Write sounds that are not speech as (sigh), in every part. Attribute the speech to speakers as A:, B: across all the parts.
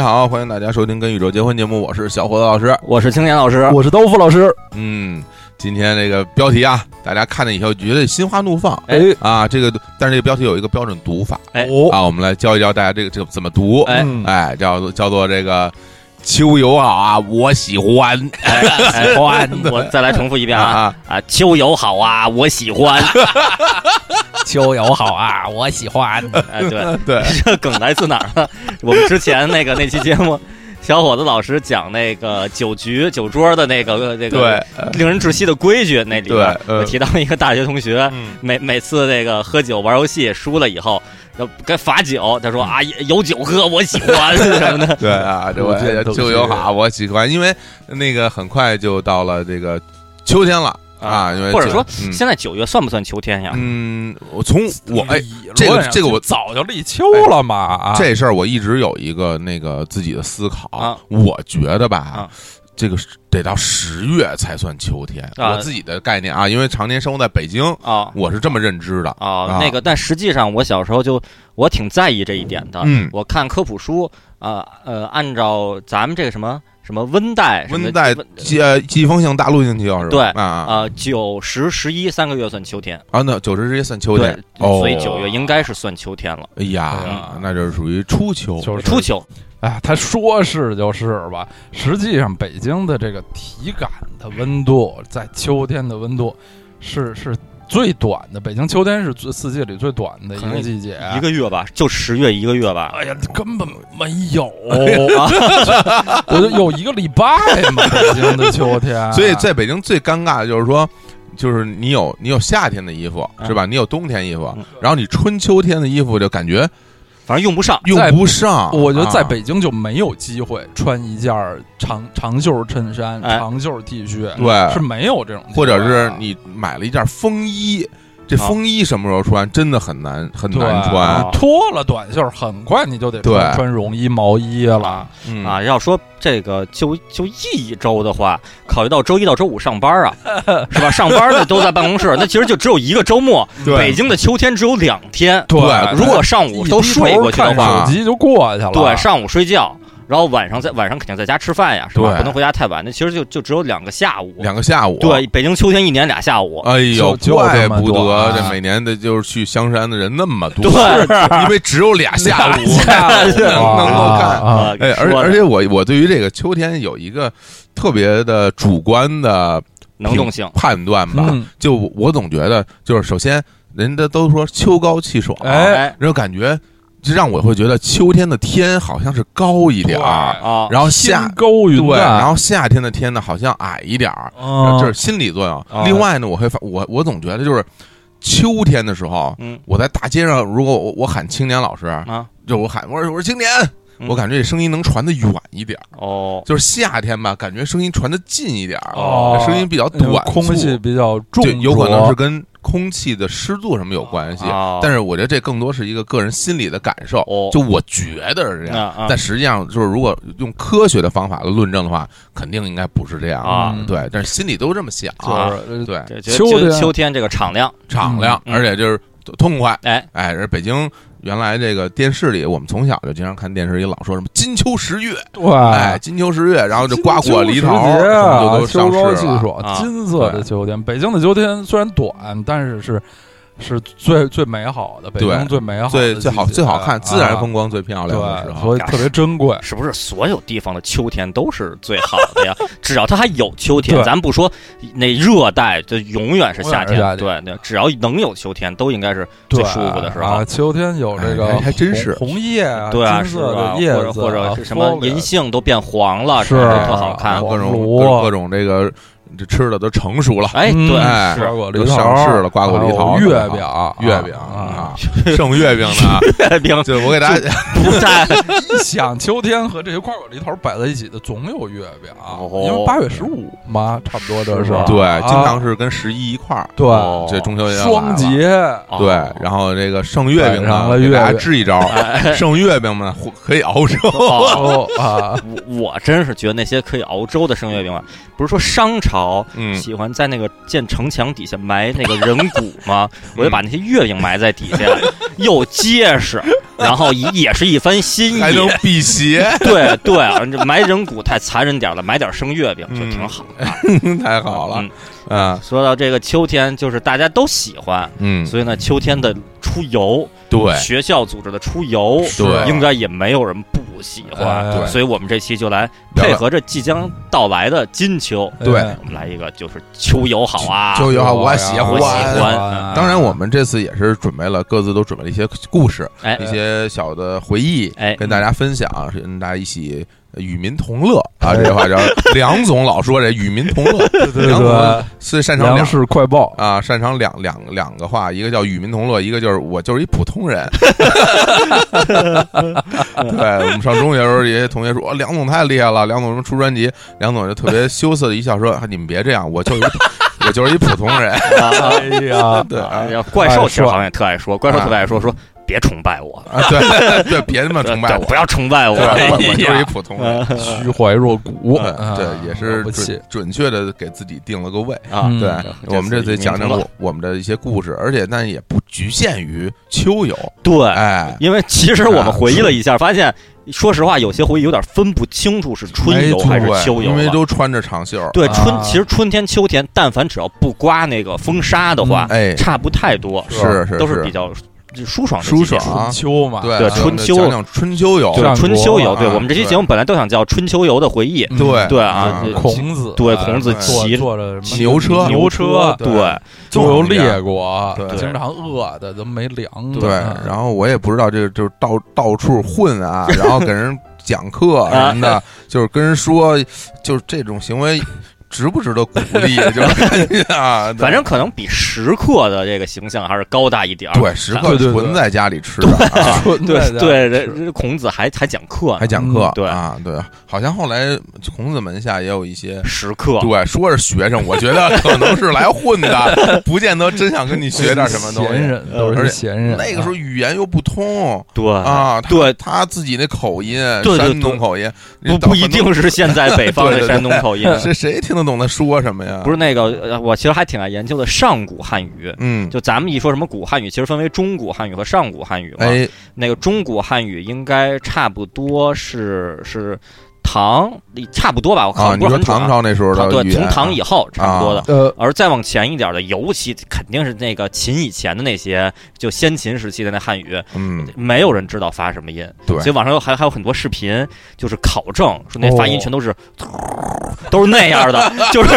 A: 好，欢迎哎大家收听《跟宇宙结婚》节目，我是小伙子老师。
B: 我是青年老师，
C: 我是豆腐老师，
A: 嗯，今天这个标题啊，大家看了以后觉得心花怒放
B: 哎
A: 啊。这个，但是这个标题有一个标准读法
B: 哎
C: 哦，
A: 啊，我们来教一教大家这个这个怎么读。
B: 哎
C: 嗯
A: 哎，叫做叫做这个秋友好啊，我喜欢
B: 哎哎，
A: (laughs)
B: 保安，我再来重复一遍啊
A: 啊，
B: 啊！秋友好啊，我
A: (laughs)
B: 喜欢。
C: 秋友好啊，我喜欢。
B: 哎，对，
A: 对，
B: 这梗来自哪儿呢？我们之前那个那期节目，小伙子老师讲那个酒局酒桌的那个
A: 对
B: 那个，令人窒息的规矩，那里边
A: 对呃
B: 我提到一个大学同学。
A: 嗯，
B: 每每次那个喝酒玩游戏输了以后，要该罚酒，他说
A: 嗯
B: 啊有酒喝我喜欢什么的，
A: 对啊，这我
C: 我记得都是
A: 秋友好啊，我喜欢，因为那个很快就到了这个秋天了啊，因为
B: 或者
A: 就
B: 说
A: 嗯
B: 现在九月算不算秋天呀？
A: 嗯，我从我哎。
C: 理
A: 这个
C: 论上
A: 这个我
C: 早就立秋了嘛啊，
A: 这事儿我一直有一个那个自己的思考，
B: 啊
A: 我觉得吧，
B: 啊
A: 这个是得到十月才算秋天，
B: 啊
A: 我自己的概念啊，因为常年生活在北京，
B: 啊，
A: 我是这么认知的。
B: 哦
A: 啊，
B: 那个，但实际上我小时候就我挺在意这一点的。
A: 嗯
B: 我看科普书啊，呃，按照咱们这个什么什么温带什么
A: 温带
B: 温
A: 季呃季风性大陆性气候是吧？
B: 对
A: 啊啊
B: 啊，九十十一三个月算秋天，
A: 啊，那九十直接算秋
B: 对
A: 天，，哦，
B: 所以九月应啊该是算秋天了，
A: 哎呀
C: 嗯，
A: 那就是属于初秋，
C: 就是
B: 初秋
C: 哎，他说是就是吧，实际上北京的这个体感的温度，在秋天的温度是是最短的，北京秋天是最四季里最短的一
B: 可能
C: 个季节。
A: 啊
B: 一个月吧，就十月一个月吧。啊
C: 哎呀，根本没有， (laughs)
A: 哦
C: 我就有一个礼拜嘛，北京的秋
A: (laughs)
C: 天。
A: 所以
B: 啊
A: 在北京最尴尬的就是说，就是你有你有夏天的衣服
B: 嗯
A: 是吧？你有冬天衣服
B: 嗯，
A: 然后你春秋天的衣服就感觉
B: 反正用不上。
A: 用不上。
C: 我觉得在
A: 啊
C: 北京就没有机会穿一件儿长长袖衬衫、
B: 哎
C: 长袖 T 恤，
A: 对
C: 是没有这种机会的，
A: 或者是
C: 啊
A: 你买了一件风衣，这
B: 啊
A: 风衣什么时候穿真的很难很
C: 对
A: 难穿
B: 啊。
C: 脱了短袖，很快你就得穿
A: 对
C: 穿绒衣、毛衣了。
A: 嗯
B: 啊，要说这个就就一周的话，考虑到周一到周五上班啊， (laughs) 是吧？上班的都在办公室，那其实就只有一个周末。
A: 对
B: 北京的秋天只有两天，
C: 对
A: 对
B: 如果上午都睡过去的
C: 一低头
A: 啊
B: 话，
C: 看手机就过去了。
B: 对，上午睡觉，然后晚上在晚上肯定在家吃饭呀，是吧？
A: 对
B: 不能回家太晚，那其实就就只有两个下午。
A: 两个下午，
B: 对，，北京秋天一年俩下午。
A: 哎呦，
C: 就就
A: 怪
C: 这么
A: 不
C: 多
A: 得
C: 啊
A: 这每年的就是去香山的人那么多，
C: 啊
B: 对
A: 因为只有俩下午
B: 下午
A: 能能够看。
C: 啊，
B: 呃
A: 哎，而
B: 说
A: 而
B: 的
A: 且我我对于这个秋天有一个特别的主观的
B: 能动性，
A: 判断吧，
C: 嗯
A: 就我总觉得就是首先人家都说秋高气爽，
C: 哎
A: 然后感觉就让我会觉得秋天的天好像是高一点儿，
B: 啊，
A: 然后
C: 天
A: 夏
C: 高云
A: 对，
C: 淡，
A: 然后夏天的天呢好像矮一点儿，
C: 嗯
A: 这是心理作用。
C: 哦
A: 另外呢，我会发我我总觉得就是秋天的时候，
B: 嗯
A: 我在大街上如果我我喊青年老师，
B: 啊
A: 就我喊我说我说青年，
B: 嗯
A: 我感觉这声音能传得远一点儿。
B: 哦，
A: 就是夏天吧，感觉声音传得近一点儿，
C: 哦
A: 声音比较
C: 因为
A: 短促，
C: 空气比较重
A: 就
C: 浊，啊
A: 有可能是跟空气的湿度什么有关系。
B: 哦
A: 但是我觉得这更多是一个个人心理的感受，
B: 哦
A: 就我觉得是这样。
B: 啊啊
A: 但实际上，就是如果用科学的方法来论证的话，肯定应该不是这样的
B: 啊
A: 对，但是心里都这么想，
B: 啊
C: 嗯就是呃
A: 对，
B: 这
C: 秋
B: 秋
C: 天
B: 秋天这个敞亮，
A: 敞亮，
B: 嗯
A: 而且就是痛快。
B: 哎
A: 哎，而北京原来这个电视里，我们从小就经常看电视，也老说什么金秋十月，
C: 对，
A: 哎，金秋十月，然后就瓜果梨桃
C: 金秋时节
A: 什
C: 啊
A: 么就都上
C: 秋高
A: 市
C: 气
A: 了。
C: 爽，
B: 啊
C: 金色的秋天。北京的秋天虽然短，但是是是最最美好的，北
A: 对
C: 京最美好的
A: 最
C: 季
A: 最好
C: 节
A: 最好看，自然
C: 啊
A: 风光最漂亮的时
C: 对，
A: 候。
C: 所以特别珍贵。
B: 是不是所有地方的秋天都是最好的呀？ (laughs) 只要它还有秋天，
C: 对
B: 咱不说那热带就永远是夏天，
C: 永远是
B: 对
C: 夏
B: 对，只要能有秋天，都应该是最
C: 对
B: 舒服的时候
C: 啊，。秋天有这个
A: 哎还还真
C: 红
A: 是
C: 红叶啊，
B: 对啊，
C: 金
B: 是
C: 色
B: 吧？
C: 的
B: 或
C: 叶
B: 者
C: 子
B: 或者
C: 啊
B: 是什么
C: foliage
B: 银杏都变黄了，
C: 是
B: 吧都特好看
C: 啊。
A: 各种
C: 黄
A: 各
C: 螺
A: 各种这个这吃的都成熟了，
B: 哎，
C: 嗯
B: 对，
A: 哎
C: 瓜果
A: 都
C: 梨桃
A: 上市了瓜果梨桃
C: 还有月饼啊，
A: 月饼
B: (laughs)
C: 啊，，
A: (laughs) 剩月饼呢，
B: 月饼
A: 就我给大 (laughs) 家
B: 不
C: (laughs)
B: 在
C: 一想秋天和这些瓜果梨桃摆在一起的，总有月饼
B: 哦，
C: 因为八月十五嘛，差不多这
B: 是
C: 是
B: 吧
A: 对，经常
C: 啊
A: 是跟十一一块儿，
C: 对
B: 哦
A: 这中秋节要来了
C: 双节，
A: 对，然后这个剩月饼
C: 赶上
A: 呢，
C: 了
A: 给大
C: 月
A: 家
C: 饼
A: 支一招，剩月饼呢 (laughs) 可以熬粥，
B: 后
C: 哦啊，
B: (laughs) 我我真是觉得那些可以熬粥的生月饼啊，不是说商朝朝
A: (laughs) 嗯，
B: 喜欢在那个建城墙底下埋那个人骨
A: (laughs)
B: 嘛，我就把那些月饼埋在底下，
A: 嗯
B: 又结实，然后也也是一番心意
A: 还。能辟邪，
B: 对对啊，这埋人骨太残忍点了，埋点生月饼就挺好
A: 嗯
B: 的。
A: 太好了
B: 嗯
A: 啊！
B: 说到这个秋天，就是大家都喜欢，
A: 嗯，
B: 所以呢，秋天的出游，
A: 对，
B: 学校组织的出游，
A: 对
B: 应该也没有人不喜欢。
A: 哎对
B: 所以我们这期就来
A: 聊聊
B: 配合着即将到来的金秋，
C: 哎
A: 对
B: 我们来一个就是秋游好啊，
A: 就有啊，哎我喜
C: 喜
B: 欢我喜欢
A: 当然，我们这次也是准备了，各自都准备了一些故事，
B: 哎
A: 一些小的回忆，
B: 哎
A: 跟大家分享，是跟大家一起呃与民同乐啊。这句话叫 (laughs) 梁总老说这与民同乐，
C: 对对
A: 梁
C: 对
A: 总，是擅长
C: 粮
A: 两
C: 食快报，
A: 啊，擅长两两两个话，一个叫与民同乐，一个就是我就是一普通人。 (laughs) 对我们上中学的时候，有些同学说哇梁总太厉害了，梁总什么出专辑，梁总就特别羞涩的一笑说：“啊你们别这样，我就是一 (laughs) 我就是一普通人。 (laughs)
B: 啊
C: 哎呀，
A: 对”啊
B: 然后怪兽其实好像也特爱说，怪兽特别爱说说别崇拜我，
A: 啊，对对，别那么崇拜
B: 对
A: 我，
B: 不要崇拜我，
A: 对，
B: 哎
A: 我我就是一
B: 呀嗯
A: 普通人。
C: 虚怀若谷
A: 嗯，
C: 啊
A: 对，也是
C: 了不起
A: 准准确的给自己定了个位。
B: 啊
C: 嗯
A: 对
B: 这
A: 我们这
B: 次
A: 次
B: 移民
A: 讲讲
B: 同乐
A: 我我们的一些故事，而且但也不局限于秋游，
B: 对，
A: 哎，
B: 因为其实我们回忆了一下，发现说实话，有些回忆有点分不清楚是春游
A: 没错
B: 还是秋游
A: 哎因为
B: 了。
A: 都穿着长袖儿，
B: 对春
C: 啊，
B: 其实春天、秋天，但凡只要不刮那个风沙的话，
A: 哎，
B: 差不太多，
A: 是是
B: 都
A: 是
B: 比较舒爽的
A: 舒
B: 季节
A: 爽啊
C: 春秋嘛，
A: 对
B: 对
A: 啊
B: 春秋
A: 讲讲春秋游，
B: 就是春秋
A: 战
B: 游，
A: 国
B: 对
A: 啊
B: 我们这期
A: 对
B: 节目本来都想叫《春秋游的回忆》，
C: 嗯
A: 对
B: 对啊
A: 嗯
B: 这
C: 孔子
B: 对
C: 啊
B: 孔子骑
C: 坐坐着什么
A: 牛车
C: 牛车
A: 对
B: 对
A: 就
C: 周游
A: 是这样
C: 列国，
A: 对
C: 经常饿的都没粮的，
A: 对，
B: 啊
A: 然后我也不知道这个就是到到处混啊，然后给人讲课啊什么
B: 啊
A: 的， (laughs) 就是跟人说，就是这种行为值不值得鼓励？就是啊，对
B: (laughs) 反正可能比食客的这个形象还是高大一点儿。
A: 对时刻
C: 对对对
A: 存在家里吃的
C: (laughs)
A: 啊，
C: 春
A: (laughs)
C: 代
B: 对
C: 的
B: 对，人人孔子还还讲课
A: 还
B: 呢，
A: 讲课
B: 嗯，对
A: 啊，对，好像后来孔子门下也有一些。
B: 食客。
A: 对，说是学生，我觉得可能是来混的，不见得真想跟你学点什么东西。
C: 闲人都
A: 而
C: 是
A: 且
C: 闲人，啊
A: 那个时候语言又不通
B: 对
A: 啊，他
B: 啊对
A: 他自己那口音，
B: 对对
A: 山东
B: 对
A: 口音，
B: 不
A: 到
B: 不一
A: 很多
B: 定是现
A: (laughs)
B: 在北方
A: 对对
B: 的
A: 对
B: 山东
A: (laughs)
B: 口音，
A: 谁谁听得懂他说什么呀？
B: 不
A: 是，
B: 是那个。呃我其实还挺爱研究的上古汉语。
A: 嗯，
B: 就咱们一说什么古汉语，其实分为中古汉语和上古汉语嘛。
A: 哎，
B: 那个中古汉语应该差不多是是唐，差不多吧？我靠，
A: 啊，
B: 不
A: 你
B: 是
A: 说
B: 很准啊
A: 唐朝那时候
B: 唐
A: 的
B: 对，
A: 语
B: 从
A: 言，啊
B: 唐以后差不多的。
C: 呃，
B: 而再往前一点的，尤其肯定是那个秦以前的那些，就先秦时期的那汉语，
A: 嗯，
B: 没有人知道发什么音。
A: 对
B: 所以网上有还还有很多视频，就是考证说那发音全都是，都是那样的， (laughs) 就是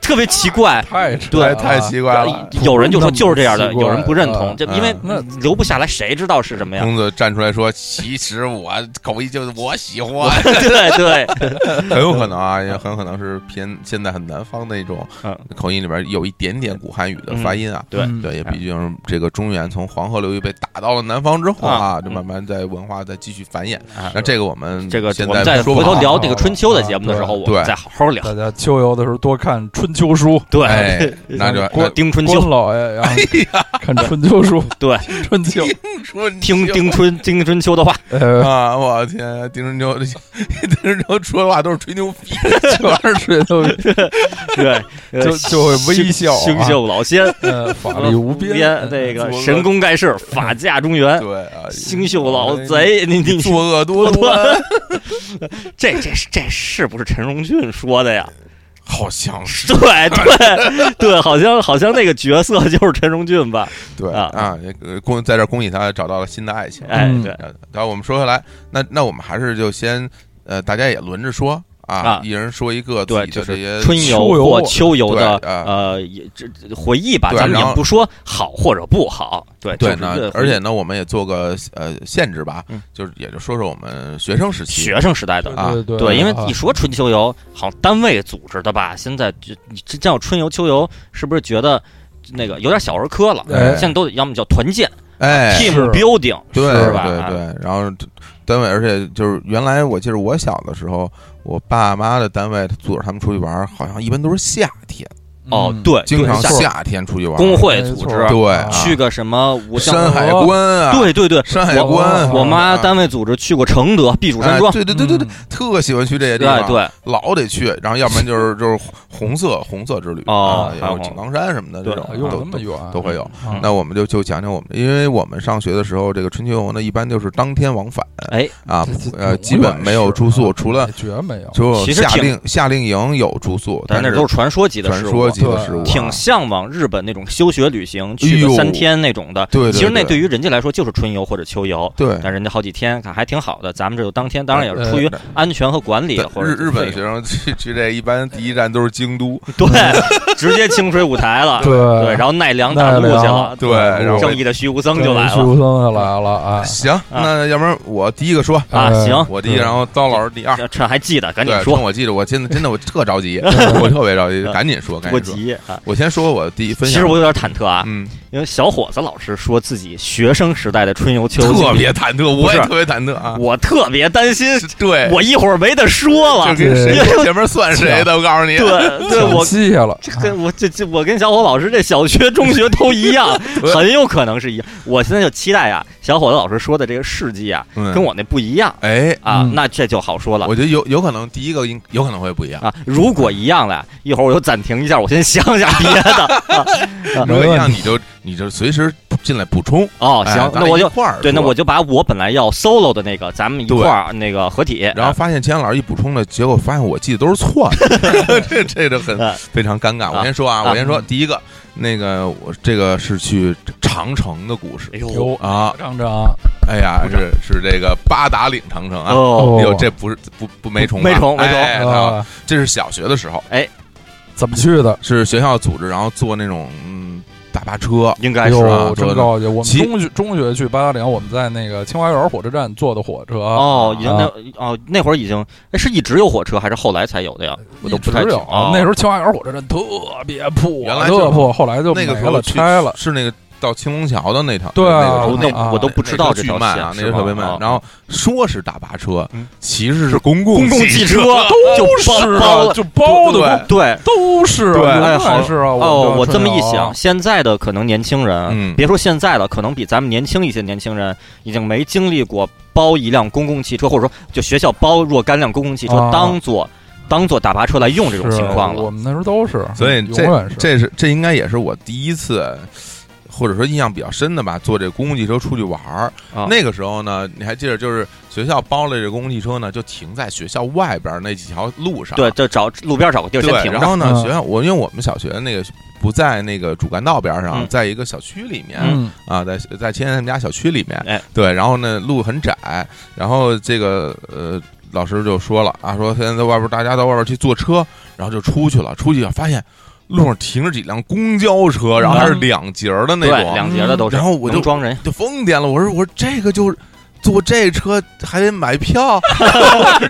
B: 特别奇怪。
C: 太扯
B: 对啊
A: 太
C: 了啊
A: 太奇怪了。
B: 有人就说就是这样的，
C: 那么奇怪
B: 有人不认同，
C: 啊
B: 这因为
C: 那
B: 留不下来，谁知道是什么呀？
A: 孔子站出来说：“其实我口音就是我喜欢，
B: (laughs) 对对，
A: 很有可能啊，也很可能是偏现在很南方那种
B: 嗯
A: 口音里边有一点点古汉语的发音啊。
B: 对
C: 嗯
A: 对，也毕竟这个中原从黄河流域被打到了南方之后啊，
B: 啊
A: 就慢慢在文化再继续繁衍。
B: 啊
A: 那这个我们
B: 这个
A: 现
B: 我们
A: 在
B: 再
A: 说
B: 回
A: 不
B: 头
A: 好
B: 聊那个春秋的节目的时候，
C: 啊
B: 我
A: 对
B: 们再好好聊。
C: 大家秋游的时候多看春秋书，
B: 对， (laughs)
A: 哎，那就
C: 郭
B: 丁春秋
C: 关，老爷
A: 哎
C: 呀，看春秋书，
B: (laughs) 对，
C: (laughs) 春秋，
A: 丁春
B: 听
A: 秋
B: 丁春丁春秋的话，
C: 呃，
A: 啊！我天，丁春秋，丁春秋说的话都是吹牛逼。
C: (laughs) 全是吹牛逼，
B: 对，呃
C: 就就会微笑啊
B: 星宿老仙，
C: 呃，法力无边，哎
B: 那个
C: (laughs)
A: 作恶
B: 神功盖世，法驾中原，
A: 对啊，
B: (laughs)
A: 哎
B: 星宿老贼，你你
A: 作恶多端，
B: 这这这是不是陈荣俊说的呀？
A: 好像是
B: 对对对，好像好像那个角色就是陈荣俊吧？
A: 对
B: 啊
A: 啊，也呃恭在这儿恭喜他找到了新的爱情。
B: 哎，
C: 嗯
B: 对，
A: 呃然后我们说回来，那那我们还是就先呃，大家也轮着说啊
B: 啊，
A: 一人说一个自
B: 对，
A: 己
B: 就
A: 的这些
B: 是春游
C: 秋游
B: 或秋游的
A: 呃对啊
B: 呃也这这回忆吧，
A: 对
B: 咱们
A: 然后
B: 也不说好或者不好，对，
A: 对
B: 就是一
A: 呢
B: 个，
A: 而且呢，我们也做个呃限制吧
B: 嗯，
A: 就是也就说说我们学生时期
B: 学生时代的
A: 啊
C: 对对
B: 对，因为
C: 啊
B: 一说春秋游，好像单位组织的吧？现在就你这叫春游秋游，是不是觉得那个有点小儿科了？
C: 哎
B: 现在都得要么叫团建、
A: 哎，
B: team
C: 是
B: building，
A: 对
B: 是
A: 对
B: 吧？
A: 对
B: 啊
A: 对，然后这单位，而且就是原来我记得我小的时候，我爸妈的单位组织他们出去玩儿，好像一般都是夏天。
B: 哦
C: 嗯，
B: 对，
A: 经
B: 对
A: 常
B: 夏
A: 夏天出去玩，
B: 工会
C: 没
B: 组
C: 错
B: 织
A: 对
C: 啊
B: 去个什么五项
A: 山海关啊，
B: 对对对，
A: 山海
B: 我
A: 关，
B: 我妈
A: 啊
B: 单位组织去过承德避暑山
A: 哎
B: 庄，嗯
A: 对对对对对，特喜欢去这些地
B: 对
A: 方，，
B: 对，
A: 老得去，然后要不然就是就是红色红色之旅啊，
B: 哦还
A: 有
B: 有
A: 井冈山什么的这
B: 对
A: 种
C: 哎呦，
A: 都
C: 那么
A: 都
C: 远
A: 都会有。
C: 嗯
A: 那我们就就讲讲我们，因为我们上学的时候，这个春秋游呢，一般就是当天往返
B: 哎，
A: 啊
C: 这这，
A: 呃，
C: 永
A: 基本
C: 远
A: 没有
C: 是
A: 住宿，
C: 啊
A: 除了
C: 解决没有，
A: 就
B: 其实
A: 夏
B: 挺
A: 令夏令营有住宿，
B: 但
A: 但
B: 那
A: 是
B: 都是传说级的
A: 传
B: 事物
A: 说，级的
C: 对
A: 事物啊，
B: 挺向往日本那种休学旅行，去
A: 哎
B: 个
A: 呦
B: 三天那种的。
A: 对对
B: 其实那
A: 对哎
B: 对于人家来说就是春游或者秋游，
A: 对。
B: 但人家好几天看还挺好的。咱们这就当天，当然也是出于
A: 呃
B: 安全和管理
A: 对
B: 或者
A: 日日本
B: 费
A: 学
B: 用
A: 生去去这一般第一站都是京都，
B: 对，直接清水舞
A: (laughs)
B: 台了，啊对，
C: 对，
B: 然后奈良大怒去了，
A: 呃对然后
B: 正义的虚无僧
C: 对
B: 就来
C: 徐
B: 了
C: 福生就来了啊
A: 行，那要不然我第一个说，
B: 啊，
C: 哎
B: 行，
A: 我第一，然后刀老师第二，
B: 这趁还记得赶紧
A: 呃对，趁
B: 说，
A: 我记得，我真的真的我特着
B: (laughs)
A: 急，我特别着急，赶紧说，赶
B: 我
A: 紧说。
B: 急啊。
A: 我先说我第一分
B: 其
A: 享，
B: 实我有点忐忑啊，
A: 嗯，
B: 因为小伙子老师说自己学生时代的春游秋游
A: 特
B: 经历，
A: 别忐忑，我也
B: 不
A: 特
B: 是
A: 别忐忑啊。
B: 我特别担心，
A: 对，
B: 我一会儿没得说了
A: 就。跟谁
B: 因
A: 前面算谁的，我告诉你， (laughs)
B: 对对，
C: 抢
B: 我
C: 戏了，
B: 这跟我这这我跟小伙老师这小学、中学都一样，
A: (laughs) 对
B: 很有可能是一样。我现在就期待啊，小伙子老师说的这个事迹啊，
A: 嗯
B: 跟我那不一样
A: 哎，
B: 啊，
C: 嗯
B: 那这就好说了
A: 我觉得有有可能第一个应有可能会不一样，
B: 啊。如果一样了，一会儿我就暂停一下，我先想想别
A: (laughs)
B: 的。啊
A: 如果一样
C: 问
A: 你就你就随时进来补充。
B: 哦，
A: 哎
B: 行，
A: 咱
B: 那我
A: 一
B: 就
A: 块儿
B: 对，那
A: 说
B: 我就把我本来要 solo 的那个，咱们一块儿那个合体，啊
A: 然后发现千阳老师一补充的结果，发现我记得都是错
B: (laughs)
A: 的，这这就很
B: 啊
A: 非常尴尬。
B: 啊
A: 我先说啊，
B: 啊
A: 我先说第一个，那个我这个是去长城的故事
B: 哎呦
C: 有
A: 啊，
C: 张张
A: 哎呀，是是这个八达岭长城啊，
B: 哦，
A: 哎呦，这不是不不没虫吧，
B: 没虫没虫哦
A: 哎太好了
C: 啊，
A: 这是小学的时候，
C: 怎么去的？
A: 是学校组织，然后坐那种嗯大巴车，
B: 应
C: 哎
B: 该是啊
A: 啊
C: 呦，真高级！我们
A: 其
C: 中学中学去八达岭，我们在那个清华园火车站坐的火车，
B: 哦，已经那
C: 啊
B: 哦那会儿已经哎是一直有火车还是后来才有的呀？我都
C: 一
B: 不
C: 直
B: 太清
C: 有啊
B: 哦。
C: 那时候清华园火车站特别破，
A: 原来就
C: 特破，后来就
A: 那
C: 没
A: 个时候
C: 了，
A: 去
C: 拆了。
A: 是那个到青龙桥的那条，
C: 对啊
A: 那个
C: 我
A: 那
C: 那啊
B: 我都不知道这
A: 巨
B: 条
A: 慢
B: 线
A: 啊，那
B: 是
A: 个特别
B: 吗
A: 慢
B: 哦。
A: 然后说是大巴车
B: 嗯，
A: 其实是公共
B: 公共汽
A: 汽
B: 车
C: 都
B: 就是包
C: 啊，
B: 了
C: 就包
A: 对
C: 的
B: 对
C: 都是啊，
A: 对
B: 哎
C: 永
B: 好
C: 远是啊。
B: 哦，我
C: 这
B: 这么一
C: 春游
B: 想，
C: 啊，
B: 现在的可能年轻人，
A: 嗯
B: 别说现在了，可能比咱们年轻一些年轻人已经没经历过包一辆公共汽车，或者说就学校包若干辆公共汽车
A: 哦
C: 啊
B: 当做当做大巴车来用这种
C: 是
B: 情况了
C: 我。们那时候都是，
A: 所以
C: 永远是
A: 这是这应该也是我第一次，或者说印象比较深的吧，坐这公共汽车出去玩儿。
B: 啊
A: 那个时候呢，你还记得，就是学校包了这公共汽车呢，就停在学校外边儿那几条路上。
B: 对，就找路边找个地儿
A: 对
B: 先停
A: 然
B: 着。
A: 后呢，
C: 嗯
A: 学校我因为我们小学那个不在那个主干道边儿上，
B: 嗯
A: 在一个小区里面。
C: 嗯，
A: 啊，在在千千他们家小区里面，
B: 哎
A: 对，然后呢路很窄，然后这个呃老师就说了啊，说现在在外边大家到外边去坐车，然后就出去了，出去发现路上停着几辆公交车，然后还是两节儿的那
B: 嗯对，
A: 种，嗯
B: 两节的都是。
A: 然后我就
B: 能装人，
A: 就疯癫了，我说我说这个就是。坐这车还得买
B: (laughs)
A: 票，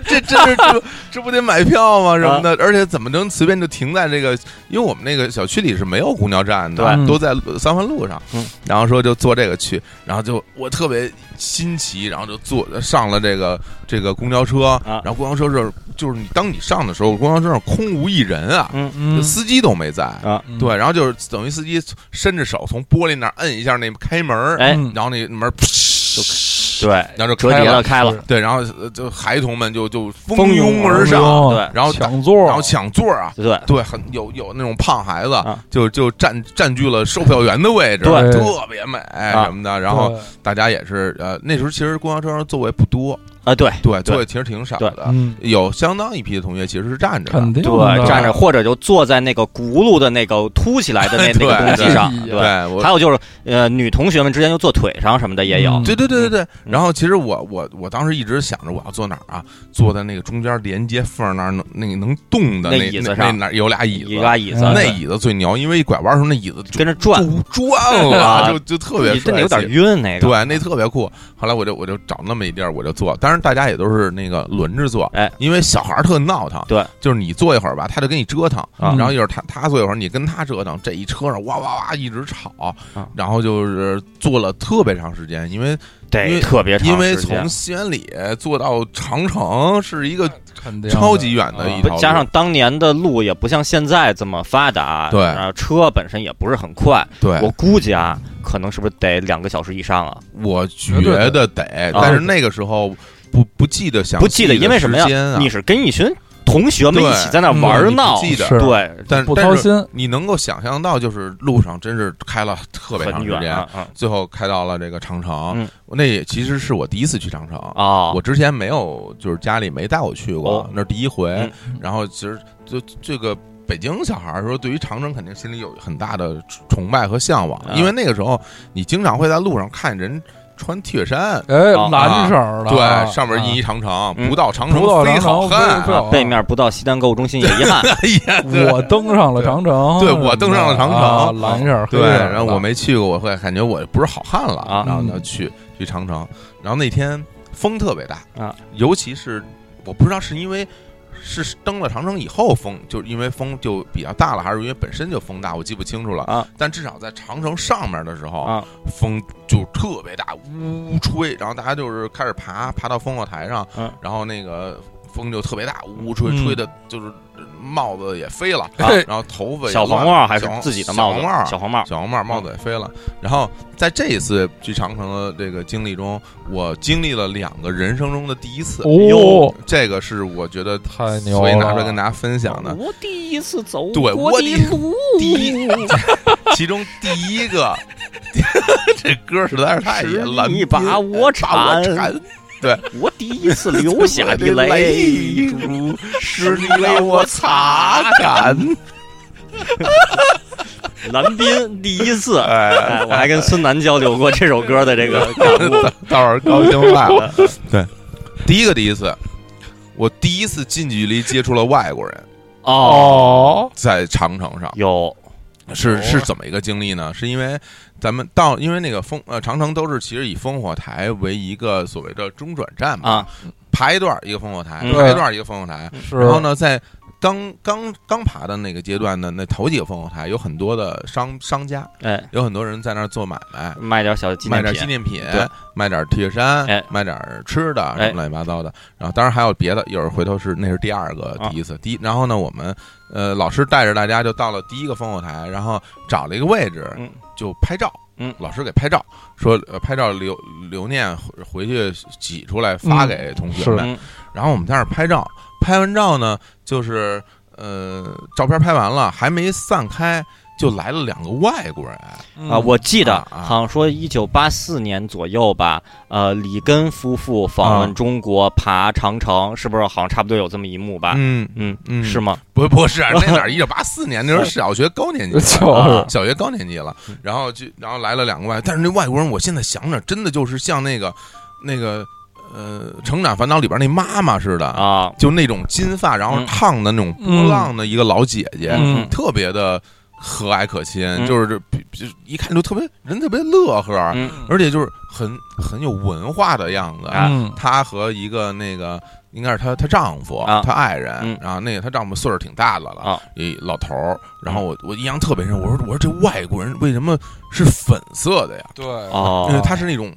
A: 这这是这这不得买票吗？什么
B: 啊
A: 的，而且怎么能随便就停在这个？因为我们那个小区里是没有公交站的，
C: 对
A: 都在路三环路上。
B: 嗯
A: 然后说就坐这个去，然后就我特别新奇，然后就坐上了这个这个公交车，
B: 啊
A: 然后公交车是就是你当你上的时候，公交车上空无一人啊，
B: 嗯，
C: 嗯
A: 司机都没在。
B: 啊，
C: 嗯
A: 对，然后就是等于司机伸着手从玻璃那儿摁一下那开门儿，
B: 哎，
C: 嗯
A: 然后那门儿噗，
B: 对，
A: 然后就
B: 折
A: 开
B: 叠
A: 了
B: 了开了，
C: 是
A: 对，然后呃就孩童们就就
B: 蜂
A: 蜂
B: 拥
A: 拥
B: 而
A: 而上，
C: 上哦
B: 对
A: 然后
C: 抢座，
A: 然后抢座儿啊，
B: 对，
A: 对，很有有那种胖孩子
B: 啊
A: 就就占占据了售票员的位置，
C: 对
A: 特别美什么的。然后
C: 对
A: 大家也是呃，那时候其实公交车上座位不多，
B: 啊对
A: 对，
B: 对
A: 座位其实挺少
B: 对
A: 的，
C: 嗯，
A: 有相当一批的同学其实是站着
C: 肯
A: 的。
C: 定
B: 对，
C: 的
B: 站着或者就坐在那个轱辘的
A: (laughs)
B: 那个凸起来的那那个东西上，
C: 对
B: 对
A: 对，我
B: 还有就是，呃，女同学们之间就坐腿上什么的也有
C: 嗯。
A: 对对对对对，然后其实我我我当时一直想着我要坐哪儿啊，坐在那个中间连接缝儿那儿能那个能动的
B: 那
A: 那
B: 椅子
A: 那
B: 上
A: 那哪儿有俩椅
B: 一
A: 子，
B: 拉椅子，啊
C: 嗯
A: 那
B: 对
A: 椅子最牛，因为一拐弯的时候那椅子就
B: 跟着转，
A: 就转
B: 啊
A: 了，就就特别
B: 你真
A: 帅
B: 的
A: 气，
B: 有点晕那个。
A: 对，那特别酷。后来我就我就找那么一地儿，我就坐。当然，大家也都是那个轮着坐，
B: 哎，
A: 因为小孩儿特闹腾，
B: 对，
A: 就是你坐一会儿吧，他就跟你折腾，
B: 啊
A: 然后一会儿他他坐一会儿，你跟他折腾，这一车上哇哇哇一直吵，
B: 啊
A: 然后就是坐了特别长时间，因为因
B: 得
A: 为
B: 特别长时间，
A: 因为从西安里坐到长城是一个
C: 肯定
A: 超级远的一
C: 啊
A: 条路，
B: 加上当年的路也不像现在这么发达，
A: 对
B: 然后车本身也不是很快，
A: 对，
B: 我估计啊，可能是不是得两个小时以上啊？
A: 我觉得得，但是那个时候不不记得详
B: 不
A: 细
B: 记
A: 的
B: 得，因为什么
A: 时间
B: 呀？
A: 啊
B: 你是跟一群同学们一起在那
A: 嗯
B: 玩儿
A: 你
B: 闹
A: 不，记得，
C: 是
B: 对，
A: 但
C: 不
A: 但
C: 掏
A: 是
C: 心，
A: 你能够想象到，就是路上真是开了特别长
B: 很
A: 时
B: 远
A: 间，
B: 啊，啊
A: 最后开到了这个长城
B: 嗯。
A: 那也其实是我第一次去长城，
B: 哦，
A: 我之前没有，就是家里没带我去过
B: 哦，
A: 那是第一回
B: 嗯。
A: 然后其实就这个。北京小孩儿说，对于长城肯定心里有很大的崇拜和向往，
B: 啊
A: 因为那个时候你经常会在路上看人穿铁衫，
C: 哎，
B: 啊
C: 蓝色儿的，啊
A: 对，上面印一长城，
B: 嗯
A: 不到长
C: 不
A: 城
C: 到
A: 非
C: 长
A: 好
C: 城
A: 汉。
C: 非
B: 啊
C: 啊
B: 背面不到西单购物中心也
A: (laughs)
B: 遗憾，
A: 哎呀，对
C: 我登上了长城，
A: 对我登上了长城
C: 啊蓝色儿，黑
A: 对，
C: 色儿
A: 然后我没去过，我会感觉我不是好汉了。
B: 啊
A: 然后呢，
C: 嗯
A: 去去长城，然后那天风特别大
B: 啊，
A: 尤其是我不知道是因为。是登了长城以后风，就是因为风就比较大了，还是因为本身就风大，我记不清楚了。
B: 啊，
A: 但至少在长城上面的时候，
B: 啊
A: 风就特别大，呜呜吹，然后大家就是开始爬，爬到烽火台上，
B: 嗯
A: 然后那个风就特别大，呜呜吹，
C: 嗯
A: 吹的就是帽子也飞了，
B: 啊
A: 然后头发也
B: 小
A: 乱
B: 黄帽还是
A: 小黄
B: 自己的
A: 小
B: 帽
A: 黄帽儿
B: 子，小黄帽，嗯
A: 小黄帽帽子也飞了。然后在这一次去长城的这个经历中，我经历了两个人生中的第一次，
C: 哦
B: 哟，
A: 这个是我觉得
C: 太牛了，哦
A: 所以拿出来跟大家分享的。
B: 我第一次走
A: 对
B: 过
A: 我
B: 的
A: 第
B: 路，
A: 第一，其中第一个， (laughs) 这歌实在是太野
B: 是
A: 了，
B: 你哎把我
A: 把我
B: 缠
A: 缠
B: 我第一次流下的泪珠，
A: 是你为我擦干。 (laughs)
B: 蓝斌第一次，
A: 哎，
B: 哎，我还跟孙楠交流过这首歌的这 (laughs) 个感悟。
A: 到时候高兴坏了。对，第一个第一次，我第一次近距离接触了外国人，
B: 哦，
C: 哦，
A: 在长城上。
B: 有
A: 是是怎么一个经历呢？是因为咱们到，因为那个烽呃长城都是其实以烽火台为一个所谓的中转站嘛，
B: 啊，
A: 爬一段儿一个烽火台，
B: 嗯
A: 爬一段儿一个烽火台，
C: 是，
A: 然后呢，在刚刚刚爬的那个阶段呢，那头几个烽火台有很多的商商家，
B: 哎，
A: 有很多人在那儿做买卖，
B: 卖点小纪
A: 卖点
B: 念
A: 纪
B: 品，
A: 念品
B: 对，
A: 卖点铁山
B: 哎，
A: 卖点吃的，
B: 哎
A: 什么乱七八糟的。然后当然还有别的，一会儿回头是那是第二个
B: 啊
A: 第一次，第一。然后呢，我们呃老师带着大家就到了第一个烽火台，然后找了一个位置
B: 嗯
A: 就拍照。
B: 嗯
A: 老师给拍照，说呃拍照留留念，回回去挤出来发给同学们。
B: 嗯
A: 然后我们在那儿拍照，拍完照呢，就是呃照片拍完了还没散开，就来了两个外国人。
C: 嗯
B: 啊，我记得
A: 啊啊
B: 好像说一九八四年左右吧，呃，里根夫妇访
A: 啊
B: 问中国爬长城，是不是好像差不多有这么一幕吧？
A: 嗯
B: 嗯，
A: 嗯，
B: 是吗？
A: 不不是，那哪
B: (laughs)
A: 儿一九八四年那时候小学高年级 (laughs)
C: (laughs) 就是
B: 嗯
A: 了，小学高年级了，然后就然后来了两个外，但是那外国人，我现在想想，真的就是像那个那个呃《成长烦恼》里边那妈妈似的，
B: 啊，
A: 就那种金发，然后
B: 嗯
A: 烫的那种波浪的一个老姐姐，
C: 嗯
A: 特别的和蔼可亲，就是这比比一看就特别人特别乐呵，
B: 嗯
A: 而且就是很很有文化的样子，
B: 啊
C: 嗯
A: 她和一个那个应该是她她丈夫，
B: 啊
A: 她爱人，
B: 嗯
A: 然后那个她丈夫岁数挺大的了，
B: 啊嗯
A: 一老头儿。然后我我印象特别深，我说我说这外国人为什么是粉色的呀？
C: 对，
B: 哦
A: 因为他是那种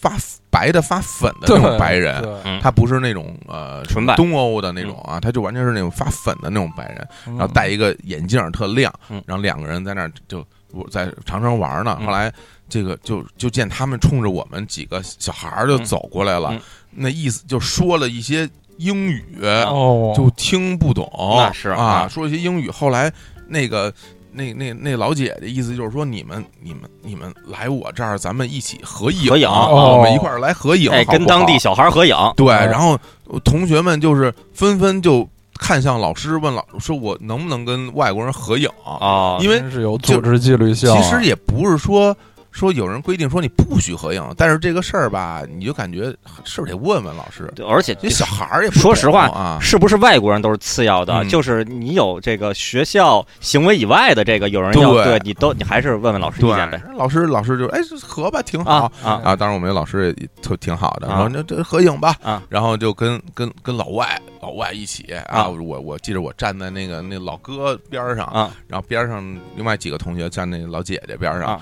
A: 发白的发粉的那
C: 对
A: 种白人。
C: 对
B: 嗯
A: 他不是那种呃
B: 纯白嗯
A: 东欧的那种啊，他就完全是那种发粉的那种白人，然
C: 嗯
A: 后戴一个眼镜儿特亮
B: 嗯，
A: 然后两个人在那儿就我在长城玩呢。
B: 嗯
A: 后来这个就就见他们冲着我们几个小孩儿就走过来了
B: 嗯嗯，
A: 那意思就说了一些英语，
C: 哦，
A: 就听不懂。
B: 那是
A: 啊，
B: 啊
A: 说一些英语。后来那个。那那那老姐的意思就是说，你们你们你们来我这儿，咱们一起合影，
B: 合影
A: 啊
C: 哦
A: 我们一块儿来合影，
B: 哎，
A: 好不
B: 跟当
A: 好
B: 地小孩合影，
A: 对，
C: 哦
A: 然后同学们就是纷纷就看向老师，问老师说：“我能不能跟外国人合影？”
B: 哦
A: 因为
C: 真是有组织纪律性啊，
A: 其实也不是说说有人规定说你不许合影，但是这个事儿吧，你就感觉是不是得问问老师？
B: 对而且
A: 这小孩儿也不
B: 说实话
A: 懂啊，
B: 是不是外国人都是次要的？
A: 嗯
B: 就是你有这个学校行为以外的这个，有人要
A: 对
B: 你都你还是问问老师意
A: 对
B: 见呗。，
A: 老师老师就哎合吧，挺好
B: 啊。啊
A: 啊，当然我们有老师也特挺好的，
B: 啊
A: 然后那这合影吧，
B: 啊
A: 然后就跟跟跟老外老外一起啊，
B: 啊
A: 我我记得我站在那个那老哥边儿上，
B: 啊
A: 然后边上另外几个同学站那老姐姐边上，
B: 啊！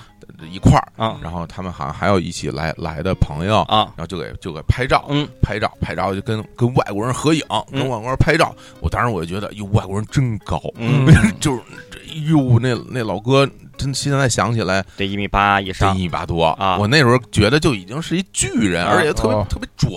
A: 一块儿，
B: 啊
A: 然后他们好像还有一起来来的朋友，
B: 啊，
A: 然后就给就给拍照，
B: 嗯，
A: 拍照拍照就跟跟外国人合影，跟
B: 嗯
A: 外国人拍照。我当时我就觉得，哟，外国人真高，
B: 嗯，
A: (laughs) 就是这哟那那老哥，真现在想起来
B: 得一米八以
A: 真
B: 上，
A: 一米八多
B: 啊
A: 我那时候觉得就已经是一巨人，
B: 啊
A: 而且特别
C: 哦
A: 特别壮，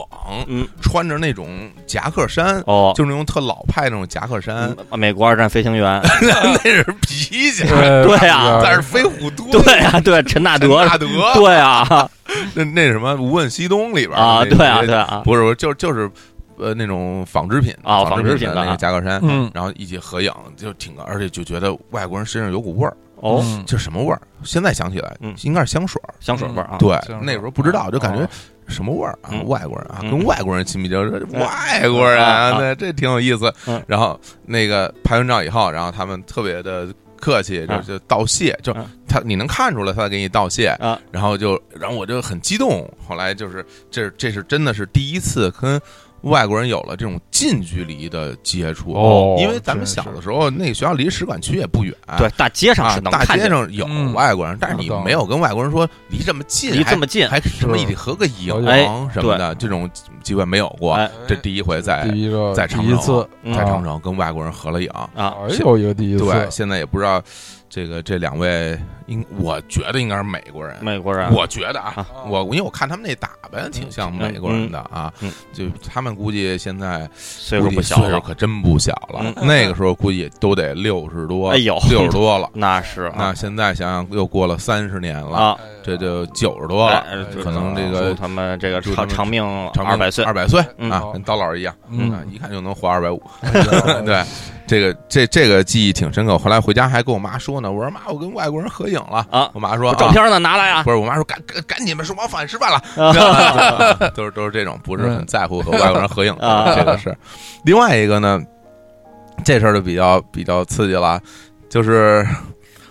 B: 嗯，
A: 穿着那种夹克衫。
B: 哦，
A: 就是那种特老派那种夹克衫，
B: 嗯美国二战飞行员，
A: (laughs) 那是皮夹，
B: (laughs)
A: (laughs)
B: 对啊
A: 但是飞虎都
B: 对啊，对，陈纳德，
A: 大德，
B: 对
A: (laughs)
B: 啊，
A: 那那什么《无问西东》里边儿
B: 啊，
A: 那
B: 对啊，
A: 那
B: 对啊，
A: 不是，我就就是呃那种纺织品
B: 啊
A: 纺
B: 纺织
A: 品
B: 品
A: 的
B: 的
A: 那
B: 啊
A: 个夹克衫，
C: 嗯
A: 然后一起合影就挺高，而且就觉得外国人身上有股味儿，
B: 哦，
C: 嗯
A: 这什么味儿？现在想起来
B: 嗯，
A: 应该是香水儿。
B: 香水味儿啊，
A: 对
C: 香水，儿
A: 那时候不知道，就感觉
C: 哦
A: 什么味儿啊？
B: 嗯
A: 外国人啊，
B: 嗯
A: 跟外国人亲密接触，外国人啊，
B: 啊
A: 对，这挺有意思
B: 嗯。
A: 然后那个拍完照以后，然后他们特别的。客气就
B: 啊
A: 就道谢，就
B: 啊
A: 他你能看出来他在给你道谢，
B: 啊，
A: 然后就，然后我就很激动。后来就是，这这是真的是第一次跟外国人有了这种近距离的接触，
C: 哦
A: 因为咱们小的时候，那个学校离使馆区也不远，
B: 对，大街上
A: 啊
B: 是，能
A: 大
B: 看
A: 街
B: 见，
A: 上有
C: 嗯
A: 外国人，但是
C: 那
A: 你
C: 当然
A: 没有跟外国人说离这么近，
B: 离这么近，
A: 还还什么一起合个影
B: 哎
A: 什么的，这种机会没有啊过。
B: 哎
A: 这第一回在
C: 第一个
A: 在
C: 第
A: 长
C: 一
A: 城
C: 次，
B: 嗯
A: 在长城跟外国人合了影，
B: 啊，
C: 还有一个第一次，
A: 对，现在也不知道这个这两位应，我觉得应该是美国人，
B: 美国人，
A: 我觉得啊
B: 啊，
C: 哦
A: 我因为我看他们那打扮挺像美国人的啊
B: 嗯嗯，
A: 就他们估计现在
B: 岁
A: 估
B: 数
A: 计
B: 不小
A: 岁数
B: 了，
A: 可真不小了，
C: 嗯
A: 那个时候估计都得六十多
B: 哎，呦，
A: 六十多了。
B: 那是
A: 那
B: 啊
A: 现在想想又过了三十年了，
B: 啊，
C: 哎
A: 这就九十多了，
B: 哎
A: 可能这
B: 祝
A: 个
B: 他们这个
A: 祝他
B: 长
A: 们
B: 长命
A: 长
B: 二百岁
A: 二百岁
B: 嗯
A: 啊，跟刀老师一样，啊，
C: 嗯，啊
A: 一看就能活二
B: (laughs)
A: 百五。对，这个这这个记忆挺深刻。后来回家还跟我妈说呢，我说妈，我跟外国人合影了。
B: 啊，
A: 我妈说
B: 照
A: 啊
B: 片呢拿来
A: (laughs)
B: 啊
A: 不是，我妈说赶赶赶紧吧，说我反吃饭了， (laughs) 都是都是这种不是很在乎和外国人合影的
B: 嗯
A: 这个事儿。另外一个呢，这事儿就比较比较刺激了，就是 (laughs)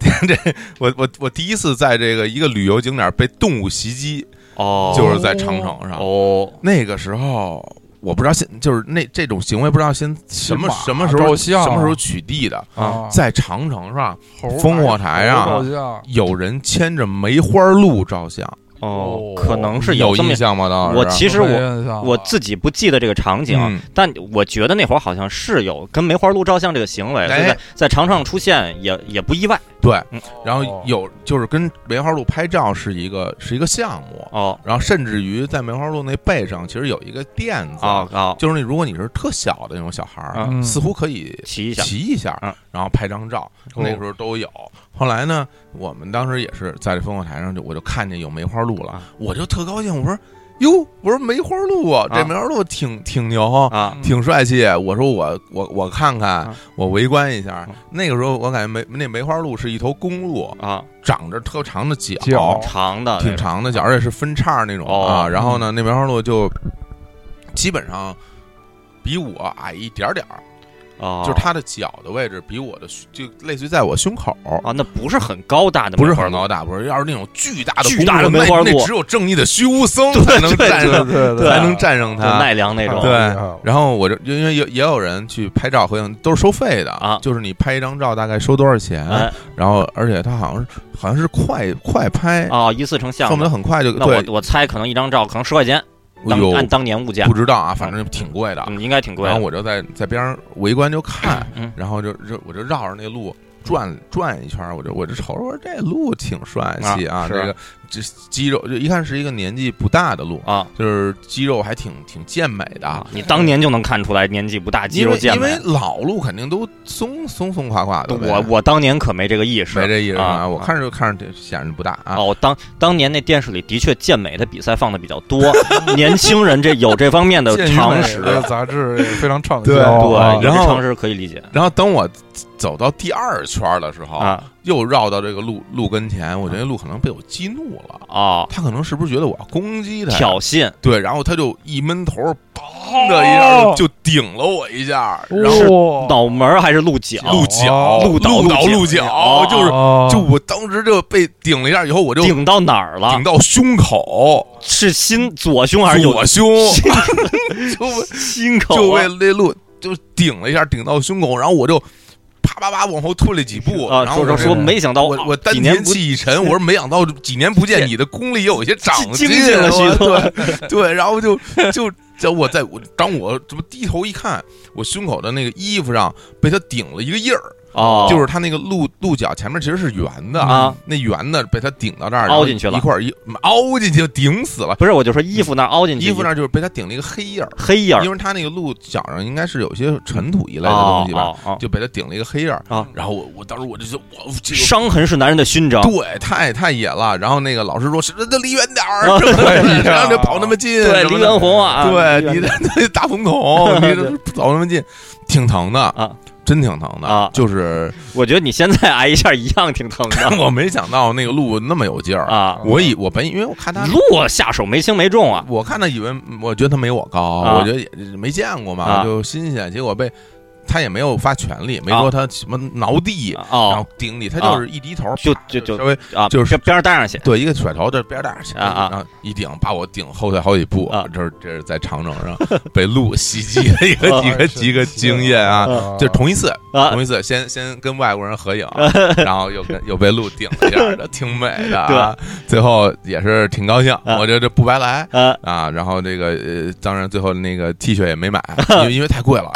A: 这我我我第一次在这个一个旅游景点被动物袭击，
B: 哦，
A: 就是在长城上。
B: 哦，
A: 那个时候我不知道现就是那这种行为不知道现什么
C: 马
A: 什么时候
C: 照相
A: 什么时候取缔的，
C: 啊，
A: 在长城上
C: 猴儿
A: 烽火台上啊
C: 猴儿照相
A: 有人牵着梅花鹿照相，
B: 哦
C: 哦，
B: 可能是哎
A: 有
B: 这么
A: 印。象吗？当时
B: 我其实
C: 没
B: 我
C: 印象了
B: 我自己不记得这个场景，
A: 嗯
B: 但我觉得那会儿好像是有跟梅花鹿照相这个行为，
A: 哎
B: 所以在在长城上出现也也不意外
A: 对
B: 嗯，
C: 啊
A: 然
C: 哦
A: 后有就是跟梅花鹿拍照是一个是一个项目，
B: 哦
A: 然后甚至于在梅花鹿那背上其实有一个垫子，
B: 哦哦，
A: 就是你如果你是特小的那种小孩儿，
C: 嗯
A: 啊似乎可以
B: 啊骑一下
A: 骑一下
B: 嗯，
A: 然后拍张照，
C: 哦
A: 那时候都有。后来呢，我们当时也是在这烽火台上，就我就看见有梅花鹿了
B: 啊，
A: 我就特高兴，我说哟，我说梅花鹿啊，这
B: 啊
A: 梅花鹿挺挺牛。
B: 啊
C: 嗯
A: 挺帅气，我说我我我看看
B: 啊，
A: 我围观一下
B: 嗯。
A: 那个时候我感觉梅那梅花鹿是一头公鹿，
B: 啊，
A: 长着特长的脚，
C: 脚
B: 长的
A: 挺长的脚，而且是分叉那种啊。
B: 嗯哦
A: 然后呢，那梅花鹿就基本上比我矮一点点儿，
B: 哦，
A: 就是它的脚的位置比我的胸就类似于在我胸口。
B: 啊，那不是很高大的
A: 不
B: 梅
A: 是
B: 花鹿，
A: 很高大，不是，要是那种巨大的
B: 巨大的
A: 公鹿
B: 梅花
A: 那
B: 鹿
A: 那只有正义的虚无僧
B: 对
A: 才能
B: 对
A: 战
B: 对
A: 胜，
C: 对啊
B: 对
A: 才能战胜
B: 就
A: 它。
B: 奈良那种
A: 对
C: 太厉害了
A: 然后我就因为也也有人去拍照合影，都是收费的
B: 啊
A: 就是你拍一张照大概收多少钱，
B: 哎
A: 然后而且它好像是好像是快快拍，
B: 哦，一次成像
A: 恨不
B: 的
A: 得。很快就
B: 那
A: 对
B: 我，我猜可能一张照可能十块钱，当
A: 有
B: 按当年物价
A: 不，知道啊，反正挺贵的。
B: 嗯，应该挺贵
A: 然后
B: 的。
A: 我就在在边上围观就看，
B: 嗯，
A: 然后就就我就绕着那路转转一圈儿，我就我就瞅着我说这鹿挺帅气啊，
B: 啊是
A: 这个这肌肉就一看是一个年纪不大的鹿，
B: 啊
A: 就是肌肉还挺挺健美的啊。
B: 嗯你当年就能看出来年纪不大，肌
A: 因
B: 肉
A: 为
B: 健
A: 因为
B: 美。
A: 老鹿肯定都松松松垮垮的呗，
B: 我我当年可没这个意识，
A: 没这意思
B: 啊
A: 我看着就看着这显然不大啊。
B: 哦，当当年那电视里的确健美的比赛放的比较多，年轻人这有这方面的
C: 健
B: 常
C: 美
B: 识，
C: 这个杂志也非常畅销，
A: 对哦
C: 啊
A: 然
B: 对，有这
A: 后
B: 常识可以理解
A: 然后等我走到第二圈儿的时候，
B: 啊
A: 又绕到这个鹿鹿跟前，我觉得鹿可能被我激怒了，
B: 哦，
A: 他可能是不是觉得我要攻击他呀？
B: 挑哦衅
A: 对，然后他就一闷头，砰的一下就就顶了我一下，然
B: 哦
A: 后
C: 后
B: 脑门儿还是鹿角，
A: 鹿角、
C: 哦
A: 鹿
B: 鹿
A: 倒
B: 倒
A: 鹿
B: 鹿
A: 角，
B: 角
A: 就是
C: 哦
A: (laughs) 就我当时就被顶了一下以后，我就
B: 顶到哪儿了
A: 顶？到胸口，
B: 是心左胸还是右
A: 左胸，就
B: 哎
A: (laughs)
B: (laughs) 心口啊？
A: 就被那鹿就顶了一下，顶到胸口，然后我就啪啪啪往后退了几步，
B: 啊，
A: 然后
B: 说
A: 我
B: 说
A: 这
B: 说，没想到
A: 我我丹
B: 几
A: 田
B: 年不
A: 气一沉，我说没想到几年不见，你的功力又有些长
B: 精进了许多
A: 我 (laughs) 对对，然后就就就我在我当我这么低头一看，我胸口的那个衣服上被他顶了一个印儿，
B: (laughs) 哦，
A: 就是他那个鹿鹿角前面其实是圆的
B: 啊，
A: 那圆的被他顶到这儿，
B: 凹
A: 然后
B: 进去了
A: 一块儿一凹进去顶死了，
B: 不是，我就说衣服那儿凹进去，
A: 衣服那儿就是被他顶了一个黑印儿，
B: 黑印儿
A: 因为他那个鹿角上应该是有些尘土一类的
B: 哦
A: 东西吧，
B: 哦哦，
A: 就被他顶了一个黑印儿，
B: 啊
A: 然后我我当时我就说，我这个
B: 伤痕是男人的勋章，
A: 对，太太野了。然后那个老师说：“是那离远点儿
B: 啊，
A: 然后就跑那么近，
B: 对，
A: 什
B: 黎
A: 么的
B: 元洪啊，
A: 对，
B: 黎
A: 你
B: 元
A: 的 (laughs) 那大风筒，你
B: (laughs)
A: 这跑那么近，挺疼的
B: 啊，
A: 真挺疼
B: 啊
A: 的。就是
B: (laughs) 我觉得你现在挨一下一样挺疼的
A: (laughs) 我没想到那个鹿那么有劲儿，
B: 啊。
A: 我以我本因为我看他。”
B: 鹿下手没轻没重啊，
A: 我看他以为，嗯我觉得他没我高，
B: 啊
A: 我觉得也没见过嘛，
B: 啊
A: 就新鲜。结果被他也没有发全力，没
B: 啊
A: 说他什么挠地，嗯然
B: 哦
A: 后顶你，他就是一低头，
B: 就
A: 啪
B: 就就
A: 稍微
B: 啊，
A: 就是
B: 这边儿带上去
A: 对，一个甩头，这边儿大
B: 啊啊
A: 然后一顶把我顶后退好几步，
B: 啊
A: 这是这是在长城上 (laughs) 被鹿袭击的一
B: 啊
A: 个
C: 哎
A: 一个一个经验啊。
B: 啊
A: 就同一次，
B: 啊
A: 同一次，先先跟外国人合影，
B: (laughs)
A: 然后又跟又被鹿顶了一下的，挺美的
B: (laughs)
A: 啊。最后也是挺高兴，
B: 啊
A: 我觉得这不白来
B: 呃
A: 啊。然后这个呃，当然最后那个 T 恤也没
B: (laughs)
A: 买，因为因为太贵了，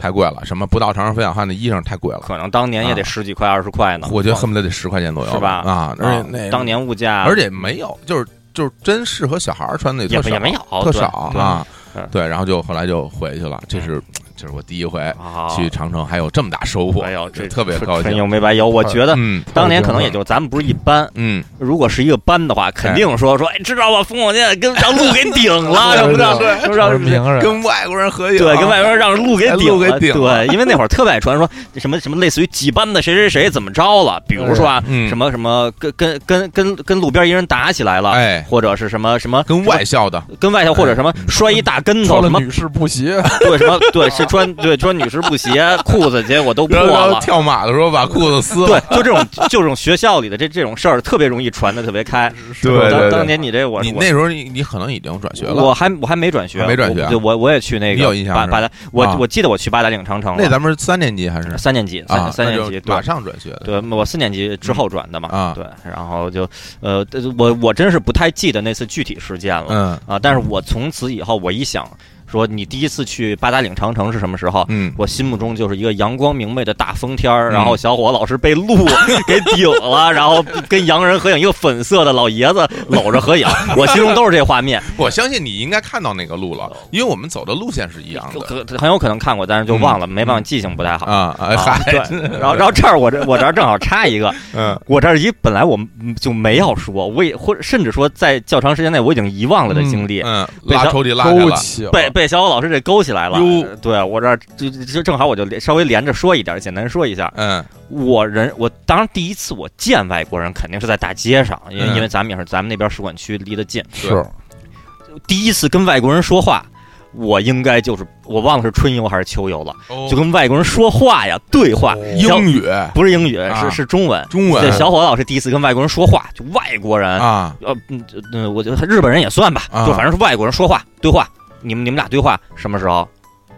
A: 太贵了。什么不到长城非想汉的衣裳太贵了，
B: 可能当年也得
A: 啊
B: 十几块二十块呢。
A: 我觉得恨不得得十块钱左右
B: 是吧
A: 啊，而
B: 啊
A: 且那
B: 当年物价，
A: 而且没有，就是就是真适合小孩儿穿的
B: 也
A: 特
B: 不
A: 少，
B: 也没有
A: 特
B: 对
A: 少
B: 对
A: 啊
B: 嗯。
A: 对，然后就后来就回去了。这是这是我第一回
B: 啊，
A: 去长城，还有这么大收获，
B: 哎呦，这
A: 特别高
B: 纯
A: 兴。
B: 有没白有。我觉得
A: 嗯
B: 当年可能也就咱们不是一班，
A: 嗯，
B: 如果是一个班的话，肯定说说，哎，知道吧？冯巩现在跟让路给顶
A: (laughs)
B: 了什么的，
A: 对
B: 啊是不
C: 让
B: 是？
C: 名人
A: 跟外国人合影，
B: 对，跟外边让路给顶
A: 哎路给顶了
B: 对，因为那会儿特别爱传说什么什么类似于几班的谁谁谁怎么着了，比如说啊，
A: 嗯
B: 什么什么跟跟跟跟跟路边一人打起来了，
A: 哎
B: 或者是什么什么
A: 跟外哎校的
B: 跟外头或者什么摔一大跟头，
C: 穿
B: 什
C: 了
B: 么
C: 女士布鞋，
B: 对什么对是穿对穿女士布鞋裤子，结果都破
A: 然后然后
B: 了。
A: 跳马的时候把裤子撕
B: 对
A: 了。，
B: 就这种就这种学校里的这这种事儿，特别容易传的特别开。
A: 对对
B: 当
A: 对
B: 当年你这我
A: 你
B: 我
A: 那时候你你可能已经转学了，
B: 我还我还没转学，
A: 没转学啊
B: 我对我我也去那个
A: 你有印象
B: 八
A: 是
B: 八
A: 吧
B: 达，我
A: 啊
B: 我记得我去八达岭长城
A: 那
B: 了，
A: 咱们是三年级还是
B: 三年级
A: 啊
B: 三？三
A: 那
B: 年
A: 就
B: 级对
A: 马。上转学的。
B: 对，我四年级之后转的嘛，
A: 嗯啊
B: 对，然后就，呃，但是我我真是不太记得那次具体事件了、
A: 嗯
B: 啊，但是我从此以后，我一想说，你第一次去八达岭长城是什么时候？
A: 嗯，
B: 我心目中就是一个阳光明媚的大风天
A: 嗯
B: 儿，然后小伙老师被鹿 (laughs) 给顶了，然后跟洋人合影，一个粉色的老爷子搂着合影，我心中都是这画面，
A: 我相信你应该看到那个路了，
B: 哦
A: 因为我们走的路线是一样
B: 可
A: 的
B: 可很有可能看过，但是就忘了，没办法，记性不太好。
A: 嗯啊。哎
B: 啊
A: 嗨，
B: 对，然后然后这
A: (laughs)
B: 儿我这我这儿正好插一个，
A: 嗯，
B: 我这儿一本来我嗯就没要说，我也或者甚至说在较长时间内我已经遗忘了的经历，
A: 嗯，
B: 被
A: 拉
B: 他
A: 抽屉拉开
C: 勾
A: 了，
C: 起了
B: 被被小伙老师这勾起来了
A: 哟。
B: 对我这儿就就就正好我就连稍微连着说一点，简单说一下。
A: 嗯
B: 我人我当然第一次我见外国人肯定是在大街上，因为
A: 嗯
B: 因为咱们也是咱们那边使馆区离得近，
C: 是
B: 第一次跟外国人说话。我应该就是我忘了是春游还是秋游了，
A: 哦
B: 就跟外国人说话呀，对话，小
A: 英语、
B: 不是英语，
A: 啊
B: 是是中文。
A: 中
B: 这
A: 文
B: 小伙子老师第一次跟外国人说话，就外国人，
A: 啊，
B: 呃，嗯，这嗯，我觉得日本人也算吧，
A: 啊
B: 就反正是外国人说话对话，你们你们俩对话什么时候？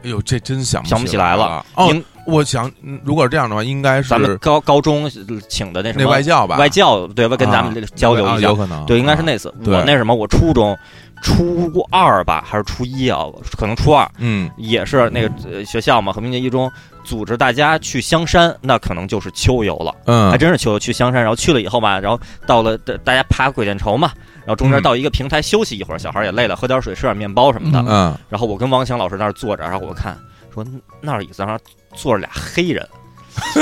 A: 哎呦，这真想
B: 想不
A: 不
B: 起来了
A: 了。哦，
B: 应
A: 我想，嗯如果是这样的话，应该
B: 咱们
A: 是
B: 高高中呃请的那什
A: 那
B: 么
A: 外教吧，
B: 外教对吧？跟咱
A: 啊
B: 们交流
A: 啊
B: 一下
A: 有，可能
B: 对，应该是
A: 啊
B: 那次
A: 对
B: 我那什么，我初中初二吧，还是初一啊？可能初二
A: 嗯
B: 也是那个呃学校嘛，和平街一中组织大家去香山，那可能就是秋游了。还
A: 嗯
B: 真是去去香山，然后去了以后吧，然后到了呃大大家爬鬼见愁嘛，然后中间
A: 嗯
B: 到一个平台休息一会儿，小孩也累了，喝点水，吃点面包什么的。(laughs)
C: 嗯
A: 嗯，
B: 然后我跟王强老师那儿坐着，然后我看说那儿椅子上坐着俩
A: (laughs)
B: 黑人。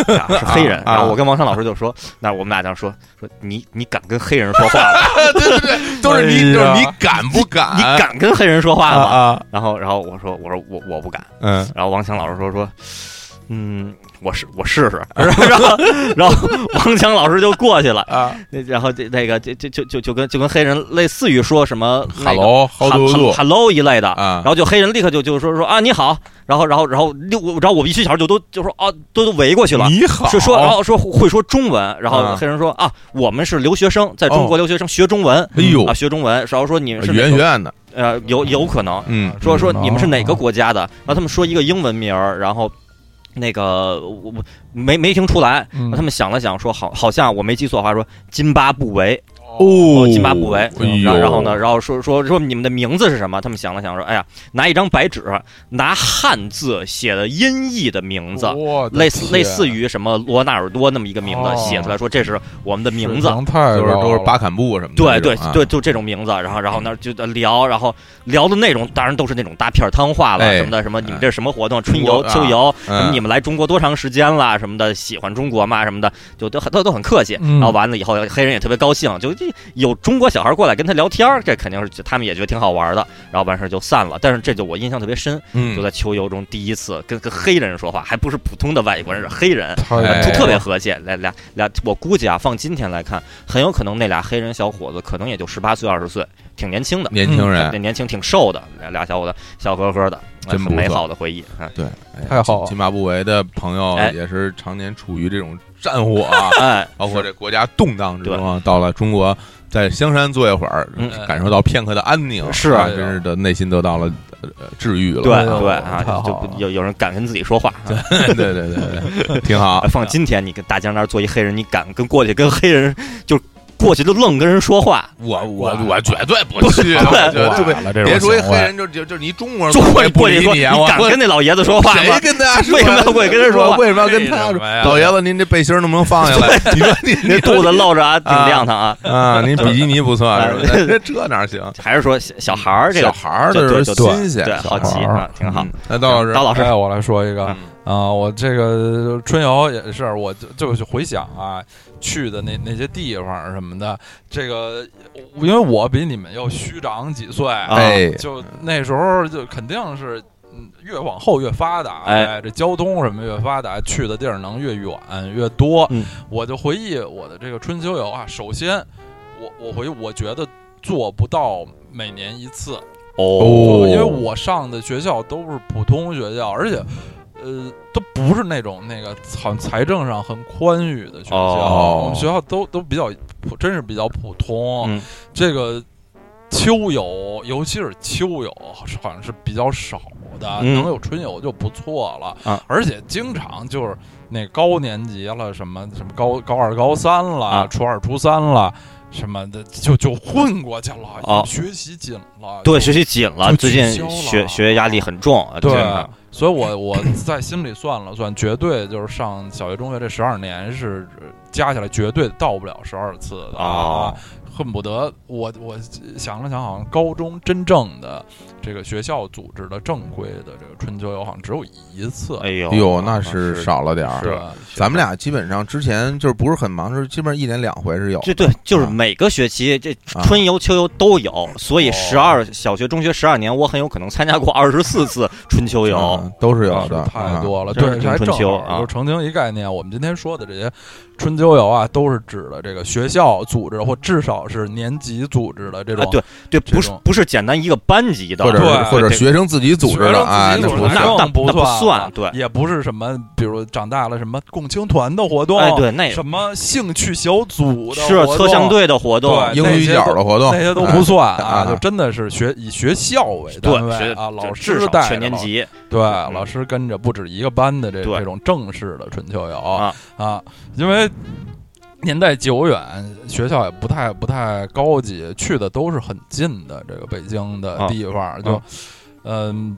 B: 俩是黑人，
A: 啊
B: 然后我跟王强老师就说：“那我们俩这样说说你，你敢跟黑人说
A: (laughs)
B: 话吗？
A: 对对对，都是你，
C: 哎
A: 就
C: 呀
A: 是你敢不敢？
B: 你敢跟黑人说
A: 啊
B: 话吗
A: 啊？？”
B: 然后，然后我说：“我说我我不敢。”
A: 嗯，
B: 然后王强老师说说，嗯，我试我
A: (laughs)
B: 试试。然后然后王强老师就过去了，
A: 啊
B: 那然后这那个就就就就就跟就跟黑人类似于说什么那个
A: ，Hello，How do you do？
B: hello 一类的，
A: 啊
B: 然后就黑人立刻就就说说啊你好，然后然后然后六，然后我们一群小孩就都就说啊都都围过去了。
A: 你好，
B: 是说，然哦后说会说中文，然后
A: 啊哦
B: 黑人说啊，我们是留学生，在中国留学生学中文
A: 哎呦
B: 啊，，学中文。然后说你们是哪
A: 圆
B: 个
A: 圆的，
B: 呃，有有可能
A: 嗯
B: 说说
C: 嗯
B: 你们是哪个
C: 哦
B: 国家的，然后他们说一个英文名儿，然后那个我我没没听出来，
C: 嗯
B: 他们想了想说好，好像我没记错的话说津巴布韦，
A: 哦
B: 津巴布韦。
A: 哎呦
B: 然后然后呢？然后说说说你们的名字是什么？他们想了想说，哎呀，拿一张白纸，拿汉字写的音译的名字，
C: 哦我的
B: 类似
C: 天啊
B: 类似于什么罗纳尔多那么一个名字
C: 哦
B: 写出来，说这是我们的名字
C: 水。平太
A: 就是都是
C: 八
A: 巴坎布什么的
B: 对
A: 这种
B: 对
A: 啊，
B: 对，就这种名字，然后然后那就聊，然后聊的内容当然都是那种大片儿汤话了
A: 哎
B: 什么的，什么你们这是什么活动，春
A: 中
B: 游、
A: 国
B: 秋游，什么
A: 嗯
B: 你们来中国多长时间啦，什么的，喜欢中国吗？什么的，就都很都都很客气。
C: 嗯
B: 然后完了以后，黑人也特别高兴，就这有中国小孩过来跟他聊天儿，这肯定是他们也觉得挺好玩的。然后完事儿就散了。但是这就我印象特别深，就
A: 嗯，
B: 在秋游中第一次跟跟黑人说话，还不是普通的外国人，是黑人。
C: 太
A: 哎
B: 特特别和谐，俩俩俩，我估计啊，放今天来看，很有可能那俩黑人小伙子可能也就十八岁、二十岁，挺年轻的，
A: 嗯年轻人
B: 那年轻挺瘦的，俩俩小伙子笑呵呵的，哎
A: 真
B: 很
A: 不
B: 美
A: 错
B: 好的回忆啊！
A: 对，哎
C: 太好了
A: 津巴布韦的朋友
B: 哎
A: 也是常年处于这种战火
B: (laughs)
A: 啊，
B: 哎，
A: 包括这国家动荡之中啊，到了中国，在香山坐一会儿，
B: 嗯
A: 感受到片刻的安宁，
B: 是
A: 啊真是的内心得到了呃治愈了。
B: 对
C: 哎
A: 啊
C: 呦
B: 对啊，
C: 太好
B: 就不
C: 了
B: 有有人敢跟自己说话，啊
A: (laughs) 对对对对，对挺
B: (laughs)
A: 好
B: 啊。放今天你跟大江那儿坐一黑人，你敢跟过去跟黑人就过去就愣跟人
A: (laughs)
B: 说话，
A: 我我
C: 哇
A: 我绝对不去，啊我绝对
C: 晚了这种
A: 别说一
C: 行
A: 黑
C: 为
A: 人就就就你中国人，
B: 中国
A: 也
B: 人
A: 不
B: 过
A: 理
B: 去说
A: 你啊！我
B: 敢跟那老爷子说话吗
A: 谁？跟他说
B: 为什么要
A: 话？
B: 过去跟人说
A: 我 (laughs)
B: 话？
A: 为什么要跟他
C: 这是什
A: 说？
C: 么呀
A: 老爷子，您这背心儿能不能放下来？你说你
B: 那肚子露
A: (laughs)
B: 着啊，挺
A: 啊
B: 亮堂啊。
A: 啊，您比基尼不错，
B: 哎
A: 是吧这这哪行？
B: 还是说小小孩儿这
A: 小
B: 个
A: 孩儿
B: 就
A: 的
B: 就就
A: 新鲜，
B: 对
A: 小
B: 好
A: 孩
B: 奇
A: 儿
B: 啊，挺好
A: 嗯。那刀老师，
B: 刀老师
C: 哎，我来说一个
A: 嗯
C: 啊、我这个春游也是，我就就是回想啊，去的那那些地方什么的，这个我因为我比你们要虚长几岁，
B: 啊
A: 哎，
C: 就那时候就肯定是。嗯越往后越发达，
B: 哎
C: 哎，这交通什么越发达，去的地儿能越远越多。
B: 嗯
C: 我就回忆我的这个春秋游啊，首先我我回忆我觉得做不到每年一次，
A: 哦
C: 因为我上的学校都是普通学校，而且，呃，都不是那种那个好像财政上很宽裕的学校，
B: 哦
C: 我们学校都都比较普，真是比较普通。
A: 哦
B: 嗯
C: 这个秋游，尤其是秋游，好像是比较少的，
B: 嗯
C: 能有春游就不错了。
B: 啊
C: 而且经常就是那高年级了，什么什么高高二、高三了，
B: 啊
C: 初二、初三了。什么的就就混过去了，
B: 哦
C: 学习紧了，
B: 对，学习紧了，
C: 就
B: 最
C: 取
B: 近
C: 消了
B: 学学业压力很重，啊
C: 对
B: 这个，
C: 所以我我在心里算了算，绝对就是上小学、中学这十二年是呃加起来绝对到不了十二次
A: 啊
C: 的
B: 哦，
C: 恨不得我我想了想，好像高中真正的这个学校组织的正规的这个春秋游好像只有一次。啊
B: 哎呦，
A: 哟，那是少了点
C: 是
A: 儿。
C: 吧
A: 咱们俩基本上之前就是不是很忙，是基本上一年两回是有。
B: 这对，就是
A: 啊
B: 每个学期这
A: 啊
B: 春游、秋游都有，所以
C: 哦
B: 十二小学、中学十二年，我很有可能参加过二十四次春秋游
C: 啊
B: 啊
A: 嗯。都是有
C: 是
A: 的，
C: 太
A: 啊
C: 多了，
B: 真是
C: 对，这还
B: 春
C: 正
B: 秋
C: 好
B: 啊
C: 就澄清一概念。我们今天说的这些春秋游啊，都是指的这个学校组织或至少是年级组织的这
B: 啊
C: 种，
B: 对对，不是
C: 这种
B: 不是简单一个班级的，
A: 或者
C: 对
A: 或者
B: 这
A: 学生自己组织的啊，
C: 学
A: 那
C: 生自己
A: 不
C: 组织
A: 算
B: 那
C: 更
B: 那
C: 不
B: 那不
C: 算
B: 算对
C: 啊也不是什么，比如长大了什么共青团的活动，
B: 哎对，那
C: 什么兴趣小组的
B: 是
C: 活
B: 车
C: 动
B: 相，队的活动，
C: 对
A: 英语角的活动
C: 那些都不算啊，
A: 啊
C: 就真的是学以学校为
B: 对
C: 单位
B: 学
C: 啊，老
B: 就
C: 师
B: 至少
C: 带着
B: 全年
C: 老，
B: 级
C: 对，
B: 嗯
C: 老师跟着不止一个班的这
B: 对
C: 这种正式的春秋游
B: 啊
C: 啊，因为。年代久远，学校也不太不太高级，去的都是很近的这个北京的
B: 啊
C: 地方，就，嗯，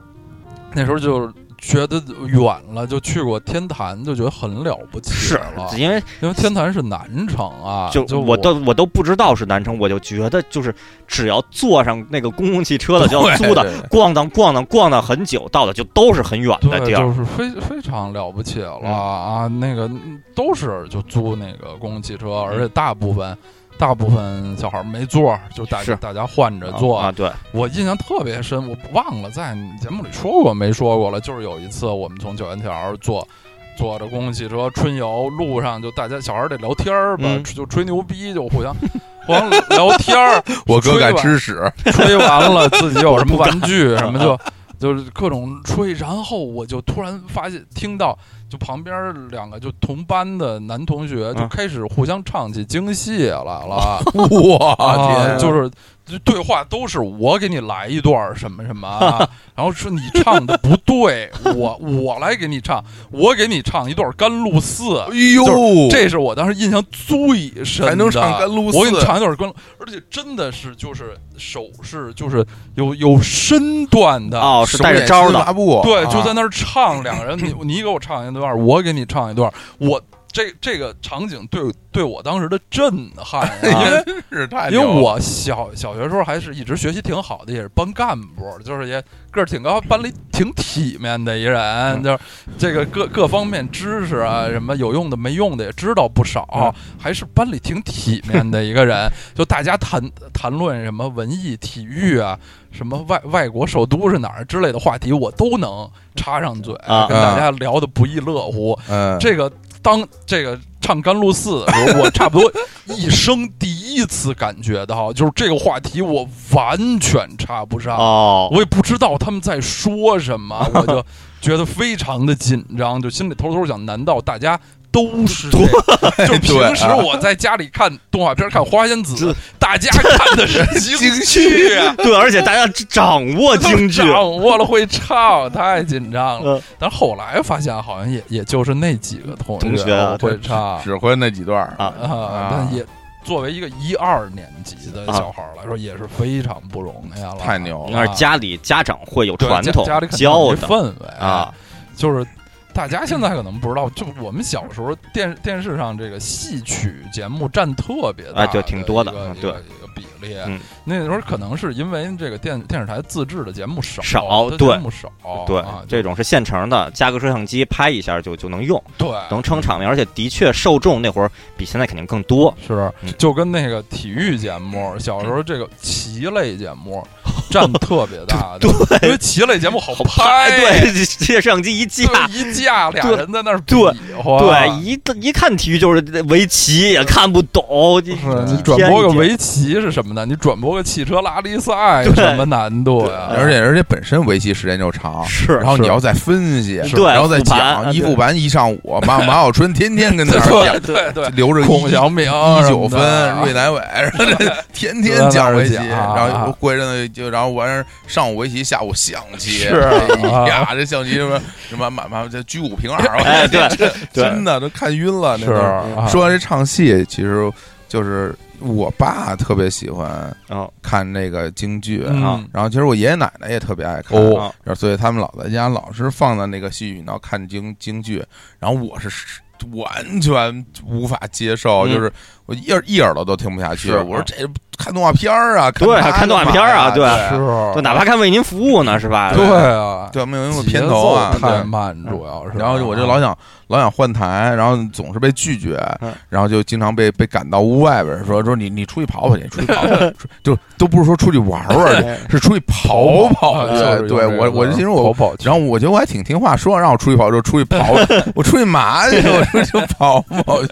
C: 那时候就觉得远了，就去过天坛，就觉得很了不起
B: 是
C: 了，
B: 因为
C: 因为天坛是南城啊，
B: 就
C: 就
B: 我都我都不知道是南城，我就觉得就是只要坐上那个公共汽车的就要租的，
A: 对对
B: 逛荡逛荡逛荡很久，到的就都是很远的
C: 对，
B: 地儿
C: 就是非非常了不起了
B: 嗯
C: 啊！那个嗯都是就租那个公共汽车，而且
B: 嗯
C: 大部分大部分小孩没座儿，就大
B: 是
C: 大家换着坐。
B: 啊。对，
C: 我印象特别深，我忘了在节目里说过没说过了，就是有一次我们从九元桥坐。坐着公共汽车春游，路上就大家小孩儿得聊天儿吧，
B: 嗯
C: 就吹牛逼，就互相 (laughs) 互相聊天儿，
A: 我哥
C: 吹
A: 敢
C: 吧
A: 吃屎，
C: 吹
A: (laughs)
C: 完了自己有什么玩具什么就就是各种吹，然后我就突然发现听到就旁边两个就同班的男同学就
B: 嗯
C: 开始互相唱起京戏
A: (laughs)
C: 来了。
A: 我
C: 啊，
A: 天，
C: 就是这对话都是我给你来一段儿什么什么啊，然后说你唱的不对，我我来给你唱，我给你唱一段《甘露寺》，
A: 哎呦，
C: 这是我当时印象最深的。
A: 还能唱甘露寺
C: 我给你唱一段甘露，而且真的是就是手势就是有有身段的。
B: 哦，是带着招儿的，
A: 拉布，
C: 对，
A: 啊
C: 就在那儿唱，两个人你你给我唱一段，我给你唱一段，我。这这个场景对对我当时的震撼啊，因为
A: 真是太
C: 因
A: 牛
C: 为
A: 了，
C: 我小小学时候还是一直学习挺好的，也是班干部，就是也个儿挺高，班里挺体面的一
A: 嗯
C: 人，就是这个各各方面知识啊，什么有用的没用的也知道不
A: 嗯
C: 少，还是班里挺体面的一
A: (laughs)
C: 个人。就大家谈谈论什么文艺、体育啊，什么外外国首都是哪儿之类的话题，我都能插上嘴，
B: 啊
C: 跟大家聊得不亦乐乎。
A: 嗯，
C: 这个当这个唱甘露寺的时候，我差不多一生第一次感觉到，就是这个话题我完全插不上，
B: 哦，
C: 我也不知道他们在说什 (laughs) 么，我就觉得非常的紧张，就心里偷偷想，难道大家？都是这个， (laughs) 就是平时我在家里看动画片、看《花仙子》，大家看的 (laughs) 是京剧
B: (laughs)
C: 啊，
B: 对，而且大家只掌
C: (laughs)
B: 握 (laughs) 京剧，
C: 掌握了会唱，太紧张了
B: 嗯。
C: 但后来发现，好像也也就是那几个同
B: 同学啊
C: 会唱
A: 指挥那几段儿
B: 啊啊
C: 啊，但也作为一个一二年级的小孩儿来说，也是非常不容易了，
A: 太牛了
B: 那是家里家长会有
C: 对
B: 传统
C: 家家里肯定
B: 教
C: 有这
B: 的
C: 氛围
B: 啊，，
C: 就是。大家现在可能不知道，就我们小时候电电视上这个戏曲节目占特别大，
B: 哎对挺多的嗯
C: 一
B: 对
C: 个一个比例
B: 嗯。
C: 那时候可能是因为这个电电视台自制的节目少，
B: 少
C: 它
B: 对
C: 节目少，
B: 对
C: 啊，
B: 这种是现成的，加个摄像机拍一下就就能用，
C: 对，
B: 能撑场面，而且的确受众那会儿比现在肯定更多，
C: 是
B: 嗯，
C: 就跟那个体育节目，小时候这个棋类节
B: (laughs)
C: 目占特别大的，因为棋类节目好拍，
B: 哎对， (laughs) 这摄像机一
C: 就
B: 架。
C: 一架俩
B: 对
C: 人在那儿比
B: 对
C: 划，
B: 对，一一看体育就是围棋，也看不懂。你
C: 是你
B: 一
C: 转
B: 天
C: 播
B: 一
C: 个
B: 天
C: 围棋是什么呢？你转播个汽车拉力赛有
B: 对
C: 什么难度
B: 啊
C: 呀？
A: 而且而且本身围棋时间就长，
B: 是
A: 然后
C: 是
A: 你要再分析，
B: 是对
A: 然后再
B: 复盘啊
A: 讲一复盘一上午，马马小春天天跟那儿
C: (laughs) 对
A: 讲，
C: 对对，
A: 留着
C: 孔
A: 一
C: 祥明
A: 一
C: 什
A: 九
C: 么的啊
A: 分，瑞乃伟，
C: (laughs)
A: 天天讲围棋，
C: 在那儿讲啊
A: 然后过一阵子就，然后完事儿上午围棋，下午象棋，
C: 是
A: 哎 (laughs)
C: 啊
A: 呀，这象棋什么什么满满这居五平二，
B: 哎对
A: 这
B: 对
A: 真的都看晕了。那
C: 是
A: 会儿
C: 啊
A: 说完这唱戏，其实就是我爸特别喜欢
B: 哦
A: 看那个京剧。
B: 啊
C: 嗯
A: 然后其实我爷爷奶奶也特别爱看，
C: 哦
A: 然后所以他们老在家老是放到那个戏剧频道看京京剧，然后我是完全无法接受，
B: 嗯
A: 就是我一耳一耳朵都听不下去。
B: 是
A: 我说这看动画片儿啊，
B: 对
A: 它
B: 看动画
A: 干嘛
B: 片儿啊
A: 呀
B: 对
A: 对
B: 就
C: 是，
B: 哪怕看为您服务呢，是吧？
C: 对啊，
A: 对，没有用
C: 节
A: 片头啊，
C: 奏太
A: 对。
C: 慢，主要是，
A: 然后我就老想老想换台，然后总是被拒绝
B: 嗯，
A: 然后就经常被被赶到屋外边儿说说你你出去跑跑去，出去
B: (laughs)
A: 跑跑去，就都不是说出去玩玩儿去，
B: 哎
A: 是出去跑跑去。
C: 啊就是
A: 对
C: 有这
A: 我
C: 个
A: 我就其实我
C: 跑跑去
A: 然后我觉得我还挺听话，说让我出去跑就出去
B: (laughs)
A: 跑，我出去嘛去？我出去跑跑去。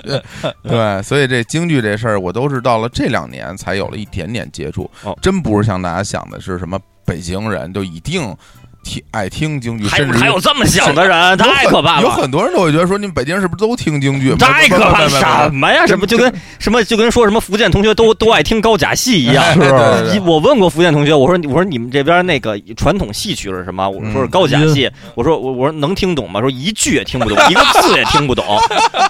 A: 对，所以这京剧这事儿，我都是到了这两年才有了一点点接触，
B: 哦
A: 真不是像大家想的是什么北京人就一定听爱听京剧，
B: 还
A: 甚至于
B: 还有这么想的人，太
A: 有很
B: 可怕
A: 有
B: 了。
A: 很多人都会觉得说，你们北京人是不是都听京剧？
B: 太可
A: 没
B: 怕了！
A: 没没没没
B: 什么呀？什么就跟什么就跟说什么福建同学都都爱听高甲戏一样。
A: 哎
C: 是
A: 对对对
B: 一我问过福建同学，我说你我说你们这边那个传统戏曲是什么？我
A: 嗯
B: 说是高甲戏。我说我我说能听懂吗？说一句也听不懂，一个字也听不
A: (laughs)
B: 懂。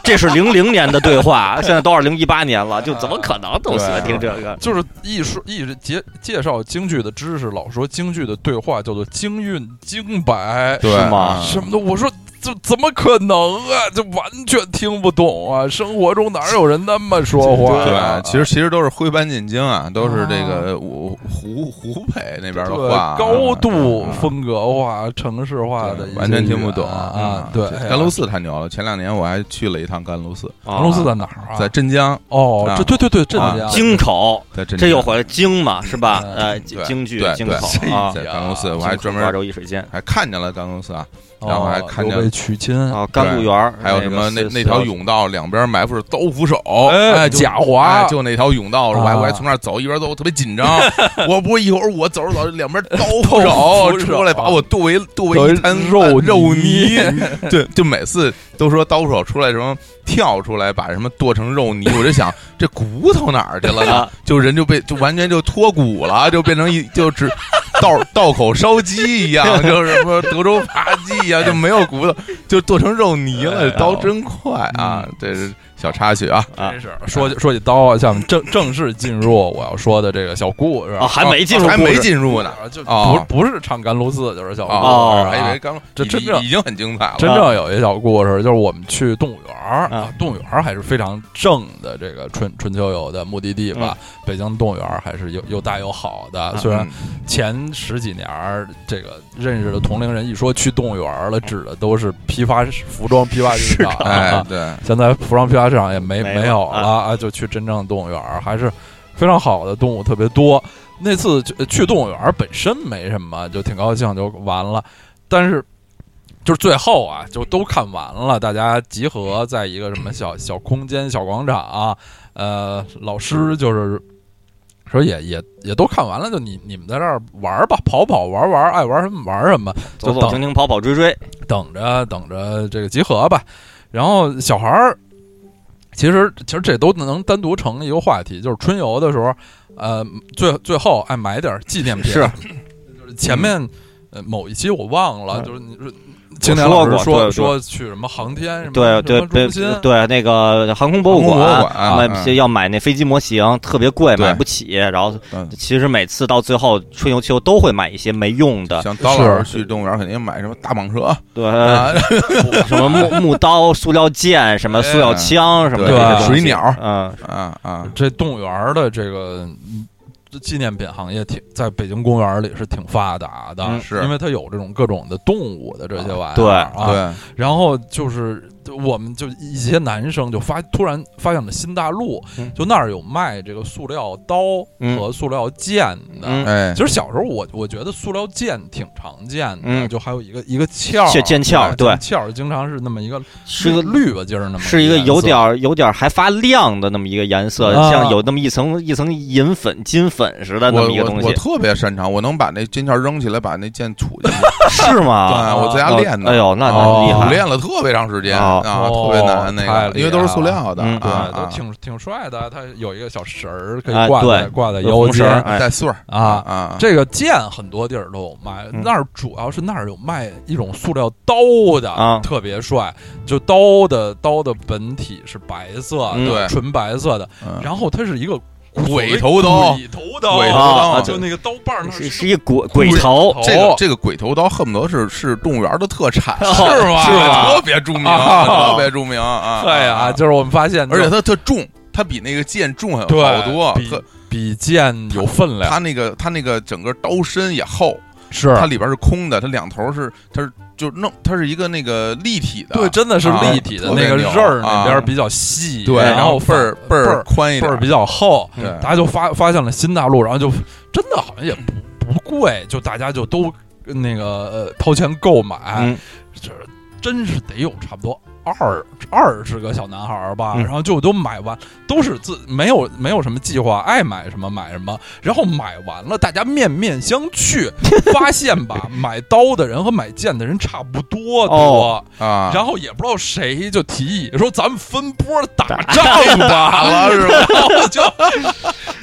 B: 这是零零年的对话，现在都二零一八年了，就怎么可能都喜欢听这
A: 啊
B: 个？
C: 就是一说一直介介绍京剧的知识，老说京剧的对话叫做京韵京白，
A: 对
B: 是吗
A: 啊
C: 什么的。我说这怎么可能啊？这完全听不懂啊！生活中哪有人那么说话啊？
A: 对，其实其实都是徽班进京啊，都是这
C: 啊
A: 个湖湖湖北那边的
C: 对
A: 话啊，
C: 高度
A: 嗯
C: 风格化、城市化的一些语言啊，
A: 完全听不懂
C: 啊
A: 嗯！
C: 对，
A: 这甘露寺太牛了。前两年我还去了一趟甘露寺，
C: 甘露寺
B: 的
C: 在哪儿啊？
A: 在镇江，
C: 哦
A: 啊，
C: 这对对对，镇江
A: 啊
B: 京口，
A: 在镇江
B: 这又回来京嘛是吧？
C: 嗯
B: 呃，
A: 对
B: 京剧
A: 对
B: 京
A: 对
B: 口啊，
C: 哎
A: 在甘露寺，我
B: 京
A: 还
B: 口
A: 专
B: 瓜
A: 门
B: 州一水间
A: 还看见了甘露寺啊。然后还
C: 哦
A: 看
C: 刘
A: 见
C: 备娶亲，
B: 啊，甘露园儿
A: 还有什么那
B: 那个
A: 那条甬道两边埋伏着刀斧手，
C: 哎，
A: 就
C: 贾华、
A: 哎就那条甬道，我还
C: 啊
A: 我还从那儿走，一边走我特别紧张，我不会一会儿我走着走着两边刀斧手
C: 手
A: 出来把我剁为剁
C: 剁
A: 为
C: 为
A: 一滩
C: 肉
A: 肉
C: 泥 (laughs)
A: 泥，对，就每次都说刀斧手出来什么跳出来把什么剁成肉泥，我就想这骨头哪儿去了呢
B: (laughs) 啊？
A: 就人就被就完全就脱骨了，就变成一就只。道道口烧鸡一样，就是什么德州扒鸡一样，就没有骨头，就剁成肉泥了。刀真快啊！这是小插曲啊。
B: 啊
C: 真是说起说起刀啊，像我们正正式进入我要说的这个小故事啊
B: 啊，，还没进入，
A: 哦还没，进入呢。
C: 就
A: 哦
C: 不不是唱甘露寺，就是小故事
A: 哦，
C: 啊，
A: 还以为刚
C: 这
A: 已
C: 真正
A: 已经很精彩了。
C: 真正有一小故事，就是我们去动物园儿
B: 啊，
C: 动物园儿还是非常正的这个春春秋游的目的地吧。北京动物园儿还是又又大又好的，虽然
A: 嗯
C: 前十几年儿这个认识的同龄人一说去动物园儿了，指的都是批发服装批发市场，
A: 哎
C: 啊，
A: 对，
C: 现在服装批发市场也没
B: 没了
C: 没有了啊，就去真正的动物园儿，还是非常好的动物特别多。那次去呃去动物园儿本身没什么，就挺高兴就完了，但是。就是最后啊，就都看完了，大家集合在一个什么小小空间、小广场、啊，呃，老师就是说也也也都看完了，就你你们在这儿玩儿吧，跑跑玩儿玩儿，爱玩儿什么玩儿什么，
B: 走走
C: 就等
B: 停停，跑跑追追，
C: 等着等着这个集合吧。然后小孩儿，其实其实这都能单独成一个话题，就是春游的时候，呃，最最后爱买点儿纪念品。
B: 是，
C: 就是前面呃某一期我忘了，
B: 嗯
C: 就是你说青年老师
B: 说过对对
C: 说说去什么航天什么
B: 对
C: 什
B: 对
C: 么啊
B: 对
C: 中心，
B: 对，那个航空博物
A: 航空博
B: 馆
A: 物馆啊
B: 买
A: 嗯
B: 要买那飞机模型，特别贵，
A: 对
B: 买不起。然后
A: 嗯
B: 其实每次到最后春游、秋游都会买一些没用的，嗯
A: 像刀老师去动物园肯定买什么大蟒蛇
B: 对，
A: 啊，哎
B: 什么木木刀、塑料剑、什么塑料枪什么的
C: 对
B: 这些东西
A: 水鸟
B: 嗯，
A: 啊啊，
C: 这动物园儿的这个嗯这纪念品行业挺在北京公园儿里是挺发达的，
B: 嗯
A: 是
C: 因为它有这种各种的动物的这些玩意儿、
B: 对
C: 啊
A: 对，
C: 然后就是我们就一些男生就发突然发现了新大陆，
B: 嗯
C: 就那儿有卖这个塑料刀
B: 嗯
C: 和塑料剑的。
B: 嗯
A: 哎
C: 其，实小时候我我觉得塑料剑挺常见的，
B: 嗯
C: 就还有一个一个鞘儿，
B: 剑剑鞘
C: 哎
B: 对
C: 剑鞘儿经常是那么一个
B: 是个
C: 绿吧劲儿那么
B: 是一个
C: 颜
B: 有
C: 色
B: 点儿有点儿还发亮的那么一个颜色，
C: 啊
B: 像有那么一层一层银粉、金粉似的那
A: 我
B: 么一个
A: 我
B: 东
A: 我
B: 西，
A: 特别擅长，我能把那剑鞘扔起来，把那剑杵进去。
B: 是吗？
A: (laughs) 对，我在家
B: 哦
A: 练的。
B: 哎呦，那那
C: 哦
B: 厉害，
A: 练了特别长时间
B: 哦
A: 啊，
C: 哦
A: 特别难那
C: 太厉害
A: 个，因为都是塑料的
B: 了嗯
C: 对，
A: 啊，
C: 都
A: 啊
C: 挺挺帅的。它有一个小绳儿可
B: 哎
C: 以挂在、
B: 对
C: 挂在
B: 有
C: 腰
B: 红绳
C: 间
B: 儿哎
A: 带穗儿
C: 啊。
A: 啊，
C: 这个剑很多地儿都有卖，
B: 嗯
C: 那儿主要是那儿有卖一种塑料刀的，
B: 啊
C: 特别帅。就刀的刀的本体是白色，
B: 嗯
A: 对
C: 纯白色的，
A: 嗯
C: 然后它是一个
A: 鬼头刀
C: 鬼头刀，
A: 鬼头
B: 刀
C: 啊就那个刀把儿那
B: 是是
C: 是
B: 一鬼鬼头，
C: 头
A: 这个这个鬼头刀恨不得是是动物园的特产，
B: 哦
C: 是
A: (laughs)
C: 吧
A: 是
C: 啊
A: 特别著名，
C: 啊
A: 特别著名啊！
C: 对啊，就是我们发现，
A: 而且它特重，它比那个剑重很
C: 对
A: 好多，
C: 比
A: 特
C: 比剑有分量，
A: 它那个它那个整个刀身也厚，
C: 是
A: 它里边是空的，它两头是它是就弄它是一个那个立体的，
C: 对，真的是
A: 啊
C: 立体的，
A: 特别
C: 那个
A: 牛
C: 刃儿那边
A: 啊
C: 儿比较细，
A: 对，
C: 然后
A: 倍儿
C: 倍
A: 倍儿嗯
C: 儿
A: 宽一
C: 倍
A: 点
C: 儿，比较厚，
A: 对
C: 大家就发发现了新大陆，然后就真的好像也不不贵，就大家就都呃那个呃掏钱购买，
B: 嗯，
C: 这真是得有差不多二二十个小男孩儿吧，
B: 嗯
C: 然后就都买完，都是自没有没有什么计划，爱买什么买什么，然后买完了大家面面相觑，发现
B: (laughs)
C: 吧，买刀的人和买剑的人差不多多。
B: 哦
A: 啊，
C: 然后也不知道谁就提议说：“咱们分波
A: (laughs)
C: 打仗吧。”
A: 打了是吧？
C: (laughs) 然后就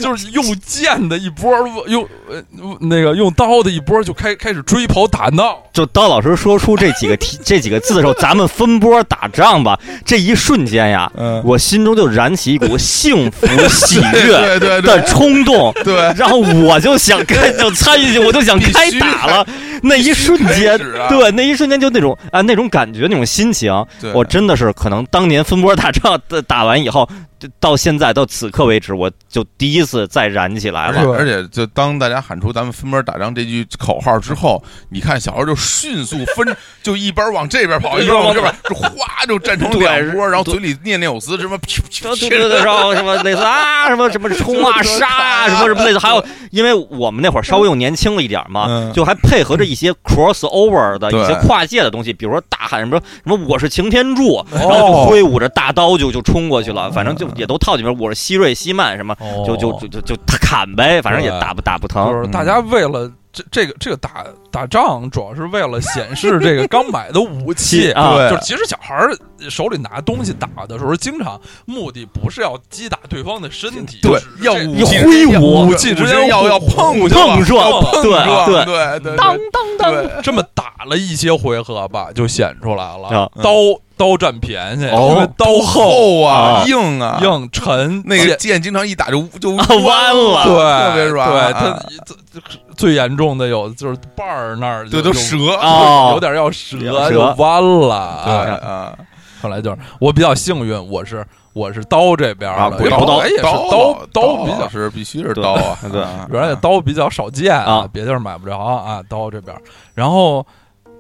C: 就是用剑的一波，用呃那个用刀的一波，就开开始追跑打闹。
B: 就当老师说出这几个题这几个字的时候，咱们分波打仗吧，这一瞬间呀，
A: 嗯，
B: 我心中就燃起一股幸福喜悦
A: 对对
B: 的
A: 对
B: 冲动，
A: 对，
B: (laughs) 然后我就想开，就参与进，我就想开打了。那一瞬间
A: 必须开始，啊
B: 对，那一瞬间就那种啊，那种感觉，那种心情，
A: 对
B: 我真的是可能当年分波大仗 (laughs) 打打完以后，就到现在到此刻为止，我就第一次再燃起来
A: 而且
B: 了。
A: 而且，就当大家喊出“咱们分波打仗”这句口号之后，你看小孩就迅速分， (laughs) 就一边往这边跑，一边往这边，就哗就站成两波，然后嘴里念念有词，什么噗
B: 对
A: 噗
B: (laughs) 对对，对然后什么类似啊，什么什么
C: (laughs) 嗯
B: 冲啊杀啊，什么什么类似，还有因为我们那会儿稍微又年轻了一点嘛，就还配合着一一
C: 嗯
B: 些 crossover 的
A: 对
B: 一些跨界的东西，比如说大喊什么什么我是擎天柱，然后就
A: 哦
B: 挥舞着大刀就就冲过去
C: 哦
B: 了，反正就也都套进边，我是希瑞希曼什么，就
A: 哦
B: 嗯就就就就砍呗，反正也
C: 对
B: 打不打不
C: 就
B: 疼。
C: 是大家为了这这个这个打打仗，主要是为了显示这个刚买的
A: (laughs)
C: 武器
B: 啊
A: 对
C: 就是其实小孩儿手里拿东西打的时候，经常目的不是要击打对方的身体，
A: 对
C: 只是这
A: 要
B: 一挥舞
C: 武器之间
A: 要要碰撞
B: 碰撞
A: 要碰
B: 对
A: 撞
B: 对
A: 对对，
B: 当当当，
A: 对
C: (laughs) 这么打了一些回合吧，就显出来了，
B: 啊
C: 刀刀占便宜，
B: 哦
C: 因为刀厚、
A: 厚啊
B: 啊
A: 硬啊，
C: 硬沉，
A: 那个
C: 剑
A: 剑经常一打就就
B: 啊弯了
C: 对
A: 特别软
C: 对，
A: 啊
C: 它最最严重的有就是把儿那儿就
A: 对
C: 啊
A: 都
C: 就
A: 折
B: 哦
C: 有点要折
B: 折
C: 就弯了，
A: 对啊，
C: 后来就是我比较幸运，我是我是刀这边
B: 啊
C: 的，
B: 鬼
C: 原
B: 头刀
C: 来也是
A: 刀
C: 刀啊
A: 刀
C: 比较，
A: 是必须是刀啊，
B: 对
A: 啊
C: 原来刀比较少见
B: 啊
C: 别地儿买不着啊，刀这边。然后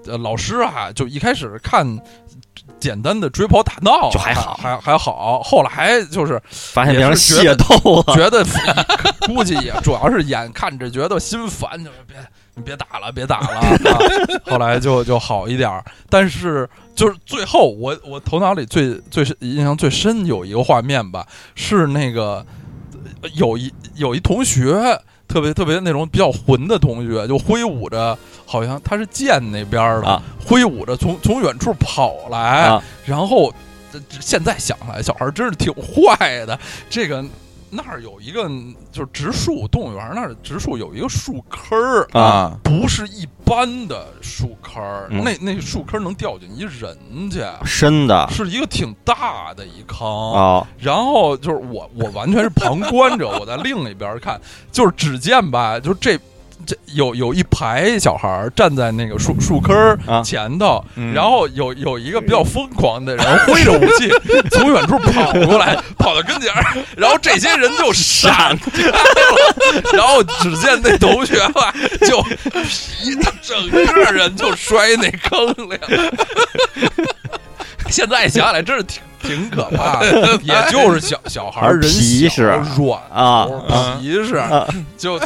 C: 呃，老师啊，就一开始看简单的追跑打闹啊
B: 就还好
C: 还还好，后来就是
B: 发现变成械斗了。
C: 觉得 (laughs) 估计也主要是眼看着觉得心烦，就是别你别打了，别打了。啊、后来就就好一点儿，但是就是最后我我头脑里最最深印象最深有一个画面吧，是那个呃有一有一同学。特别特别那种比较混的同学，就挥舞着，好像他是剑那边儿的，
B: 啊
C: 挥舞着从从远处跑来，
B: 啊
C: 然后呃这这现在想来，小孩儿真是挺坏的。这个那儿有一个就是植树动物园那儿植树有一个树坑儿，
A: 啊，
C: 不是一般的树坑儿，
B: 嗯
C: 那那树坑儿能掉进一人去。
B: 深的
C: 是一个挺大的一坑，
B: 啊，
C: 然后就是我，我完全是旁观者，我在另一边儿看，就是只见吧，就这这有有一排小孩儿站在那个树树坑儿
B: 啊
C: 前头，
A: 嗯
C: 然后有有一个比较疯狂的人挥着武器从远处跑过来，跑到跟前儿，然后这些人就闪开了， (laughs) 然后只见那同学吧，就皮整个人就摔那坑里了。现在想起来真是挺挺可
B: (laughs)
C: 怕的，也就是小小孩儿人
B: 皮实
C: 小软
B: 啊
C: 头皮实，就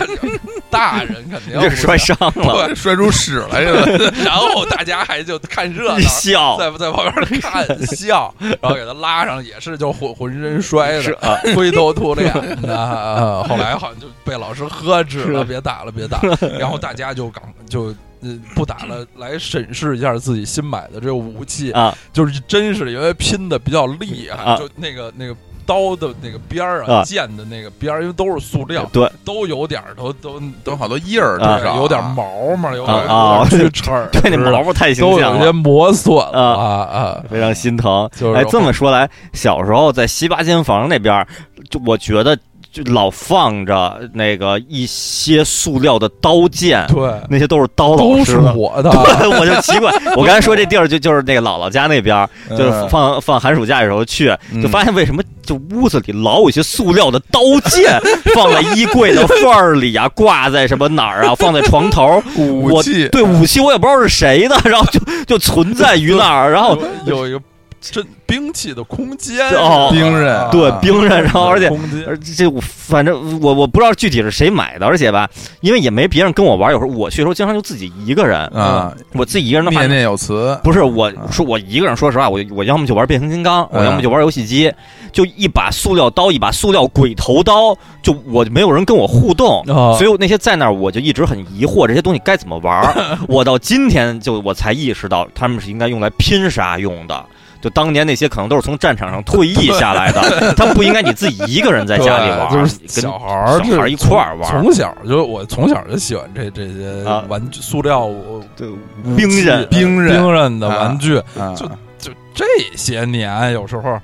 C: (laughs) 大人肯定
B: 这摔伤了，
A: 对摔出屎来了，
B: (laughs)
C: 不行，然后大家还就看热闹。
B: 笑
C: 在在旁边看笑，然后给他拉上，也是就浑浑身摔
B: 是
C: 的，
B: 啊， (laughs)
C: 灰头土脸的。 (laughs) 啊后来好像就被老师呵斥了，别打了，别打
B: (laughs)
C: 了。然后大家就赶就呃不打了，来审视一下自己新买的这个武器
B: 啊，
C: 就是真是因为拼的比较厉害，
B: 啊
C: 就那个那个刀的那个边儿
B: 啊
C: 剑的那个边儿，因为都是塑料，
B: 对，
C: 都有点儿都都
A: 都有好多印儿，至
B: 啊
A: 少
C: 有点毛毛，有点
B: 啊啊
C: 有点齿儿，
B: 对那毛毛太形
C: 都
B: 象
C: 有些
B: 了，
C: 磨损了
B: 啊
C: 啊 (laughs)
B: 非常心疼。
C: 就是
B: 哎，这么说来，小时候在西八间房那边儿，就我觉得就老放着那个一些塑料的刀剑，
C: 对，
B: 那些都是刀老
C: 都
B: 师
C: 是
B: 的。。
C: 我的
B: 我就奇怪，我刚才说这地儿就就是那个姥姥家那边儿，就是
A: 嗯
B: 放放寒暑假的时候去，就
A: 嗯
B: 发现为什么就屋子里老有一些塑料的刀剑放在衣柜的缝儿里啊，挂在什么哪儿啊，放在床头儿。
A: 武
B: (laughs) 我
A: 器
B: 对武器我也不知道是谁的，然后就就存在于那儿，然后
C: 有一个真兵器的空间
B: 哦
A: 兵刃
C: 啊
B: 对
A: 啊
B: 兵刃，然后而且
C: 空间
B: 而这我反正我我不知道具体是谁买的，而且吧，因为也没别人跟我玩，有时候我去的时候经常就自己一个人，
A: 啊，
B: 我自己一个人的话
A: 念，念有词，
B: 不是我说我一个人，说实话，我我要么就玩变形金刚，我要么就玩游戏机，就一把塑料刀，一把塑料鬼头刀，就我没有人跟我互动。
C: 啊
B: 所以我那些在那儿，我就一直很疑惑这些东西该怎么玩
A: (laughs)
B: 儿。我到今天就我才意识到，他们是应该用来拼杀用的。就当年那些可能都是从战场上退役下
A: (laughs)
B: 来的，他不应该你自己一个人在家里玩儿，
C: 对就
B: 你
C: 是
B: 跟
C: 小孩儿
B: 小孩儿
C: 这
B: 一块儿玩儿
C: 从小就我从小就喜欢这这些
B: 啊
C: 玩具，塑料呃武
B: 对兵刃
A: 兵刃
C: 兵刃的
A: 啊
C: 玩具。
A: 啊
C: 就就这些年，有时候，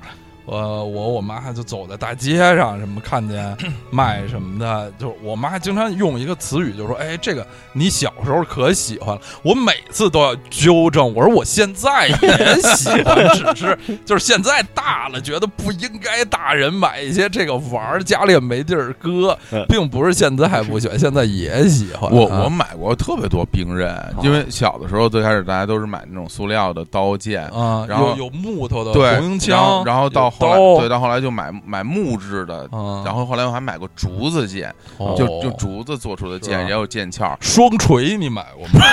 C: 呃，我我妈就走在大街上，什么
A: (clears throat)
C: 看见卖什么的，就是我妈经常用一个词语，就说：“哎，这个你小时候可喜欢了。”我每次都要纠正，我说我现在也喜欢，只是就是现在大了，觉得不应该大人买一些这个玩儿，家里也没地儿搁
B: 嗯，
C: 并不是现在不喜欢，现在也喜欢。
A: 我
C: 啊
A: 我买过特别多兵刃，因为小的时候最开始大家都是买那种塑料的刀剑，
C: 啊，
A: 然后
C: 有有木头的
A: 对
C: 红缨，
A: 然后
C: 枪，
A: 然后到
C: 有
A: 后来
C: 刀哦
A: 对，到后来就买买木质的，
C: 嗯，
A: 然后后来我还买过竹子剑，
C: 哦
A: 就就竹子做出的
C: 是
A: 剑
C: 啊
A: 也有剑鞘，
C: 双锤，你买过吗？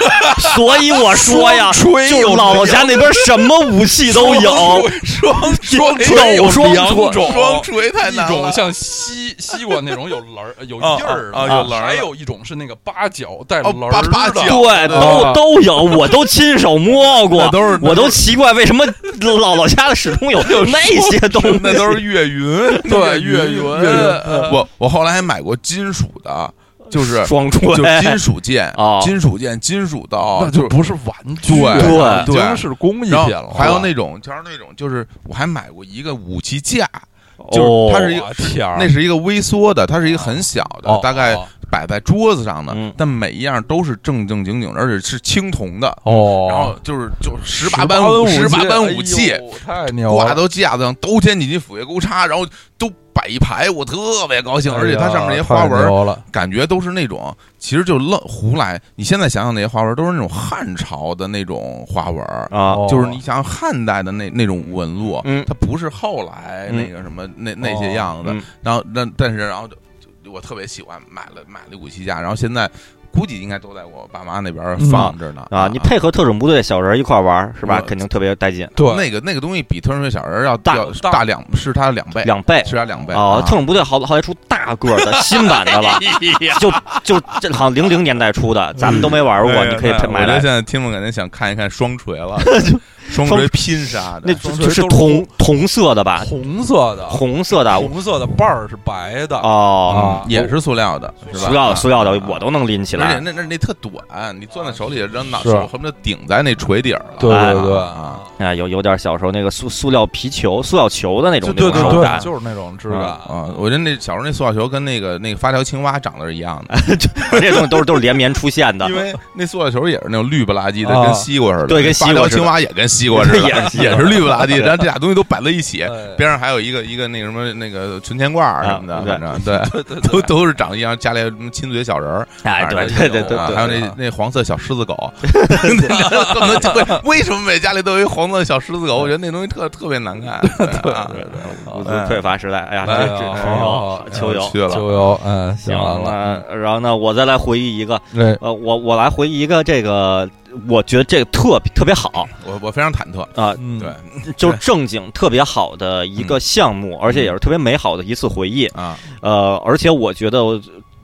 B: 所以我 (laughs)
A: (laughs)
B: 说呀，
A: 双锤
B: 就是
A: 有
B: 姥姥家那边什么武器都有，
A: 双双
B: 有
A: 锤有
B: 双
A: 两
B: 锤
A: 种，双锤太
C: 一
A: 难
C: 种
A: 了。
C: 像西西瓜那种有棱儿、有
A: 啊
C: 印儿的，
A: 啊啊有棱儿的
C: 还有一种是那个八角带
A: 哦
C: 棱儿
A: 八
C: 的，
A: 八角
B: 对，都
C: 啊
B: 都有，我都亲手摸过
A: 那，都是
B: 我都奇怪为什么姥姥家的始终
A: (laughs)
B: 有那些东西，
A: 那都是岳云，
C: (laughs) 对
A: 岳
C: 岳云
A: 云。我我后来还买过金属
C: (laughs)
A: 的，就是
B: 双哎锤，
A: 就金属剑
B: 哦、
A: 金属剑、金属刀
C: 那，就不是玩具，
A: 对
C: 了
A: 对
C: 已经是工艺
A: 然
C: 品了
A: 后。还有那种，就是那种，就是我还买过一个武器架，
B: 哦
A: 就，它是一个
C: 我天儿，
A: 那是一个微缩的，它是一个很小的，
C: 啊哦
A: 大概
C: 哦
A: 摆在桌子上的，
B: 嗯
A: 但每一样都是正正经经的，而且是青铜的。
C: 哦，
A: 然后就是就是十八
C: 般
A: 般武十八般武器，
C: 哎呦太牛
A: 挂
C: 了！
A: 到架子上，刀尖几级斧钺钩叉，然后都摆一排，我特别高兴。
C: 哎呀
A: 而且它上面那些花
C: 太
A: 纹，
C: 牛了
A: 感觉都是那种，其实就愣胡来。你现在想想那些花纹，都是那种汉朝的那种花纹，
B: 啊，
C: 哦
A: 就是你想汉代的那那种纹路，
B: 嗯
A: 它不是后来那个什么、那那些样
C: 哦
A: 子。
B: 嗯
A: 然后那但是然后就就我特别喜欢，买了买了武器架，然后现在估计应该都在我爸妈那边放着呢、
C: 嗯
B: 啊，你配合特种部队小人一块儿玩儿是吧？
A: 我
B: 肯定特别带劲，
C: 对，
A: 那个那个东西比特种队小人要
B: 大
A: 要
C: 大
A: 大两是它的两倍，
B: 两倍
A: 是它两倍
B: 哦，
A: 啊
B: 特种部队好好歹出大个儿的新版的了，就就这好像零零年代出的，咱们都没玩过，
A: 哎
B: 你可以
A: 那
B: 买
A: 我觉得
B: 来。
A: 现在听众肯定想看一看双锤
B: (laughs)
A: 了，双锤拼杀的，
B: 那
A: 双
B: 就是铜铜色的
A: 啊
B: 吧？
C: 红色的，
B: 红色的
C: 红色的瓣儿是白的，
B: 哦，
C: 啊
A: 也是塑料的，是吧？
B: 塑料
A: 啊
B: 的塑料的我都能拎起
A: 而且
B: 来。
A: 那那那特短，你攥在手里，让脑
C: 是
A: 手恨不得顶在那锤底儿了。
C: 对啊
B: 哎
C: 对对
A: 啊，
B: 啊，有有点小时候那个塑塑料皮球、塑料球的那种
C: 就
B: 那
C: 对
B: 种
C: 对
B: 手感
C: 对，，就是那种质
A: 啊
C: 感！。
A: 我觉得那小时候那塑料球跟那个那个发条青蛙长得是一样
B: (laughs)
A: 的，
B: 这些东西都是都是连绵出现的
A: 因。为那塑料球也是那种绿不拉几的，
C: 啊
A: 跟西瓜似的。
B: 哦对跟西瓜
A: 发
B: 似的
A: 条青蛙也跟西瓜似的，
B: (laughs) 也是
A: 也是绿不拉几的。然后这俩东西都摆在一起，
C: 哎
A: 边上还有一个一个那个什么那个存钱罐儿什么的，
B: 啊对
A: 反
B: (laughs)
A: 正对。
C: 对对对
A: 都都是长得一样，家里还有什么亲嘴小人儿，
B: 哎，对
A: 反正
B: 对对
A: 都有
B: 对
A: 啊
B: 对，
A: 还有那那黄色小狮
B: (laughs)
A: 子狗， (laughs) 可能就会为什么每家里都有一黄色小狮子狗？我觉得那东西特特别难
B: (laughs)
A: 看。对啊
B: 对对
C: 好
B: 不
A: 哎
B: 不匮乏时代，哎呀，
A: 哎
B: 这
A: 呀
B: 这
A: 好
B: 球
C: 好好
B: 友球友。
A: 去了，
C: 就有嗯，
B: 行，
C: 完了，
B: 那然后呢，我再来回忆一个，
C: 那
B: 呃，我我来回忆一个这个，我觉得这个特别特别好
A: 哦我我非常忐忑。
B: 啊、
C: 嗯
A: 对
B: 就是正经特别好的一个项目，而且也是特别美好的一次回忆。
A: 啊，
B: 呃，而且我觉得，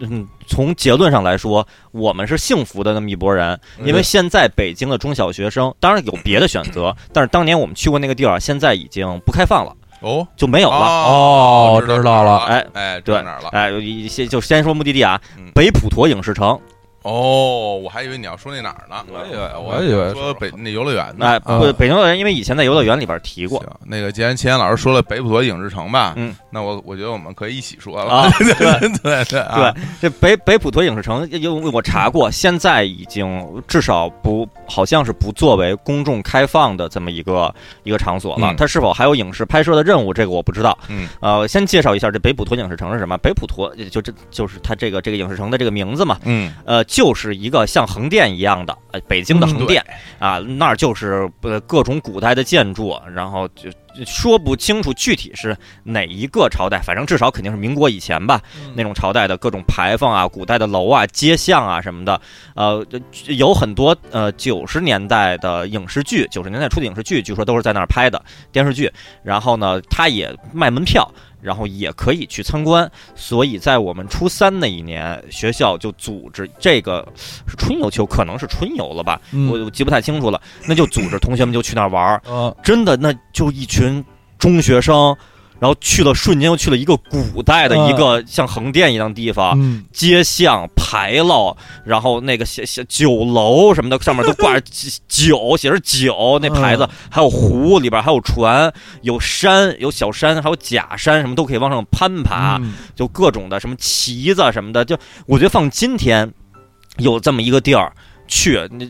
B: 嗯，从结论上来说，我们是幸福的那么一拨人，
A: 嗯
B: 因为现在北京的中小学生，当然有别的选择，但是当年我们去过那个地儿，啊现在已经不开放了，
A: 哦，
B: 就没有了。
C: 哦
A: 哦，
C: 知道了
A: 哎
B: 哎
A: 哎，知
B: 对
A: 道哪儿了？
B: 哎，一些就先说目的地啊
A: 嗯，
B: 北普陀影视城。
A: 哦，我还以为你要说那哪儿
B: 嗯
A: 呢。哎
C: 我以为我以为
A: 说北那游乐园呢。
B: 哎，
C: 啊
B: 不，北京乐园，因为以前在游乐园里边提过
A: 行，那个既然秦岩老师说了北普陀影视城吧，
B: 嗯，
A: 那我我觉得我们可以一起说了。，
B: 啊
A: (laughs) 对对对啊
B: 对，这北北普陀影视城，因为我查过，现在已经至少不，好像是不作为公众开放的这么一个一个场所了。
A: 嗯
B: 它是否还有影视拍摄的任务，这个我不知道。
A: 嗯，
B: 呃，先介绍一下这北普陀影视城是什么？北普陀就这就是它这个这个影视城的这个名字嘛。
A: 嗯，
B: 呃，就是一个像横店一样的，呃，北京的横店、啊，那儿就是呃各种古代的建筑，然后就就说不清楚具体是哪一个朝代，反正至少肯定是民国以前吧，
C: 嗯
B: 那种朝代的各种牌坊啊、古代的楼啊、街巷啊什么的，呃，就有很多呃九十年代的影视剧，九十年代初的影视剧，据说都是在那儿拍的电视剧。然后呢，它也卖门票，然后也可以去参观。所以在我们初三那一年，学校就组织这个是春游秋，可能是春游了吧，
C: 嗯
B: 我我记不太清楚了。那就组织同学们就去那儿玩儿，
C: 嗯
B: 真的那就一群中学生。然后去了，瞬间又去了一个古代的一个像横店一样的地方，
C: 嗯
B: 街巷牌楼，然后那个写写酒楼什么的，上面都挂着酒，写着酒那牌子，还有湖里边还有船，有山，有小山，还有假山，什么都可以往上攀爬，
C: 嗯
B: 就各种的什么旗子什么的，就我觉得放今天有这么一个地儿去，那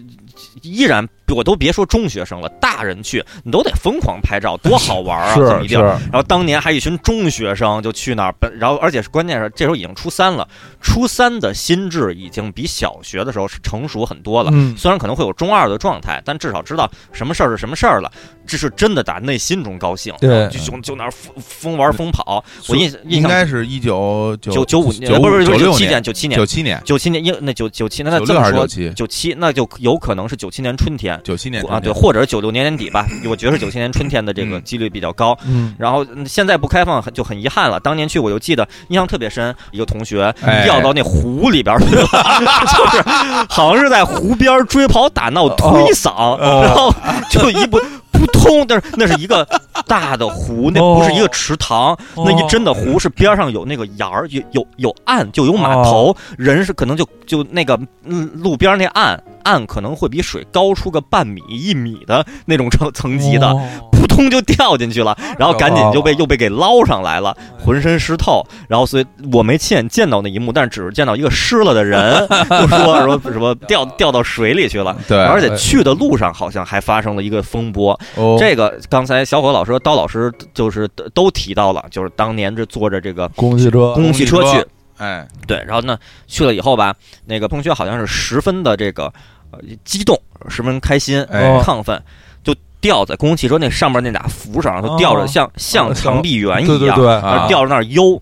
B: 依然我都别说中学生了，大人去你都得疯狂拍照，多好玩啊！这么一
C: (laughs) 是
B: 地儿
C: 是，
B: 然后当年还一群中学生就去那儿，本然后而且是关键是这时候已经初三了，初三的心智已经比小学的时候是成熟很多了。
C: 嗯，
B: 虽然可能会有中二的状态，但至少知道什么事儿是什么事儿了。这是真的打内心中高兴，
C: 对
B: 然后就就就那儿疯疯玩疯跑。我印印
A: 应
B: 象
A: 该是一九
B: 九
A: 九
B: 九五年，
A: 九
B: 不是不是
A: 九
B: 九
A: 六
B: 七
A: 年
B: 年，九七年
A: 九，七年
B: 九七年，应那九九七，那那
A: 九
B: 这
A: 六
B: 么
A: 还是
B: 说
A: 九，七
B: 九七那就有可能是九七年春天
A: 九七年
B: 啊，对，
A: 中间
B: 或者是九六年年底吧，我觉得是九七年春天的这个
A: 嗯
B: 几率比较高。
C: 嗯，
B: 然后嗯现在不开放很就很遗憾了。当年去我就记得印象特别深，一个同学
A: 哎
B: 掉到那湖里边儿去了， (laughs) 就是好像是在湖边儿追跑打闹
A: 哦
B: 推搡，然后就一不扑通，但是那是一个大的湖，那不是一个池塘，
C: 哦
B: 那一真的湖是边上有那个沿儿，有有有岸，就有码头，人是可能就就那个嗯路边儿那岸。岸可能会比水高出个半米、一米的那种层层级的，
C: 哦
B: 扑通就掉进去了，然后赶紧就被又被给捞上来了，浑身湿透。然后所以我没亲眼见到那一幕，但是只是见到一个湿了的人，就说说什么掉掉到水里去了。
A: 哎对，
B: 而且去的路上好像还发生了一个风波，
A: 哦
B: 这个刚才小伙老师和刀老师就是都都提到了，就是当年这坐着这个
C: 公汽车，
B: 公共汽车
A: 哦公汽
B: 去
A: 车，哎
B: 对，然后呢去了以后吧，那个同学好像是十分的这个呃激动，十分开心，
A: 哎
B: 亢奋，就吊在公共汽车那上面那俩扶上，然后吊着
C: 哦
B: 像像长臂猿
C: 对
B: 一样，
C: 对对，
B: 然后
A: 啊
B: 吊着那儿悠，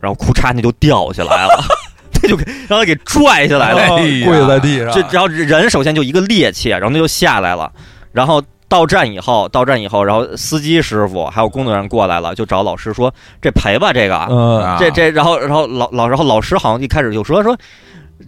B: 然后裤衩那就掉下来了， (laughs) 那就给让他给拽下来了。
C: 哦
A: 哎呀
C: 跪在地
B: 这
C: 上，
B: 然后人首先就一个趔趄，然后他就下来了，然后到站以后，到站以后，然后司机师傅还有工作人员过来了，就找老师说这赔吧，这个啊，
C: 嗯，
A: 啊
B: 这这，然后然后老老然后老师好像一开始就说说。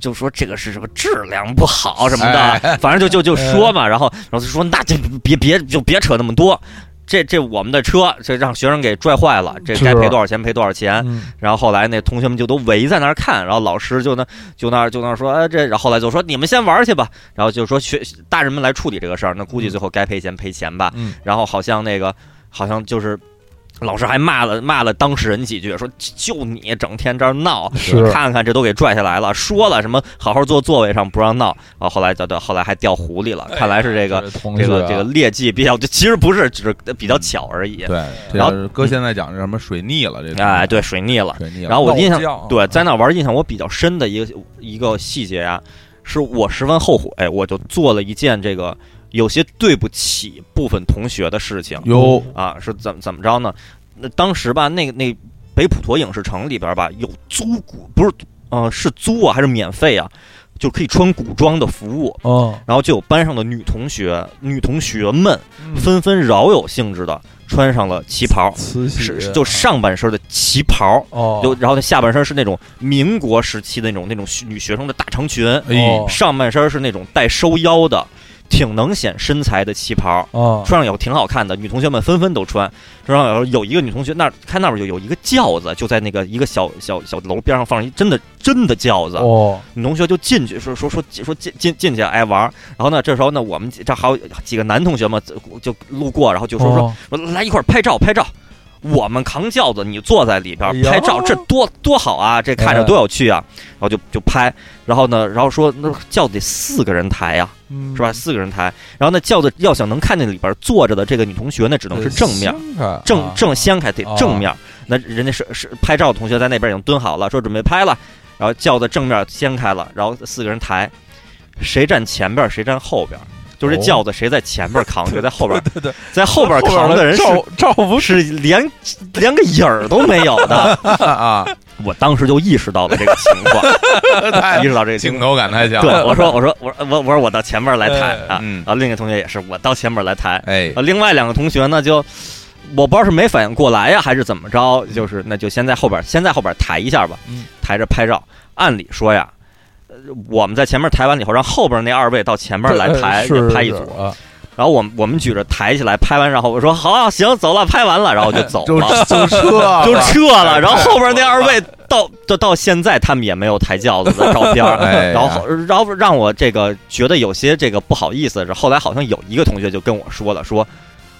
B: 就说这个是什么质量不好什么
C: 哎
B: 的，反正就就就说
C: 嗯
B: 嘛，然后老师说那就别别就别扯那么多，这这我们的车这让学生给拽坏了，这
C: 是
B: 该赔多少钱赔多少钱，
C: 嗯
B: 然后后来那同学们就都围在那儿看，然后老师就那就那就那说，哎这，然后后来就说你们先玩去吧，然后就说学大人们来处理这个事儿，那估计最后该赔钱赔钱吧。
A: 嗯
B: 然后好像那个好像就是老师还骂了骂了当事人几句，说就你整天这儿闹，
C: 是
B: 你看看这都给拽下来了，说了什么好好坐座位上不让闹，然后后来对对，后来还掉湖里了，看来是这个。
C: 同
B: 哎这
C: 学
B: 个
C: 啊
B: 这个劣迹比较，其实不是，只是比较巧而已。
A: 对，这
B: 然后嗯
A: 是哥现在讲是什么水逆了，这个
B: 哎，对，水逆了。
A: 水逆了，
B: 然后我印象
C: 闹犟啊
B: 对在那玩儿印象我比较深的一个一个细节啊，是我十分后悔，我就做了一件这个有些对不起部分同学的事情
A: 哟
B: 啊，是怎怎么着呢？那当时吧，那个那北普陀影视城里边吧有租古不是呃是租啊还是免费啊，就可以穿古装的服务。
C: 嗯，
B: 然后就有班上的女同学、女同学们纷纷饶有兴致的穿上了旗袍，
C: 嗯慈禧
B: 是就上半身的旗袍，
C: 哦，
B: 就然后她下半身是那种民国时期的那种那种学女学生的大长裙，
A: 哎
C: 哦
B: 上半身是那种带收腰的，挺能显身材的旗袍，
C: 啊，
B: 穿上以后挺好看的。女同学们纷纷都穿，穿上以后有一个女同学那儿看那边就有一个轿子，就在那个一个小小小楼边上放一真的真的轿子，
C: 哦，
B: 女同学就进去说说说说进进进去哎玩儿，然后呢这时候呢我们几这还有几个男同学嘛就路过，然后就说说
C: 哦
B: 说来一块儿拍照拍照，我们扛轿子，你坐在里边儿
C: 哎呀
B: 拍
C: 哎
B: 照，这多多好啊，这看着多有趣啊，然后就就拍，然后呢，然后说那轿子得四个人抬呀、
C: 嗯
B: 是吧？四个人抬，然后那轿子要想能看见里边坐着的这个女同学，那只能是正面，
C: 掀开
B: 正
C: 啊
B: 正掀开得
C: 啊
B: 正面，那人家是是拍照的同学在那边已经蹲好了，说准备拍了，然后轿子正面掀开了，然后四个人抬，谁站前边儿谁站后边儿。就是这
C: 哦
B: 轿子，谁在前边儿扛，谁在后边儿，
C: 对对，
B: 在后边儿扛的人是
C: 照照不
B: 是连连个影儿都没有的。
A: 啊，
B: (laughs) 我当时就意识到了这个情况，
A: 太
B: 意识到这个情
A: 镜
B: 况。
A: 头感太强
B: 对，
A: 了，(laughs)
B: 我说我说我说我我说我到前面来抬
C: 哎
B: 啊，
A: 嗯
B: 然后另一个同学也是我到前面来抬，
A: 哎
B: 啊，另外两个同学呢就。我不知道是没反应过来呀，还是怎么着，就是那就先在后边，先在后边抬一下吧
C: 嗯，
B: 抬着拍照。按理说呀，呃我们在前面抬完了以后，让后边那二位到前面来抬，
C: 呃是
B: 拍一组
C: 是。啊，
B: 然后我们我们举着抬起来，拍完，然后我说好、行，走了，拍完了，然后就走
A: 就
B: 了。
A: 就撤了
B: 啊就撤了。然后后边那二位到到到现在，他们也没有抬轿子的照
A: (laughs)
B: 片儿。
A: 哎呀
B: 然后然后让我这个觉得有些这个不好意思。是后来好像有一个同学就跟我说了，说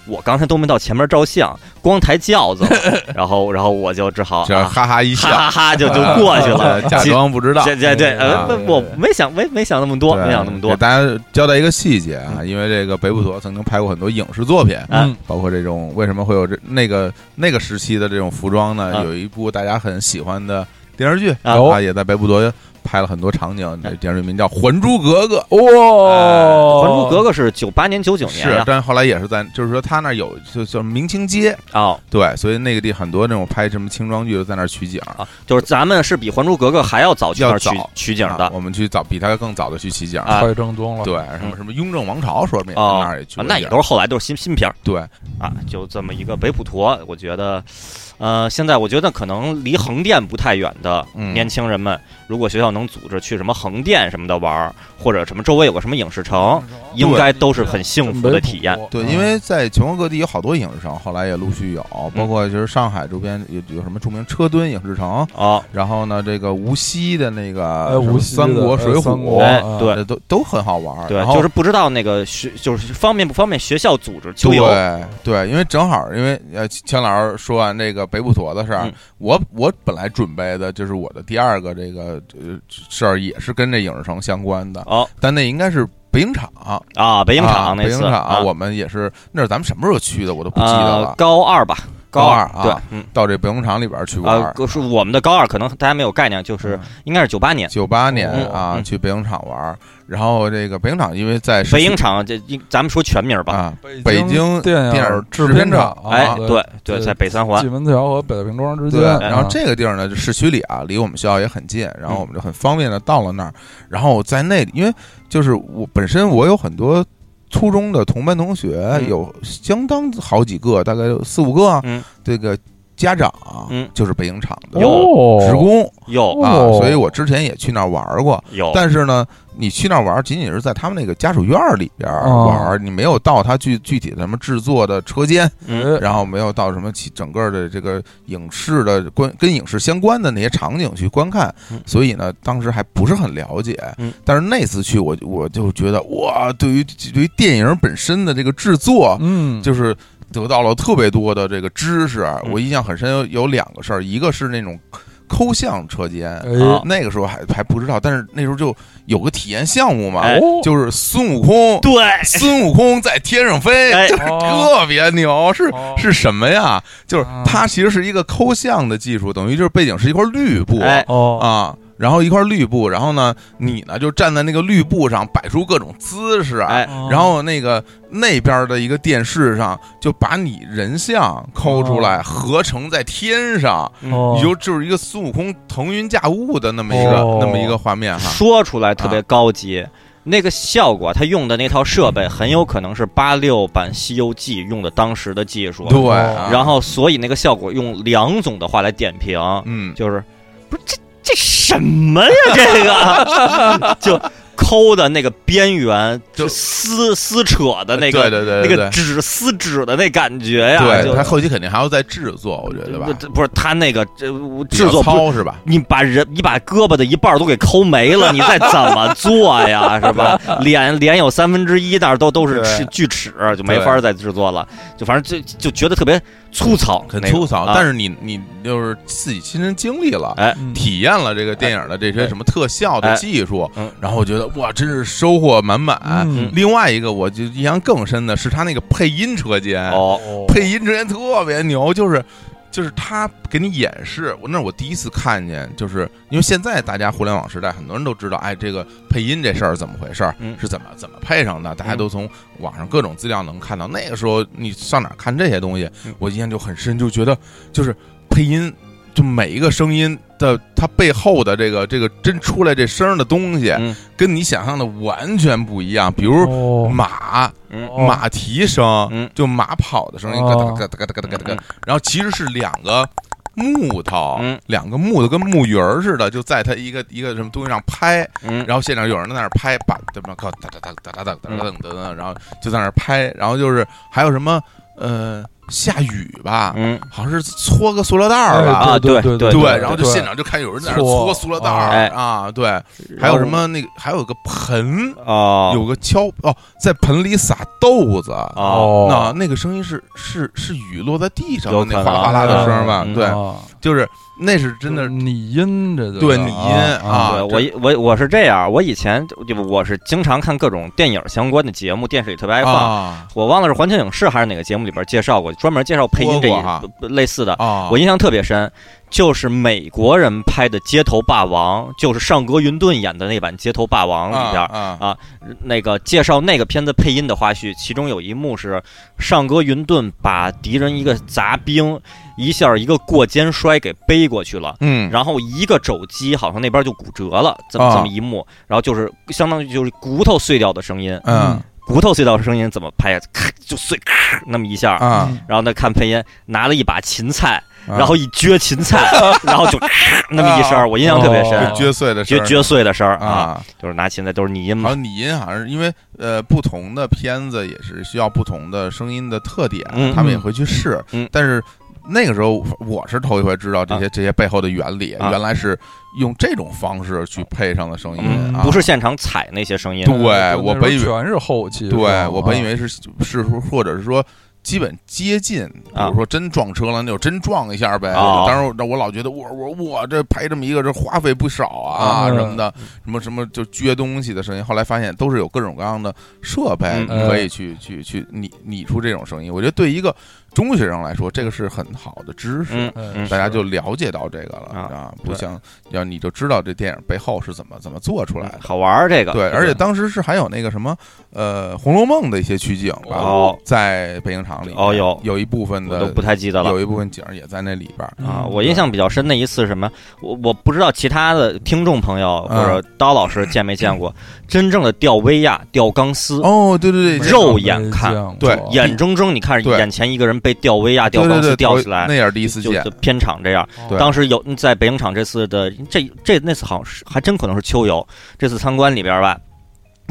B: 我刚才都没到前面照相，光抬轿子了，
A: (laughs)
B: 然后然后我就只好
A: 这
B: 啊
A: 哈哈一笑
B: 哈，哈哈就就过去了。
A: 呃假装 (laughs) 不知道。
B: 对对对，呃，
A: 啊
B: 不我没想没没想那么多，
A: 对
B: 没想那么
A: 给
B: 多。
A: 大家交代一个细节啊，因为这个北普陀曾经拍过很多影视作品，
C: 嗯
A: 包括这种为什么会有这那个那个时期的这种服装
B: 啊
A: 呢？有一部大家很喜欢的电视剧
B: 啊
A: 啊，也在北普陀拍了很多场景。这电视剧名叫《还珠格格》。
C: 哇，
B: 《呃还珠格格》是九八年哦九九年
A: 是，
B: 呀，
A: 但后来也是在，就是说他那儿有就叫明清街，
B: 哦
A: 对，所以那个地很多那种拍什么清装剧的在那儿取景，
B: 啊，就是咱们是比《还珠格格》还要早去那儿取
A: 要早
B: 取景
A: 啊
B: 的。
A: 我们去早比他更早的去取景，
B: 啊
C: 太正宗了，
A: 对，什么什么雍正王朝，说不定
B: 哦
A: 那儿也去过
B: 啊
A: 景，
B: 那也都是后来都是新新片儿
A: 对，
B: 啊，就这么一个北普陀，我觉得，呃，现在我觉得可能离横店不太远的
A: 嗯
B: 年轻人们，如果学校能组织去什么横店什么的玩儿，或者什么周围有个什么影视城，
C: 嗯
B: 应该都是很幸福的体验。
A: 对，因为在全国各地有好多影视城，后来也陆续有，
C: 嗯
A: 包括就是上海周边有有什么著名车墩影视城，
B: 哦，
A: 然后呢，这个无锡的那
C: 呃，
A: 个啊什
C: 无
A: 么
C: 锡
A: 三
C: 的
A: 国
C: 呃
A: 水
C: 三国
A: 浒，
B: 哎
C: 啊
B: 对
A: 这都都很好玩儿。
B: 对
A: 然，后
B: 就是不知道那个学就是方便不方便学校组织秋游
A: 对对，因为正好因为呃，钱老师说完这个北普陀的事儿
B: 嗯，
A: 我我本来准备的就是我的第二个这个呃事儿也是跟这影视城相关的，
B: 哦
A: 但那应该是北影厂。
B: 啊，北影
A: 啊
B: 厂那
A: 北影
B: 次
A: 厂
B: 啊，
A: 我们也是那是咱们什么时候去的，我都不记得
B: 呃
A: 了。
B: 高二吧，
A: 高
B: 二
A: 二啊
B: 对，嗯。
A: 到这北影厂里边儿去玩
B: 啊
A: 儿，，
B: 是我们的高二，可能大家没有概念，就是应该是九八年，
A: 嗯九八年
C: 嗯
A: 啊
B: 嗯
A: 去北影厂玩儿，然后这个北影厂因为在
B: 北影厂这应咱们说全名吧，
A: 啊，
C: 北
A: 北京
C: 电
A: 电
C: 影
A: 影
C: 制
A: 制片
C: 厂
A: 厂，
B: 哎，
A: 啊
B: 对嗯对，
C: 对
B: 在北三环
C: 蓟门桥和北平庄之间
A: 对，，然后
C: 啊
A: 这个地儿呢，就市区里啊，离我们学校也很近，然
B: 嗯
A: 后我们就很方便的到了那儿，然后在那里，因为就是我本身我有很多初中的同班同学，
B: 嗯
A: 有相当好几个，大概有四五个啊，
B: 嗯
A: 这个家长
B: 嗯
A: 就是北影厂的
B: 有
C: 哦
A: 职工
B: 有
A: 啊，
C: 哦
A: 所以我之前也去那儿玩儿过，
B: 有，
A: 但是呢，你去那儿玩儿，仅仅是在他们那个家属院儿里边儿
C: 哦
A: 玩儿，你没有到他具具体的什么制作的车间，
B: 嗯
C: 哎
A: 然后没有到什么其整个的这个影视的关跟影视相关的那些场景去观看
B: 嗯，
A: 所以呢，当时还不是很了解
B: 嗯。
A: 但是那次去，我就我就觉得哇，对于对于电影本身的这个制作，
C: 嗯，
A: 就是。得到了特别多的这个知识，啊我印象很深有有两个事儿，一个是那种抠像车间，
B: 啊
C: 哎
A: 那个时候还还不知道，但是那时候就有个体验项目嘛，
B: 哎
C: 哦
A: 就是孙悟空，
B: 对，
A: 孙悟空在天上飞，
B: 哎
A: 就特别牛，是。
C: 哦
A: 是什么呀？就是
C: 啊
A: 它其实是一个抠像的技术，等于就是背景是一块绿布、
B: 哎
C: 哦
A: 啊，然后一块绿布，然后呢，你呢就站在那个绿布上摆出各种姿势，啊
B: 哎
A: 然后那个那边的一个电视上就把你人像抠出
B: 哦
A: 来，合成在天上，
B: 嗯
A: 你就就是一个孙悟空腾云驾雾的那么一个、
C: 哦
A: 那么一个画面哈。啊
B: 说出来特别高级。那个效果，他用的那套设备很有可能是八六版《西游记》用的当时的技术，
A: 对，啊
B: 然后所以那个效果用梁总的话来点评，
A: 嗯，
B: 就是不是这这什么呀？这个 (laughs) 就抠的那个边缘，
A: 就
B: 就撕撕扯的
A: 对
B: 那个
A: 对对
B: 那
A: 对
B: 个
A: 对
B: 纸撕纸的那感觉呀，就
A: 对，他后期肯定还要再制作，我觉得吧
B: 不，不是他那个这我
A: 比
B: 制
A: 较
B: 作不
A: 糙是吧？
B: 你把人，你把胳膊的一半儿都给抠没了，你再怎么做呀？是
A: (laughs)
B: 吧？脸脸有三分之一那儿都都是
A: 对
B: 齿锯齿，就没法儿再制作了。就反正就就觉得特别粗糙，
A: 很
B: 那个
A: 粗糙，
B: 啊
A: 但是你你就是自己亲身经历了。
B: 哎，
C: 嗯
A: 体验了这个电影的这些什么特效
B: 哎
A: 的技术，
B: 嗯
A: 然后我觉得哇，真是收获满满。
C: 嗯
A: 另外一个我就印象更深的是他那个配音车间，
B: 哦，
A: 配音之前特别牛，就是就是他给你演示，我那是我第一次看见，就是因为现在大家互联网时代，很多人都知道，哎，这个配音这事儿怎么回事儿，
B: 嗯
A: 是怎么怎么配上的，大家都从网上各种资料能看到。那个时候你上哪儿看这些东西
B: 嗯，
A: 我印象就很深，就觉得就是配音。就每一个声音的，它背后的这个这个真出来这声儿的东西，
B: 嗯
A: 跟你想象的完全不一样。比如
C: 哦
A: 马，
B: 嗯
C: 哦
A: 马蹄声，
B: 嗯
A: 就马跑的声音，
C: 哦
A: 咯噔咯噔咯噔咯噔咯噔咯
B: 嗯
A: 噔，然后其实是两个木头，
B: 嗯
A: 两个木头跟木鱼儿似的，就在它一个一个什么东西上拍，
B: 嗯，
A: 然后现场有人在那儿拍，把对吧？靠，哒哒哒哒哒哒哒哒哒哒，然后就在那儿拍，然后就是还有什么呃下雨吧，
B: 嗯，
A: 好像是搓个塑料袋儿吧。
B: 啊
C: 对
B: 对
C: 对
B: 对
A: 然后就现场就看有人在那儿
C: 搓
A: 搓塑料袋儿、
B: 哎
A: 啊，对，还有什么那个还有个盆，
B: 啊？
A: 有个敲哦，在盆里撒豆子，
B: 啊，
A: 那
C: 哦，
A: 那个声音是是是雨落在地上
B: 有
A: 的那
B: 可
A: 哗
B: 能
A: 啦哗啦的声儿吧？
B: 嗯
A: 对，
C: 哦
A: 就是那是真的，
C: 拟音，这就
A: 对
C: 是
A: 拟音啊
B: 对我
A: 这
B: 一我我是这样，我以前就我是经常看各种电影相关的节目，电视里特别爱放。
A: 啊
B: 我忘了是环球影视还是哪个节目里边介绍过，专门介绍配音这
A: 播过哈
B: 一类似的。
A: 啊，
B: 我印象特别深，就是美国人拍的《街头霸王》，就是上格云顿演的那版《街头霸王》里边，
A: 啊
B: 啊那个介绍那个片子配音的花絮，其中有一幕是上格云顿把敌人一个杂兵一下一个过肩摔给背过去了。
A: 嗯
B: 然后一个肘击好像那边就骨折了，这么
A: 啊
B: 这么一幕，然后就是相当于就是骨头碎掉的声音，
A: 嗯
B: 骨头碎掉的声音怎么拍呀？咔就碎， (laughs) 咔那么一下。
A: 啊，
C: 嗯
B: 然后呢，看配音拿了一把芹菜，
A: 啊啊
B: 然后一撅芹
A: (laughs)
B: 菜，然后就 (laughs) 咔那么一声儿，我印象特别深，
C: 哦
A: 撅碎的声
B: 撅
A: 儿
B: 撅碎的声儿啊，
A: 啊，
B: 就是拿芹菜都是拟音
A: 好
B: 嘛，
A: 像拟音好像是因为呃不同的片子也是需要不同的声音的特点
B: 嗯，
A: 他们也会去试
B: 嗯，
A: 但是。那个时候我是头一回知道这些这些背后的原理，
B: 啊
A: 原来是用这种方式去配上的声音
C: 嗯
A: 啊，
B: 不是现场采那些声音。
A: 对
C: 那
A: 我
C: 时候
A: 本以为
C: 全是后期放
A: 对
C: 啊，
A: 我本以为是是或者是说基本接近，比
B: 啊
A: 如说真撞车了，那就真撞一下呗。
B: 哦
A: 当时我我老觉得我我我这拍这么一个这花费不少啊
C: 嗯
A: 什么的，什么什么就撅东西的声音。后来发现都是有各种各样的设备
B: 嗯
A: 你可以去去去拟拟出这种声音。我觉得对一个中学生来说，这个是很好的知识
B: 嗯。嗯
C: 是啊
A: 大家就了解到这个了
B: 啊
A: 啊，不
B: 对
A: 像要你就知道这电影背后是怎么怎么做出来的。
B: 好玩儿这个。
A: 对，而且当时是还有那个什么，呃，《红楼梦》的一些取景吧，
B: 哦
A: 在北京场里面
B: 哦有
A: 有一部分
B: 我都
A: 的
B: 不太记得了。
A: 有一部分景儿也在那里边儿。
B: 啊，
C: 嗯
B: 我印象比较深的一次是什么？我我不知道其他的听众朋友
A: 啊
B: 或者刀老师见没见
A: (laughs)
B: 过真正的吊威亚、吊钢丝，
A: 哦，对对对，
B: 嗯肉眼看
C: 没见过
A: 对
B: 眼睁睁你看着
A: 对
B: 眼前一个人被吊威亚、
A: 对
B: 吊
A: 对
B: 钢
A: 对，
B: 丝吊
A: 头
B: 起来
A: 那，也是第一次
B: 就
A: 见
B: 就。片场这样。
C: 哦
A: 对
B: 当时有在北影厂这次的这这那次好像是还真可能是秋游，这次参观里边吧，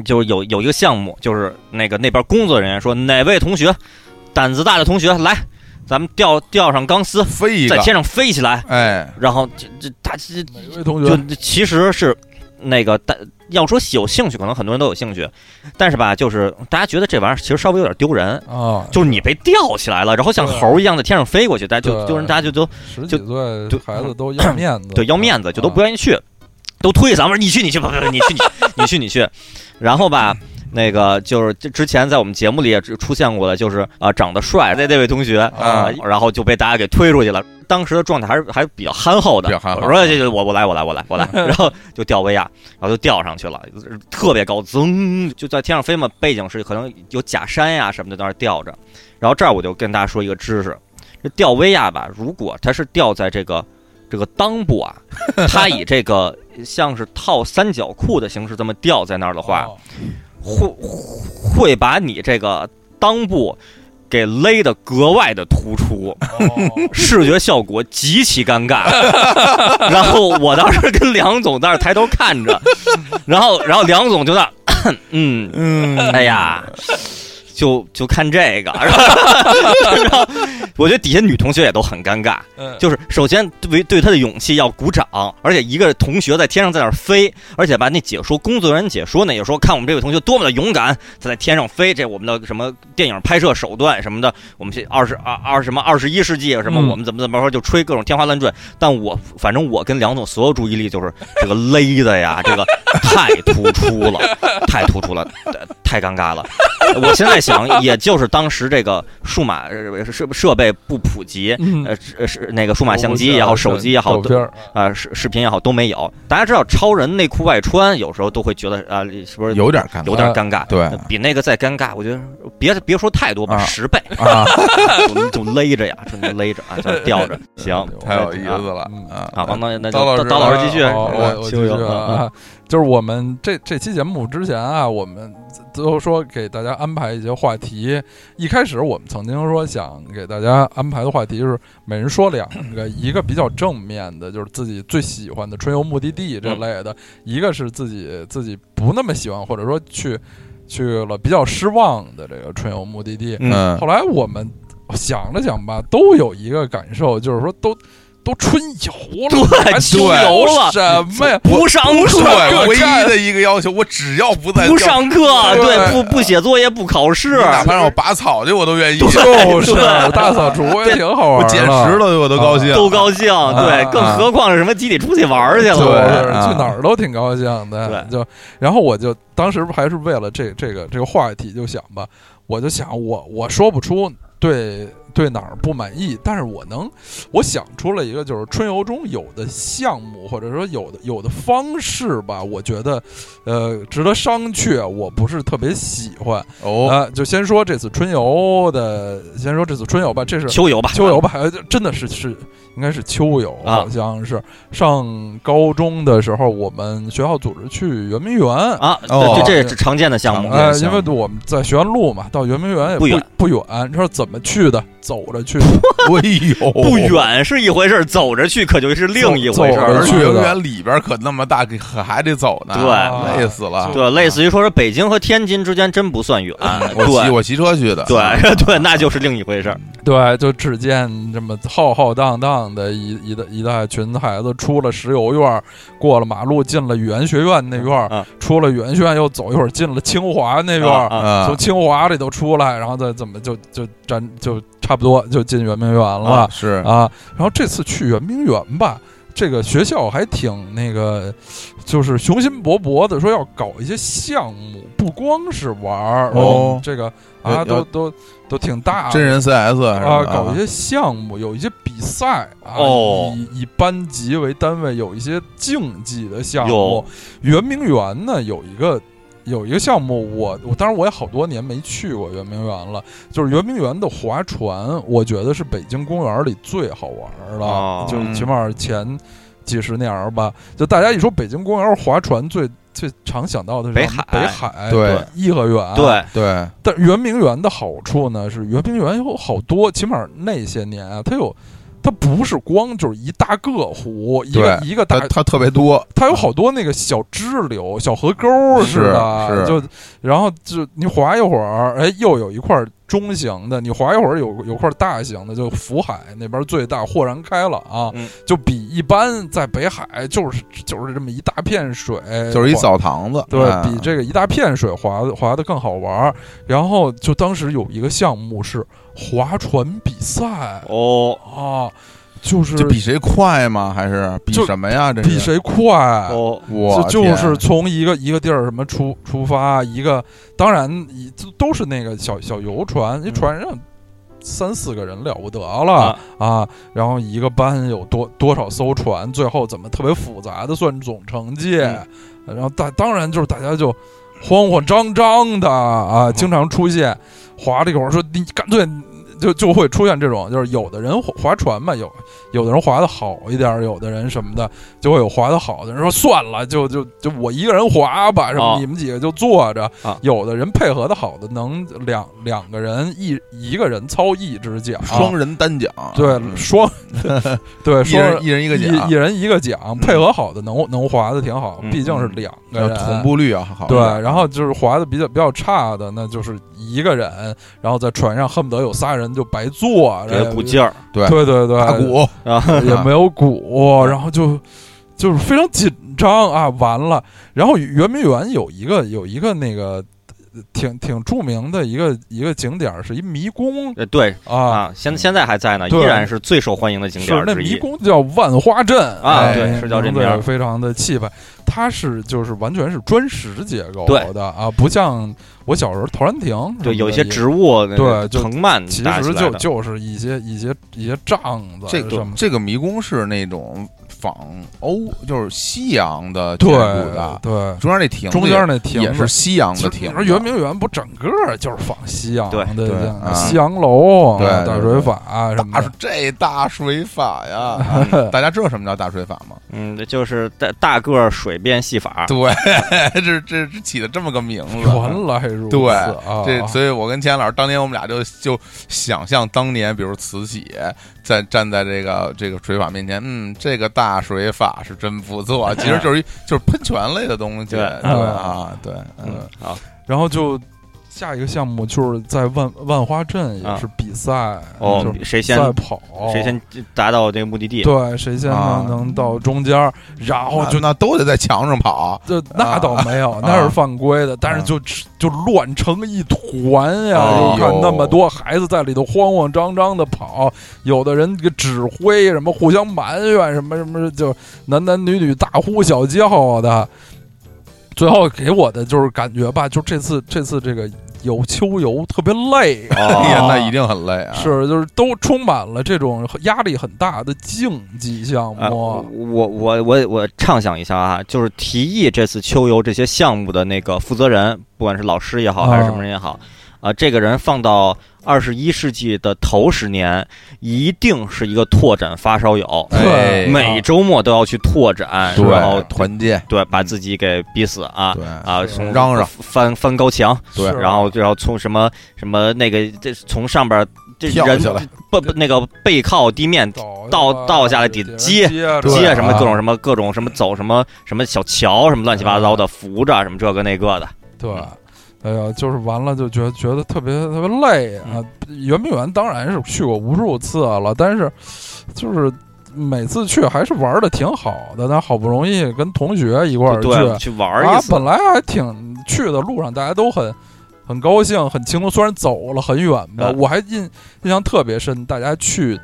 B: 就是有有一个项目，就是那个那边工作人员说哪位同学胆子大的同学来，咱们吊吊上钢丝，
A: 飞一个
B: 在，天上飞起来。
A: 哎，
B: 然后这这他这
C: 每位同
B: 就
C: 学
B: 其实是那个，但要说有兴趣，可能很多人都有兴趣，但是吧，就是大家觉得这玩意儿其实稍微有点丢人，
C: 啊，
B: 就是你被吊起来了，然后像
C: 对啊
B: 猴一样在天上飞过去，大家就
C: 对
B: 丢人，大家就都
C: 十
B: 就
C: 几岁
B: 对
C: 孩子都要面子，啊
B: 对要面子，就都不愿意去，都推搡我说你去你去，不不不，你去你你去你去，然后吧。那个就是这之前在我们节目里也出现过的，就是啊、长得帅的那位同学
A: 啊
B: 然后就被大家给推出去了。当时的状态还是还是比较憨厚的，
A: 比较憨厚
B: 我说这这我我来我来我来
A: (laughs)
B: 我来，然后就吊威亚，然后就吊上去了，特别高，噌就在天上飞嘛。背景是可能有假山呀、什么的在那儿吊着。然后这儿我就跟大家说一个知识，这吊威亚吧，如果它是吊在这个这个裆部啊，它以这个像是套三角裤的形式这么吊在那儿的话，
C: 哦
B: 会会把你这个裆部给勒得格外的突出，
C: 哦
B: 视觉效果极其尴尬。 (laughs) 然后我当时跟梁总在那儿抬头看着，然后然后梁总就在那儿，嗯，
A: 嗯，
B: 哎呀，就就看这个， (laughs) 然后然后我觉得底下女同学也都很尴尬，
C: 嗯
B: (laughs) 就是首先对对他的勇气要鼓掌，而且一个同学在天上在那儿飞，而且吧，那解说工作人员解说呢也说看我们这位同学多么的勇敢，他在天上飞，这我们的什么电影拍摄手段什么的，我们这二十二二什么二十一世纪什么，
C: 嗯
B: 我们怎么怎么说就吹各种天花乱坠，但我反正我跟梁总所有注意力就是这个勒的
C: (laughs)
B: 呀，这个太突出了，太突出了， (laughs) 呃太尴尬了。我现在想，也就是当时这个数码呃设设备不普及，
C: 嗯
B: 呃，是是那个数码相机
C: 啊
B: 也好，手机也好，
C: 照
B: 都
C: 片儿
B: 啊、视视频也好都没有。大家知道，超人内裤外穿，有时候都会觉得啊、是不是
A: 有点尴尬，
B: 有点尴尬？
A: 对
B: 呃比那个再尴尬，我觉得别别说太多吧，
A: 啊
B: 十倍 (laughs)
A: 啊，
B: 就就勒着呀，就勒着啊，就吊着。行，
A: 哎太有意思了
C: 嗯
A: 啊
B: 啊，王导演，那就
A: 刀老师
B: 刀老师继续，嗯
C: 啊好我
B: 休
C: 我继
B: 息
C: 续啊， (laughs) 就是我们这这期节目之前啊，我们都说给大家安排一些话题。一开始我们曾经说想给大家安排的话题是每人说两个，一个比较正面的，就是自己最喜欢的春游目的地
B: 嗯
C: 这类的；一个是自己自己不那么喜欢，或者说去去了比较失望的这个春游目的地。
B: 嗯
A: 嗯
C: 后来我们想了想吧，都有一个感受，就是说都都春游了，
B: 对，
C: 还
B: 秋
A: 对
B: 游了，
C: 什么呀？
B: 不上课，
A: 对，唯一的一个要求，我只要不在
B: 不
A: 教
B: 上课，
A: 对
B: 对，不不写作业，不考试
A: 室，，哪怕让我拔草去，我都愿意。
C: (laughs) 就是
B: 对
C: 大扫除也挺好
A: 我
C: 玩的，
A: 捡石头去，我都高兴。
B: 都高兴，对，更何况是什么集体出去玩儿去
C: 就
B: 了，
C: 是
A: 啊
C: 去哪儿都挺高兴的。就然后我就当时还是为了这这个这个话题，就想吧，我就想我我说不出对对哪儿不满意，但是我能我想出了一个，就是春游中有的项目或者说有的有的方式吧，我觉得呃值得商榷，我不是特别喜欢。
A: 哦，
C: 呃，就先说这次春游的，先说这次春游吧，这是
B: 秋游吧，
C: 秋游吧，呃真的是是应该是秋游，
B: 啊
C: 好像是上高中的时候，我们学校组织去圆明园。
B: (laughs) 啊，
A: 哦
B: 这这这是常见的项目，
C: 呃，
A: 对
C: 因
A: 项目
C: 为我们在学院路嘛，到圆明园也
B: 不远
C: 不远。你说怎么去的？走着去， (laughs)
A: 哎呦，
B: (laughs) 不。远是一回事儿，走着去可就是另一回事
C: 走
A: 而
B: 儿
C: 走着
B: 了。
A: 且游园里边可那么大，可还得走呢，
B: 对
A: 累死了。
B: 对，类似于说是北京和天津之间真不算远，
C: 啊
A: 我骑
B: 对
A: 我骑车去的，
B: 对 (laughs) 对，那就是另一回
C: 嗯
B: 事儿。
C: 对，就只见这么浩浩荡荡的一一大一大群孩子出了石油院儿，过了马路进了语言学院那院儿，
B: 啊
C: 出了语言学院又走一会儿进了清华那院儿，
B: 啊
A: 啊
C: 从，清华里头出来，然后再怎么就就咱就差不多就进圆明园了
A: 是
C: 啊。然后这次去圆明园吧，这个学校还挺那个，就是雄心勃勃的说要搞一些项目，不光是玩儿
A: 哦
C: 这个
A: 要
C: 啊，
A: 要
C: 都都都挺大的
A: 真人 CS
C: 啊，搞一些项目，有一些比赛啊，
B: 哦
C: 以以班级为单位有一些竞技的项目
B: 有。
C: 圆明园呢有一个有一个项目我，我当然我也好多年没去过圆明园了，就是圆明园的划船，我觉得是北京公园里最好玩的，
B: 哦
C: 就是起码前几十年儿吧。就大家一说北京公园划船最。最常想到的是
B: 北
C: 什么
B: 海
C: 北海
A: 对
C: 颐和园，
B: 对，
A: 对，
C: 但圆明园的好处呢是，圆明园有好多，起码那些年啊，它有，它不是光就是一大个湖，一个一个大
A: 它，它特别多，
C: 它有好多那个小支流、小河沟似的，
A: 是是
C: 就然后就你划一会儿，哎，又有一块中型的，你划一会儿有有块大型的，就福海那边最大，豁然开朗、
B: 嗯
C: 就比一般在北海就是就是这么一大片水，
A: 就是一
C: 划
A: 澡堂子，
C: 哎对
A: 哎
C: 比这个一大片水划得划的更好玩儿。然后就当时有一个项目是划船比赛
B: 哦
C: 啊，就是
A: 就比谁快吗？还是比
C: 就
A: 什么呀？这是
C: 比谁快。
B: 哦，
A: 我
C: 就就
A: 天
C: 是从一个一个地儿什么出出发，一个当然一都都是那个小小游船，
A: 嗯
C: 一船上三四个人了不得了
B: 啊
C: 啊，然后一个班有多多少艘船，最后怎么特别复杂的算总成绩，
B: 嗯
C: 然后大当然就是大家就慌慌张张的
A: 嗯
C: 啊，经常出现划了一会儿说你干脆。就就会出现这种，就是有的人划划船嘛，有有的人划的好一点儿，有的人什么的就会有划的好的人说算了，就就就我一个人划吧，什么
B: 啊
C: 你们几个就坐着。
B: 啊
C: 有的人配合的好的能两两个人一一个人操一只桨，
A: 双人单桨，
C: 对
A: 嗯
C: 双 (laughs) 对
A: 一
C: 双
A: 人一人一个啊
C: 一
A: 桨
C: 一，人一个桨，配合好的能能划的挺好，
B: 嗯
C: 毕竟是两个
A: 要
C: 人
A: 同步率啊，好
C: 哎对，然后就是划的比较比较差的，那就是一个人，然后在船上恨不得有仨人就白坐，
B: 给
C: 然
B: 鼓
C: 后
B: 劲儿
A: 对
C: 对对对，
A: 打鼓
C: 呃
A: 嗯
B: 啊，
C: (laughs) 也没有
A: (laughs)
C: 鼓，然后就就是非常紧张啊，完了。然后圆明园有一个有一个那个呃挺挺著名的一个一个景点儿，是一迷宫
B: 呃对
C: 啊，
B: 啊，现现在还在呢，依
C: 对
B: 然是最受欢迎的景
C: 是
B: 点
C: 那
B: 之
C: 迷
B: 一。
C: 宫叫万花阵
B: 啊
C: 哎
A: 对
B: 是叫这
C: 名字
B: 名儿
C: 也非常的气派。它是就是完全是砖石结构
B: 对
C: 的啊，不像我小时候陶然亭什么的
B: 对，有一些
C: 嗯也
B: 植物那个
C: 对就
B: 藤蔓
C: 其
B: 搭起
C: 实
B: 来
C: 就
B: 的，
C: 就是一些一些一些帐子
A: 这
C: 什
A: 个
C: 么
A: 这个迷宫是那种仿欧，就是西洋的建
C: 对
A: 筑的，
C: 对。
A: 中间那亭子
C: 中间那亭
A: 也
C: 子
A: 是西洋的
C: 其
A: 亭
C: 实
A: 子，
C: 圆明园不整个就是仿西洋的
A: 对对
C: 这样
A: 啊
C: 西洋楼、
A: 对对
C: 大水法啊什么
A: 大
C: 的
A: 水，这大水法呀、
B: (laughs)
A: 大家知道什么叫大水法吗？ (laughs)
B: 嗯，就是大大个儿水变戏法，
A: 对，哎这这这起的这么个名字。
C: 原来如此
A: 对
C: 啊！
A: 这，所以我跟钱老师当年我们俩就就想象当年，比如慈禧在站在这个这个水法面前，嗯，这个大水法是真不错，其实就是一就是喷泉类的东西，
B: 对
A: 对啊，对，嗯
B: 嗯，好，
C: 然后就下一个项目就是在万万花镇也是比赛，
B: 哦
C: 就是
B: 谁先
C: 赛跑，
A: 哦
B: 谁先达到这个目的地？
C: 对谁先能、
A: 啊
C: 能到中间儿，然后
A: 那
C: 哦就哦
A: 那都得在墙上跑，
C: 这
B: 啊
C: 那倒没有，那是犯规的，但是就就乱成一团呀！
B: 哦
C: 就看那么多孩子在里头慌慌张张的跑，有的人这个指挥什么互相埋怨什么什么，就男男女女大呼小叫的。最后给我的就是感觉吧，就这次这次这个游秋游特别累，
B: 哦
A: (laughs) 哎呀，那一定很累啊。
C: 是就是都充满了这种压力很大的竞技项
B: 啊，
C: 目
B: 我。我我我畅想一下啊，就是提议这次秋游这些项目的那个负责人，不管是老师也好，还是什么人也好，啊，这个人放到二十一世纪的头十年，一定是一个拓展发烧友，
A: 哎
C: 对
B: (laughs)
C: 啊
B: 每周末都要去拓展，
A: 对
B: 然后
A: 团建，
B: 对把自己给逼死啊
A: 对
B: 啊，
C: 是
B: 从
A: 嚷嚷
B: 翻翻高墙，
A: 对
C: 是
B: 然后然后从什么什么那个这从上边儿这
A: 跳
B: 人
A: 下来
B: 不不那个背靠地面
C: 倒
B: 倒倒下来底接
A: 对
B: 街什么
A: 啊
B: 各种什么各种什么走什么什么小桥什么乱七八糟的扶着什么这个那个的，
C: 对，哎呀，就是完了就觉得觉得特别特别累啊。
B: 嗯
C: 圆明园当然是去过无数次了，但是就是每次去还是玩的挺好的。但好不容易跟同学一块儿去，
B: 对，去玩儿
C: 啊
B: 一，次
C: 本来还挺去的路上，大家都很。很高兴，很轻松。虽然走了很远吧，
B: 嗯
C: 我还印印象特别深。大家去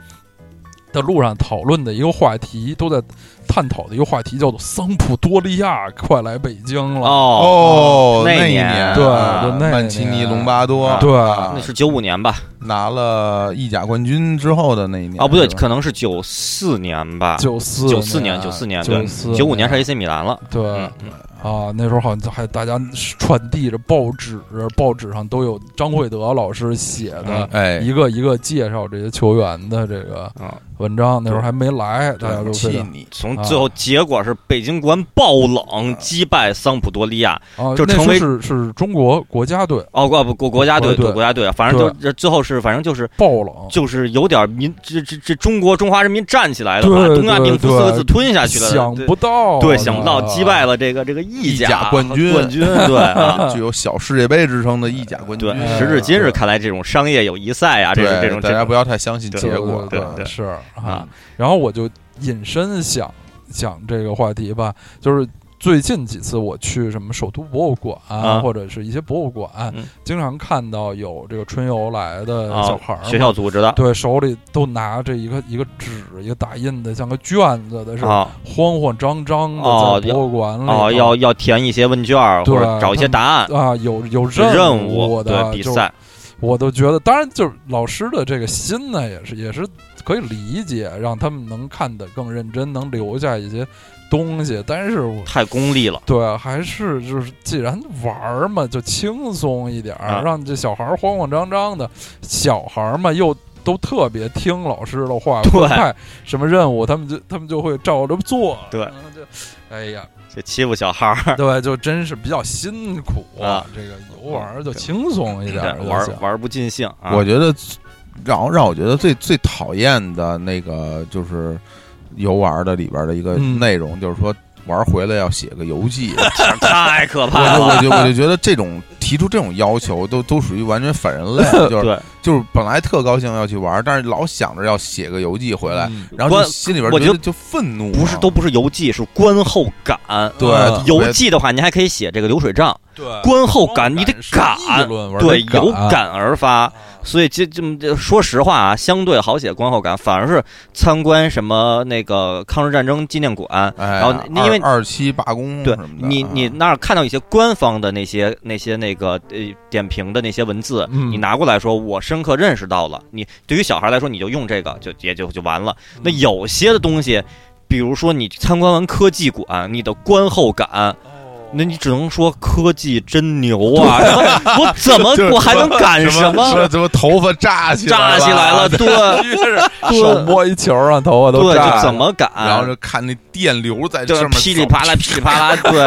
C: 的路上讨论的一个话题，都在探讨的一个话题，叫做桑普多利亚快来北京了。
A: 哦，
B: 哦，那
A: 那一
B: 年
A: 年
C: 对
A: 啊
C: 就那
A: 曼奇尼
C: 年
A: 隆巴多
B: 啊
C: 对
A: 啊
B: 那是九五年吧？
A: 拿了意甲冠军之后的那一年
B: 哦，不对，
A: 是吧
B: 可能是九四年吧，
C: 九四
B: 九四年，九四年，对，
C: 94
B: 九五年是 AC 米兰了，
C: 对
B: 嗯，
C: 啊，那时候好像还大家传递着报纸，报纸上都有张惠德老师写的
A: 哎，
C: 一个一个介绍这些球员的这个
B: 嗯，
C: 文章。那时候还没来，大家
A: 对
C: 都非
A: 气
C: 常
A: 你
B: 从最后结果是北京国安爆冷击败桑普多利亚，
C: 啊，
B: 就
C: 那
B: 成为
C: 时候是是中国国家队
B: 哦不不国国家队
C: 国家队
B: 对国家队，啊反正就这最后是反正就是
C: 爆冷，
B: 就是有点民这这这中国中华人民站起来了，
C: 对
B: 把东亚病夫
C: 对
B: 四个字吞下去了，
C: 想
B: 对
C: 不到啊，
B: 对，想不到击败
C: 了
B: 了这个这个意
A: 意甲冠军
B: 冠军，对啊，
A: 具有小世界杯之称的意甲冠军啊
B: 对，
C: 嗯，
B: 时至今日看来，这种商业友谊赛啊，这种
A: 对
B: 这种
A: 大
B: 这
A: 家
B: 种
A: 不要太相信结果，
C: 对
B: 对对
C: 是啊
B: 啊。
C: 然后我就引申想想这个话题吧，就是最近几次我去什么首都博物馆、
B: 啊
C: 或者是一些博物馆，
B: 嗯
C: 经常看到有这个春游来的
B: 啊
C: 嗯小孩儿嘛、
B: 学校组织的
C: 对手里都拿着一个一个纸，一个打印的像个卷子的似的，
B: 啊
C: 慌慌张张的
B: 哦
C: 在博物馆里头
B: 哦，要要填一些问卷儿
C: 嗯对
B: 或者找一些答案。
C: 啊有有
B: 任
C: 务的
B: 对比
C: 就
B: 赛，
C: 我都觉得，当然就是老师的这个心呢，也是也是可以理解，让他们能看得更认真，能留下一些东西。但是我
B: 太功利了。
C: 对，啊还是就是既然玩儿嘛，就轻松一点儿，
B: 啊
C: 让这小孩儿慌慌张张的。小孩儿嘛，又都特别听老师的话，
B: 对
C: 分派什么任务，他们就他们就会照着做。
B: 对
C: 然后就，哎呀，
B: 这欺负小孩儿，
C: 对，就真是比较辛苦
B: 啊
C: 这个游玩儿就轻松一点儿就行，
B: 玩儿玩儿不尽兴啊！
A: 我觉得让让我觉得最最讨厌的那个就是游玩的里边的一个
C: 嗯
A: 内容，就是说玩回来要写个游记。啊
B: 太可
A: 我
B: 怕
A: 就
B: 了。
A: 我就我就觉得这种提出这种要求都都属于完全反人
B: (laughs)
A: 类，就是
B: 对，
A: 就是本来特高兴要去玩，但是老想着要写个游记回来，
C: 嗯
A: 然后
B: 关
A: 就心里边
B: 我觉得
A: 得就愤怒啊，
B: 不是都不是游记，是观后感。
A: 对
C: 嗯
B: 游记的话，您还可以写这个流水账。
C: 对
B: 观后感你得
C: 啊感
B: 感，
C: 哦议论文
B: 对，
C: 得啊
B: 有感而发。所以这这么这说实话啊，相对好写观后感，反而是参观什么那个抗日战争纪念馆，
A: 哎，
B: 然后因为
A: 二二期罢工
B: 对
A: 什么的，
B: 你
A: 啊
B: 你那儿看到一些官方的那些那些那个呃点评的那些文字，
C: 嗯
B: 你拿过来说，我深刻认识到了。你对于小孩来说，你就用这个就也就就完了。
C: 嗯
B: 那有些的东西。比如说，你参观完科技馆，你的观后感，
C: 哦 (laughs)
B: 那你只能说科技真牛啊！我怎么
A: 就是
B: 我还能感
A: 什么怎么头发炸起
B: 扎起来了，，对，
C: 手摸一球让头发都
B: 对，
C: 炸
B: 就
C: 了，
B: 怎么敢？
A: 然后就看那电流在
B: 就
A: 上
B: 是
A: 面
B: 嗯噼里啪啦，噼里
A: (laughs)
B: 啪啦，对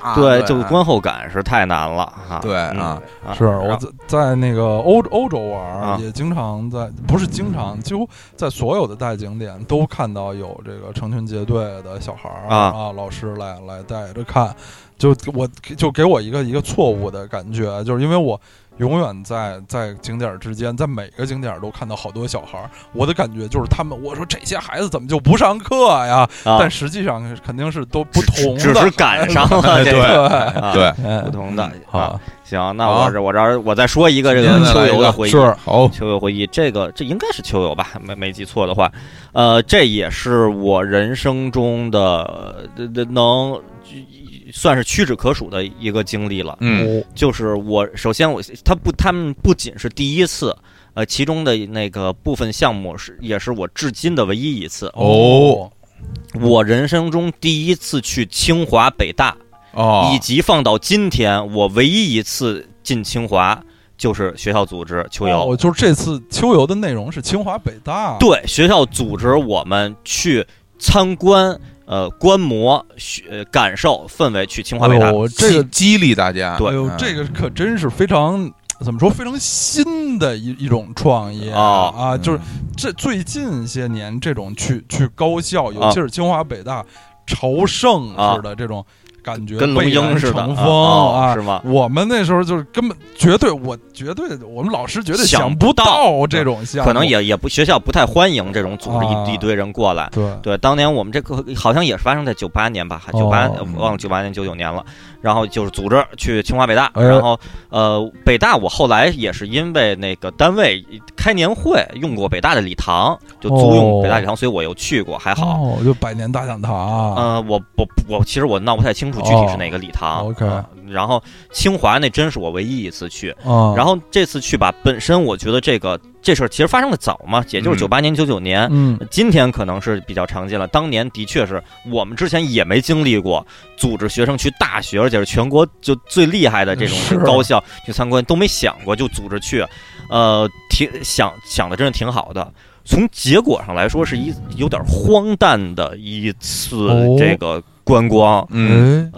A: 啊
B: 对，就观后感是太难了啊！
A: 对
B: 嗯
A: 啊，
C: 是我在在那个欧欧洲玩儿
B: 啊
C: 也经常在，不是经常，几乎在所有的大景点都看到有这个成群结队的小孩儿
B: 啊
C: 啊，老师来来带着看。就我就给我一个一个错误的感觉，就是因为我永远在在景点之间，在每个景点都看到好多小孩儿，我的感觉就是他们，我说这些孩子怎么就不上课呀？
B: 啊
C: 但实际上肯定是都不同的，
B: 只是赶上了这
A: (laughs) 对
B: 个，啊
A: 对，
C: 嗯
B: 不同的。啊，
C: 好，
B: 行，那
A: 好
B: 我这我这儿我再说一个这
A: 您再
B: 个秋
A: 来一
B: 游
A: 个
B: 的回忆。
C: 是
A: 好，
B: 秋游回忆，这个这应该是秋游吧，没没记错的话，呃，这也是我人生中的呃这能算是屈指可数的一个经历了。
A: 嗯
B: 就是我首先我他不他们不仅是第一次，呃，其中的那个部分项目是也是我至今的唯一一次，
A: 哦
B: 我人生中第一次去清华北大，
A: 哦
B: 以，及放到今天我唯一一次进清华就是学校组织秋游。
C: 哦，就是这次秋游的内容是清华北大，
B: 对，学校组织我们去参观，呃，观摩、学呃感受氛围，去清华北大。
C: 哎呦这个
A: 激激励大家，嗯
B: 对
C: 哎呦，这个可真是非常怎么说，非常新的一一种创业
B: 哦
C: 啊！就是
A: 嗯
C: 这最近些年，这种去去高校，尤
B: 啊
C: 其是清华北大、朝圣
B: 啊
C: 似的这种感觉，
B: 跟龙
C: 蔚然
B: 英似的，
C: 成
B: 啊
C: 风
B: 啊
C: 啊！
B: 是吗？
C: 我们那时候就是根本绝对，我绝对，我们老师绝对
B: 想
C: 想
B: 不
C: 不
B: 到
C: 到这种项目，
B: 可能也也不学校不太欢迎这种组织一、
C: 啊
B: 一堆人过来。
C: 对
B: 对，当年我们这个好像也是发生在九八年吧，九八、
C: 哦
B: 忘了九八年九九年了。然后就是组织去清华北大，
C: 哎
B: 然后呃，北大我后来也是因为那个单位开年会用过北大的礼堂，就租用北大礼堂，所以我又去过，还好。
C: 哦，就百年大讲堂，啊
B: 呃，我我我其实我闹不太清楚具体是哪个礼堂。
C: 哦，OK
B: 啊然后清华那真是我唯一一次去，
C: 嗯，
B: 然
C: 后
B: 后这次去吧，本身我觉得这个这事儿其实发生的早嘛，也就是
A: 嗯
B: 九八年九九年。
C: 嗯，
B: 今天可能是比较常见了，当年的确是我们之前也没经历过组织学生去大学，而且是全国就最厉害的这种
C: 是啊
B: 高校去参观，都没想过就组织去，呃，挺想想的真是挺好的。从结果上来说，是一有点荒诞的一次
C: 哦
B: 这个观光。
A: 嗯，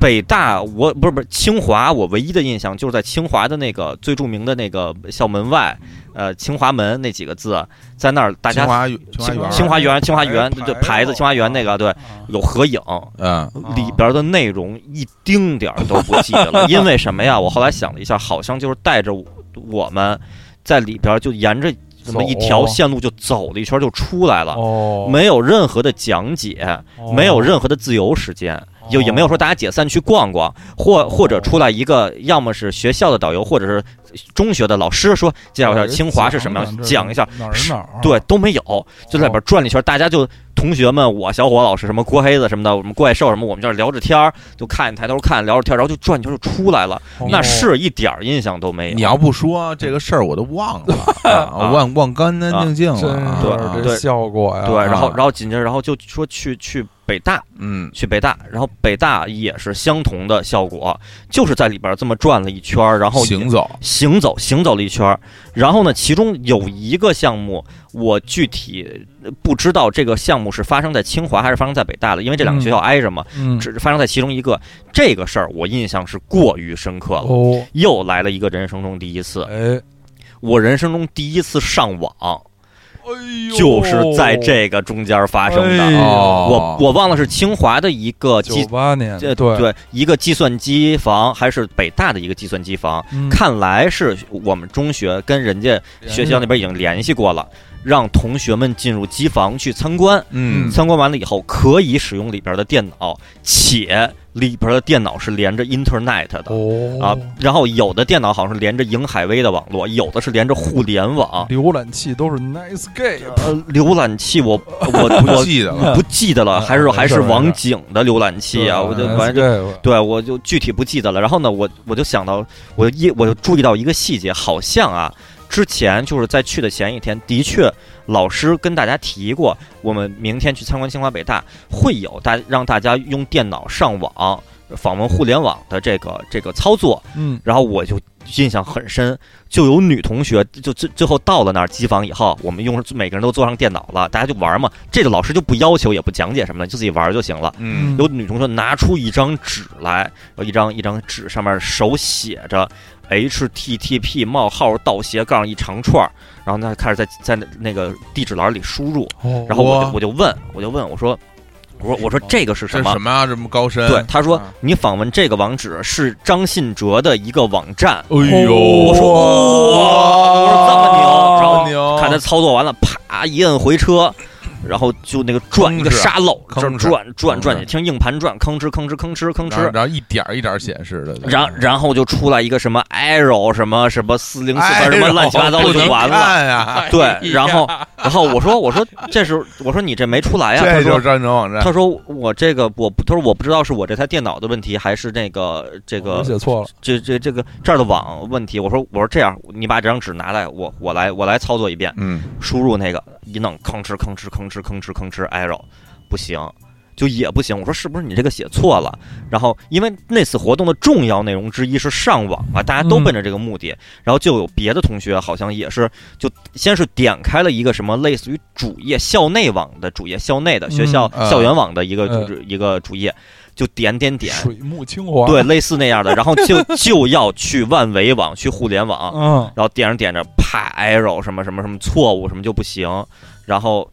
B: 北大我不是不是清华，我唯一的印象就是在清华的那个最著名的那个校门外，呃，清华门那几个字，在那儿大
A: 清
B: 家
A: 华园清华园儿，
B: 清华园、清华园
C: 牌子
B: 对牌子，清华园那个对
C: 哎，
B: 有合影，
A: 嗯
B: 里边的内容一丁点儿都不记得
C: (laughs)
B: 了，因为什么呀？我后来想了一下，好像就是带着我我们在里边就沿着什么
C: 走
B: 一条线路就走了一圈就出来了，
C: 哦，
B: 啊没有任何的讲解，没有任何的自由时间，就也没
C: 哦
B: 有说大家解散去逛逛，或或者出来一个，要么是学校的导游，或者是中学的老师说介绍一下清华是什么样，讲一下。
C: 哪儿哪
A: 啊
C: 儿，
B: 对，都没有，就
A: 哦
B: 在里边转了一圈，大家就同学们，我小伙老师什么郭黑子什么的，我们怪兽什么，我们这儿聊着天儿，就看抬头看聊着天儿，然后就转一圈就出来了，
C: 哦，
B: 那是一点儿印象都没有。
A: 你要不说这个事儿，我都忘
B: (laughs)
A: 了，啊忘忘干干净净
C: 真
A: 了啊。
C: 是
A: 啊
C: 这效果呀，
B: 对，然后
A: 啊
B: 然后紧接着然后就说去去北大，
A: 嗯
B: 去北大，然后北大也是相同的效果，就是在里边这么转了一圈儿，然后也
A: 行走，
B: 行走行走了一圈儿，然后呢，其中有一个项目，我具体呃不知道这个项目是发生在清华还是发生在北大的，因为这两个
C: 嗯
B: 学校挨着嘛，
C: 嗯，
B: 只发生在其中一个。这个事儿我印象是过于深刻了，
C: 哦，
B: 又来了一个人生中第一次，
C: 哎，
B: 我人生中第一次上网，
C: 哎呦
B: 就是在这个中间发生
C: 哎
B: 的。
C: 呦
A: 哦
B: 我我忘了是清华的一个计
C: 九八年，
B: 这
C: 对，
B: 对一个计算机房，还是北大的一个计算机房。
C: 嗯
B: 看来是我们中学跟人家学校那边已经联系过了，让同学们进入机房去参观。
A: 嗯
B: 参观完了以后，可以使用里边的电脑，且里边的电脑是连着 Internet 的
C: 哦
B: 啊。然后有的电脑好像是连着瀛海威的网络，有的是连着互联网。
C: 浏览器都是 Nice Gay，啊
B: 呃，浏览器我我
A: (laughs) 不
B: 我
A: 记得了，
B: 不记得了，还是
C: 没事
B: 还是
C: 没事
B: 网景的浏览器啊，我就反正就
C: Nice Gay，
B: 对，我就具体不记得了。然后呢，我我就想到，我一我就注意到一个细节，好像啊，之前就是在去的前一天，的确老师跟大家提过，我们明天去参观清华北大，会有大让大家用电脑上网访问互联网的这个这个操作。
C: 嗯，
B: 然后我就印象很深，就有女同学就最最后到了那儿机房以后，我们用每个人都坐上电脑了，大家就玩嘛。这个老师就不要求也不讲解什么的，就自己玩就行了。
A: 嗯
B: 有女同学拿出一张纸来，呃有一张一张纸上面手写着 http 冒号倒斜杠一长串儿，然后呢开始在在那个地址栏里输入，
C: 哦
B: 然后我就
A: 哇哦
B: 我就问我就问我说。我说我说这个是
A: 这
B: 什
A: 是
B: 么？
A: 什么啊？这么高深？
B: 对，他说
A: 啊
B: 你访问这个网址是张信哲的一个网站，
A: 哎呦，
C: 哦
B: 我说哇，我说这么牛，然后
A: 牛
B: 看他操作完了，啪一摁回车，然后就那个转一个
A: 吭哧
B: 沙漏，
A: 吭哧
B: 这转转转，
A: 吭哧
B: 也听硬盘转，吭哧吭哧吭哧吭
A: 然后
B: 哧，
A: 然后一点儿一点儿显示的，
B: 然然后就出来一个什么 arrow 什么什么四零四
A: 哎 (laughs)
B: 什么乱七八糟的
A: 不能
B: 就完了。
A: 看呀，
B: 对，然后然后我说我说这是我说你这没出来呀，啊他
A: 哎这就
B: 说
A: 是战争网站
B: 他说我这个我不他说我不知道是我这台电脑的问题还是那个这
C: 我
B: 个
C: 写错了，
B: 这这这个这儿的网问题。我说我说这样，你把这张纸拿来，我我来我来操作一遍。
A: 嗯，
B: 输入那个一弄，吭哧吭哧吭哧吭哧吭哧，arrow 不行，就也不行。我说是不是你这个写错了？然后因为那次活动的重要内容之一是上网啊，大家都奔着这个目的。然后就有别的同学好像也是，就先是点开了一个什么类似于主页校内网的主页，校内的学校、
A: 嗯啊
B: 校园网的一个
C: 嗯
B: 主、一个主页，就点点点。
C: 水木清华，
B: 对，，类似那样的，然后就就要去万维网，去互联网，
C: 嗯，
B: 然后点着点着，啪，arrow 什么什么什么错误什么就不行，然后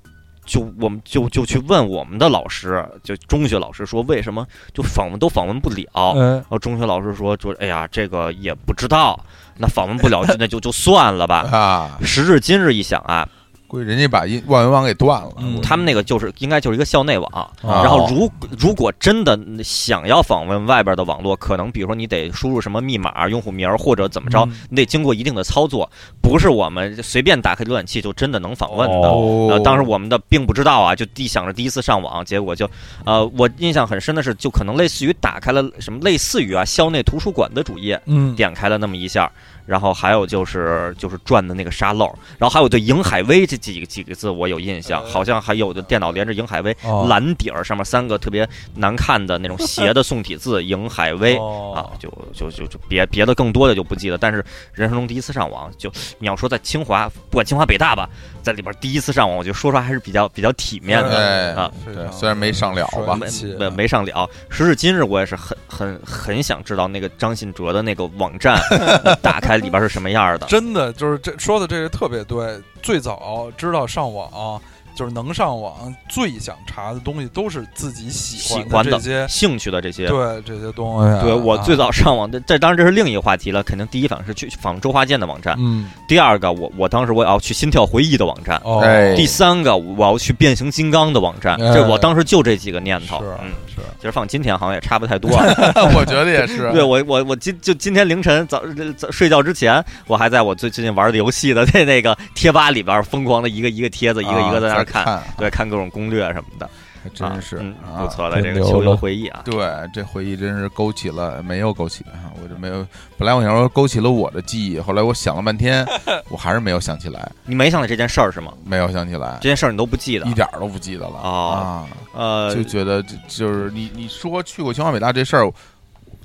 B: 就我们就就去问我们的老师，就中学老师说为什么就访问都访问不了，然
C: 嗯，
B: 后中学老师说就哎呀这个也不知道，那访问不了
C: (laughs)
B: 那就就算了吧。
A: 啊，
C: 嗯
B: 时至今日一想啊，
A: 估计人家把一万元网给断了，
C: 嗯
B: 他们那个就是应该就是一个校内网，
A: 哦
B: 然后如如果真的想要访问外边的网络，可能比如说你得输入什么密码、用户名儿或者怎么着，
C: 嗯
B: 你得经过一定的操作，不是我们随便打开浏览器就真的能访问的。
C: 哦
B: 呃，当时我们的并不知道啊，就第想着第一次上网，结果就，呃，我印象很深的是，就可能类似于打开了什么类似于啊校内图书馆的主页，
C: 嗯，
B: 点开了那么一下，然后还有就是就是转的那个沙漏，然后还有对瀛海威这几个几个字我有印象，好像还有的电脑连着瀛海威
C: 哦
B: 蓝底儿上面三个特别难看的那种斜的宋体字“瀛海威”
C: 哦
B: 啊，就就就就别别的更多的就不记得，但是人生中第一次上网，就你要说在清华，不管清华北大吧，在里边第一次上网，我觉得说出来还是比较比较体面的。
A: 哎
B: 啊
A: 对虽然没上了吧
B: 没
C: 气啊
B: 没没上了。时至今日，我也是很很很想知道那个张信哲的那个网
C: (laughs)
B: 站呃打开里边是什么样的。
C: 真的就是这说的这个特别对。最早哦知道上网，就是能上网，最想查的东西都是自己喜
B: 喜欢
C: 的
B: 的
C: 这些，
B: 兴趣的这些，
C: 对这些东西啊。
B: 对我最
C: 早，
B: 早上网的，这当然这是另一个话题了。肯定第一反应是去访周华健的网站，
C: 嗯，
B: 第二个我我当时我也要去心跳回忆的网站，
C: 哦，
A: 哎
B: 第三个我要去变形金刚的网站。
C: 哎
B: 这我当时就这几个念头
C: 是，
B: 嗯。
C: 是，
B: 其实放今天好像也差不太多啊。
A: (laughs) 我觉得也是，
B: (laughs) 对我，我我今就今天凌晨早早睡觉之前，我还在我最最近玩的游戏的 (laughs) 那那个贴吧里边疯狂的一个一个帖子，一个一个在那
A: 儿
B: 儿看，，对，看各种攻略什么的，
A: 还啊真是
B: 啊嗯
A: 啊
B: 不错的这
C: 真
B: 个
C: 牛
B: 秋游
C: 了
B: 回忆啊。
A: 对，这回忆真是勾起了，没有勾起啊！我就没有。本来我想说勾起了我的记忆，后来我想了半
B: (laughs)
A: 天，我还是没有想起来，
B: 你没想起这件事儿是吗？
A: 没有想起来
B: 这，件事儿你都不记得
A: 哎一？点儿都不记得了
B: 哦
A: 啊！
B: 呃
A: 就，觉得就就是你你说去过清华北大这事儿，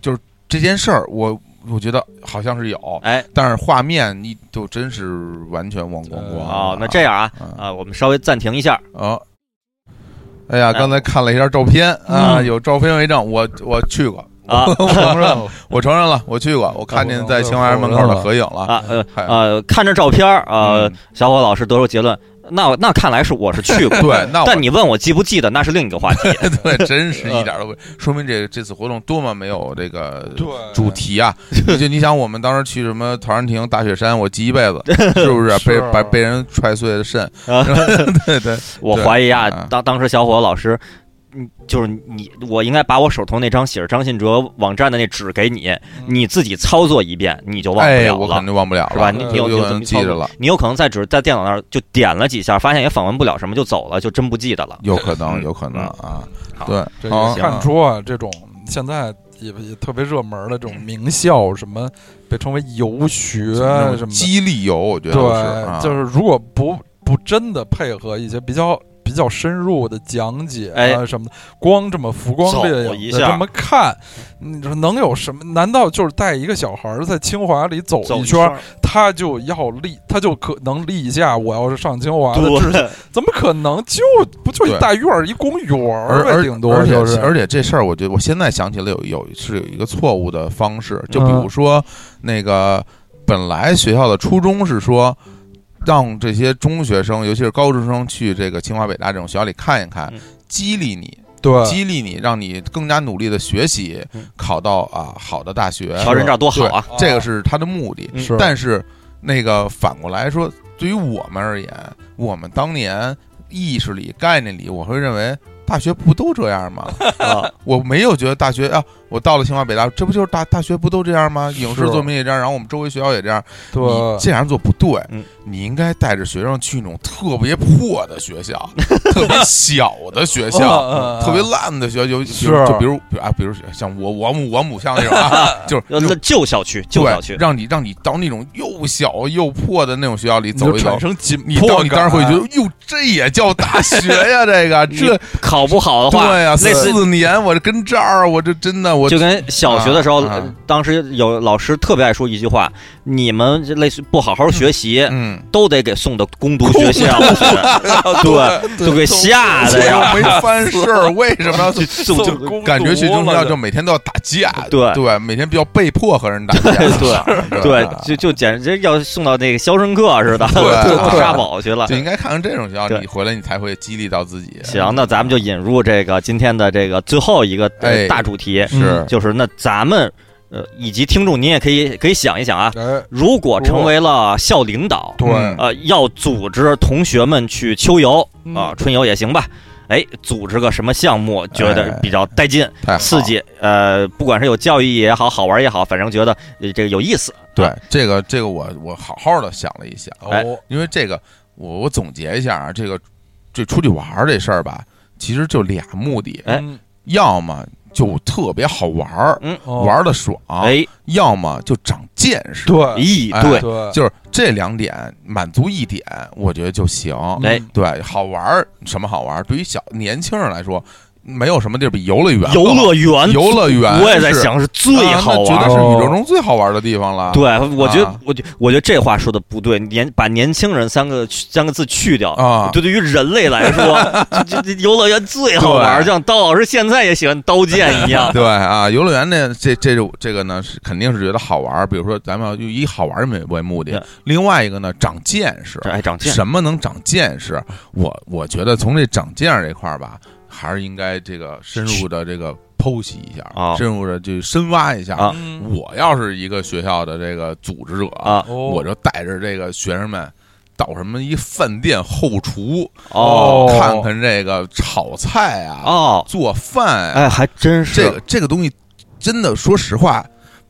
A: 就是这件事儿，我我觉得好像是有，
B: 哎，
A: 但是画面你就真是完全忘光光
B: 哦，那这样啊，
A: 啊
B: 啊，我们稍微暂停一下，
A: 啊！哎呀，
B: 哎
A: 刚才看了一下照片啊，
C: 嗯
A: 有照片为证，我我去过 (laughs)
B: 啊
C: 哦
A: 我承认，
C: (laughs)
A: 我承认了，我去过，我看见在清华园门口的合影了。
B: 啊，呃
A: 嗨
B: 呃，看着照片儿，呃
A: 嗯，
B: 小伙老师得出结论，那我那看来是我是去
A: (laughs)
B: 过，
A: 对，那我
B: 呃但你问我记不记得，那是另一个话题。
A: 对，
B: (laughs)
A: 真是一点都不，
B: 嗯
A: 说明这这次活动多么没有这个
C: 对
A: 主题
B: (laughs)
A: 啊！就你想，我们当时去什么陶然亭、大雪山，我记一辈
B: (laughs)
A: 子，是不是？被
C: 是
A: 把被人踹碎了肾，
B: 啊
A: 对对，
B: 我
A: 对
B: 怀疑啊
A: 啊，
B: 当当时小伙老师，嗯，就是你，我应该把我手头那张写着张信哲网站的那纸给你，你自己操作一遍，你就忘不
A: 嗯 (laughs) 哎，
B: 了
A: 我肯
B: 了。
A: 定忘不了了，
B: 是吧你
A: 就
B: 你有
A: 就
B: 有
A: 能
B: 怎么
A: 记着了，
B: 你有可能在只在电脑那儿就点了几下，发现也访问不了什么，就走了，就真不记得了。
A: 有可能，
B: 嗯
A: 有可能啊
B: 好，
A: 对，
C: 这
A: 啊
C: 个看出啊，这种现在也也特别热门的这种名校，什么被称为游学
A: 那
C: 啊
A: 种
C: 什么的，
A: 激励游，我觉得是啊
C: 对，就是如果不不真的配合一些比较比较深入的讲解啊
B: 哎
C: 什么的，光这么浮光掠
B: 走
C: 影
B: 一
C: 的
B: 下
C: 这么看，你说能有什么？难道就是带一个小孩儿在清华里走
B: 走
C: 一圈儿，，他就要立，他就可能立下我要是上清华的
B: (laughs)
C: 志向？
B: 对，
C: 怎么可能？
A: (laughs)
C: 就不就
A: 对
C: 一大院儿一公园
A: 而
C: 儿呗，
A: 而
C: 顶多
A: 而且
C: 就是
A: 而且这事儿，我觉得我现在想起来有有是有一个错误的方式，就
C: 嗯
A: 比如说、那个本来学校的初衷是说。让这些中学生，尤其是高中生去这个清华北大这种学校里看一看
B: 嗯，
A: 激励你，
C: 对嗯
A: 激励你，让你更加努力的学习，考到啊好的大学。
B: 瞧人这儿多好啊！
A: (laughs) 对这个是他的目的。
B: 嗯
C: 是，
A: 但是那个反过来说，对于我们而言，我们当年意识里、概念里，我会认为大学不都这样
C: (laughs)
A: 吗？
B: 啊
A: 我没有觉得大学啊，我到了清华北大，这不就是大大学不都这样吗？影视
C: 是
A: 作品也这样，然后我们周围学校也这样。你
C: 对啊
A: 这样做不对
B: 嗯，
A: 你应该带着学生去那种特别破的学
C: (laughs)
A: 校，特别小的学校。
C: 嗯嗯嗯
A: 特别烂的学校，有
C: 是
A: 就就比如比如啊，比如像我我母我母校那种啊，
C: (laughs)
A: 就是那
B: 要
A: 种
B: 那旧小区，旧小区
A: 对，让你让你到那种又小又破的那种学校里
C: 你就
A: 走一走
C: 产，生紧
A: 你
C: 迫
A: 到
C: 感啊
A: 你当然会觉得，哟，这也叫大学呀？这个
B: (laughs) 你
A: 这
B: 考不好的话，
A: 对呀，
B: 类似
A: 四年我这跟这儿，我这真的我
B: 就跟小学的时候
A: 啊啊，
B: 当时有老师特别爱说一句话：“你们这类似不好好学习，
A: 嗯，
B: 都得给送到攻读学校去。”对，就给吓
A: 这
B: 的
A: 又
B: 呀，
A: 没翻事儿，为什么要去？
B: 就就
C: 就
A: 感觉去中学校就每天都要打架，
B: 对
A: 对，每天比较被迫和人打架，
B: 对对，就就简直要送到那个肖申克似的，
A: 对
B: (laughs) 就
A: 对
B: 沙堡去了
A: 就。应该看看这种学校，
B: 对
A: 你回来你才会激励到自己。
B: 行，那咱们就引入这个今天的这个最后一个呃
A: 哎
B: 大主题，
C: 嗯
A: 是
B: 就是那咱们呃以及听众，您也可以可以想一想啊，
C: 哎，
B: 如果成为了校领导，
A: 嗯
C: 对，
B: 呃，要组织同学们去秋游啊、
C: 嗯
B: 春游也行吧。哎，组织个什么项目觉得
A: 哎
B: 比较带劲、
A: 太好
B: 刺。激？呃，不管是有教育意义也好，好玩也好，反正觉得呃这个有意思。
A: 对这个这个我我好好的想了一想，
B: 哎
C: 哦，
A: 因为这个我我总结一下啊，这个这出去玩儿这事儿吧，其实就俩目的，
B: 哎
C: 嗯，
A: 要么就特别好玩儿，
C: 哦
A: 玩的爽，
B: 哎，
A: 要么就长见识。
C: 对
B: 咦，
A: 哎
B: 对，
C: 对，
A: 就是这两点满足一点，我觉得就行。
B: 哎
C: 嗯
A: 对，好玩儿什么好玩儿？对于小年轻人来说，没有什么地儿比游乐园
B: 游
A: 更好
B: 乐园，
A: 游乐园，啊
B: 我也在想是最好玩
A: 绝
B: 儿
A: 对是
B: 的。
A: 宇宙中最好玩的地方了。
B: 对，我觉得
A: 啊，
B: 我觉，我觉得这话说的不对，年把年轻人三个三个字去掉，
A: 啊，
B: 就对于人类来
A: (laughs)
B: 说，这这这游乐园最好玩儿，
A: 对
B: 就像刀老师现在也喜欢刀剑一 (laughs)
A: (laughs)
B: 样。
A: 对啊，游乐园呢，这这种这个呢是肯定是觉得好玩儿，比如说咱们要以好玩儿为为目的
B: 对，
A: 另外一个呢长见识
B: 这，爱哎长剑，
A: 什么能长见识？我我觉得从这长见识这块儿吧，还是应该这个深入的这个剖析一下，
B: 啊
A: 深入的去深挖一下。
B: 啊
C: 嗯
A: 我要是一个学校的这个组织者
B: 啊
C: 哦
A: 我就带着这个学生们到什么一饭店后厨
B: 哦
C: 哦
A: 看看这个炒菜啊，
B: 哦，
A: 做饭啊，
B: 哎，还真是，
A: 这个这个东西真的，说实话，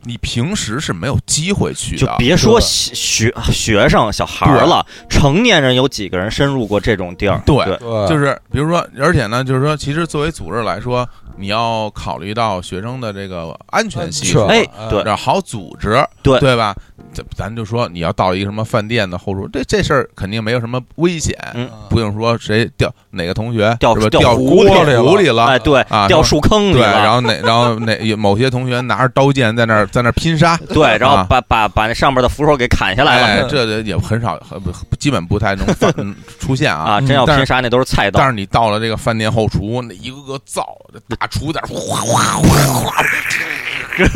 A: 你平时是没有机会去
B: 就
A: 的。
B: 别说
C: 对
B: 学学学生小孩儿了，成年人有几个人深入过这种地儿？
A: 对
B: 对，
C: 对，
B: 呃
A: 就是比如说，而且呢，就是说，其实作为组织来说，你要考虑到学生的这个安全系数，
B: 哎对
A: 然后好组织，
B: 对
A: 对吧？咱咱就说你要到一个什么饭店的后厨，这这事儿肯定没有什么危险，
B: 嗯
A: 不用说谁掉哪个同学
B: 掉
A: 是吧
B: 掉
A: 掉
B: 湖里
C: 了
A: 湖里了
B: 哎，，对，
A: 啊
B: 掉树坑里
A: 对，然
B: 了，
A: 后哪然后哪有某些同学拿着刀剑在那儿在那儿拼
B: (laughs)
A: 杀，
B: 对，然后
A: 啊
B: 把把把那上面的扶手给砍下来了
A: 哎，这个也很少，很基本不太能发嗯出现啊。
B: 啊！真要
A: 但是
B: 拼杀，那都是菜
A: 但
B: 刀，
A: 是你到了这个饭店后厨，那一个个灶，这大厨在那儿哗哗哗哗，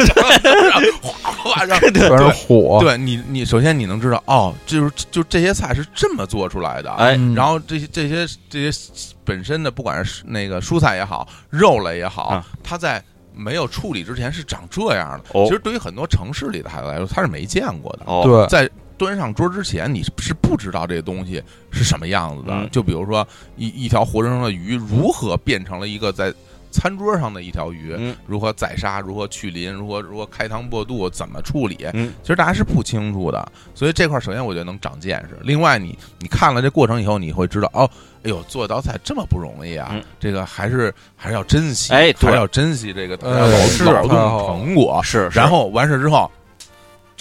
A: 哗哗，让
C: 嗯全是火，
A: 对你你首先你能知道哦，就是就这些菜是这么做出来的，
B: 哎
C: 嗯
A: 然后这些这些这些本身的，不管是那个蔬菜也好，肉类也好
B: 啊，
A: 它在没有处理之前是长这样的。
B: 哦
A: 其实对于很多城市里的孩子来说，他是没见过的。
B: 哦，
C: 对，
A: 在端上桌之前，你是不知道这个东西是什么样子的。
B: 嗯
A: 就比如说一一条活生生的鱼如何变成了一个在餐桌上的一条鱼，
B: 嗯
A: 如何宰杀，如何去鳞，如何如何开膛破肚，怎么处理，
B: 嗯
A: 其实大家是不清楚的。所以这块儿首先我觉得能长见识，另外你你看了这过程以后，你会知道哦，哎呦，做一道菜这么不容易啊，
B: 嗯
A: 这个还是还是要珍惜，
B: 哎对
A: 还是要珍惜这个
C: 哎
A: 劳
C: 是
A: 劳
C: 太
A: 动
C: 好了
A: 成果。
B: 是，是
A: 啊然后完事之后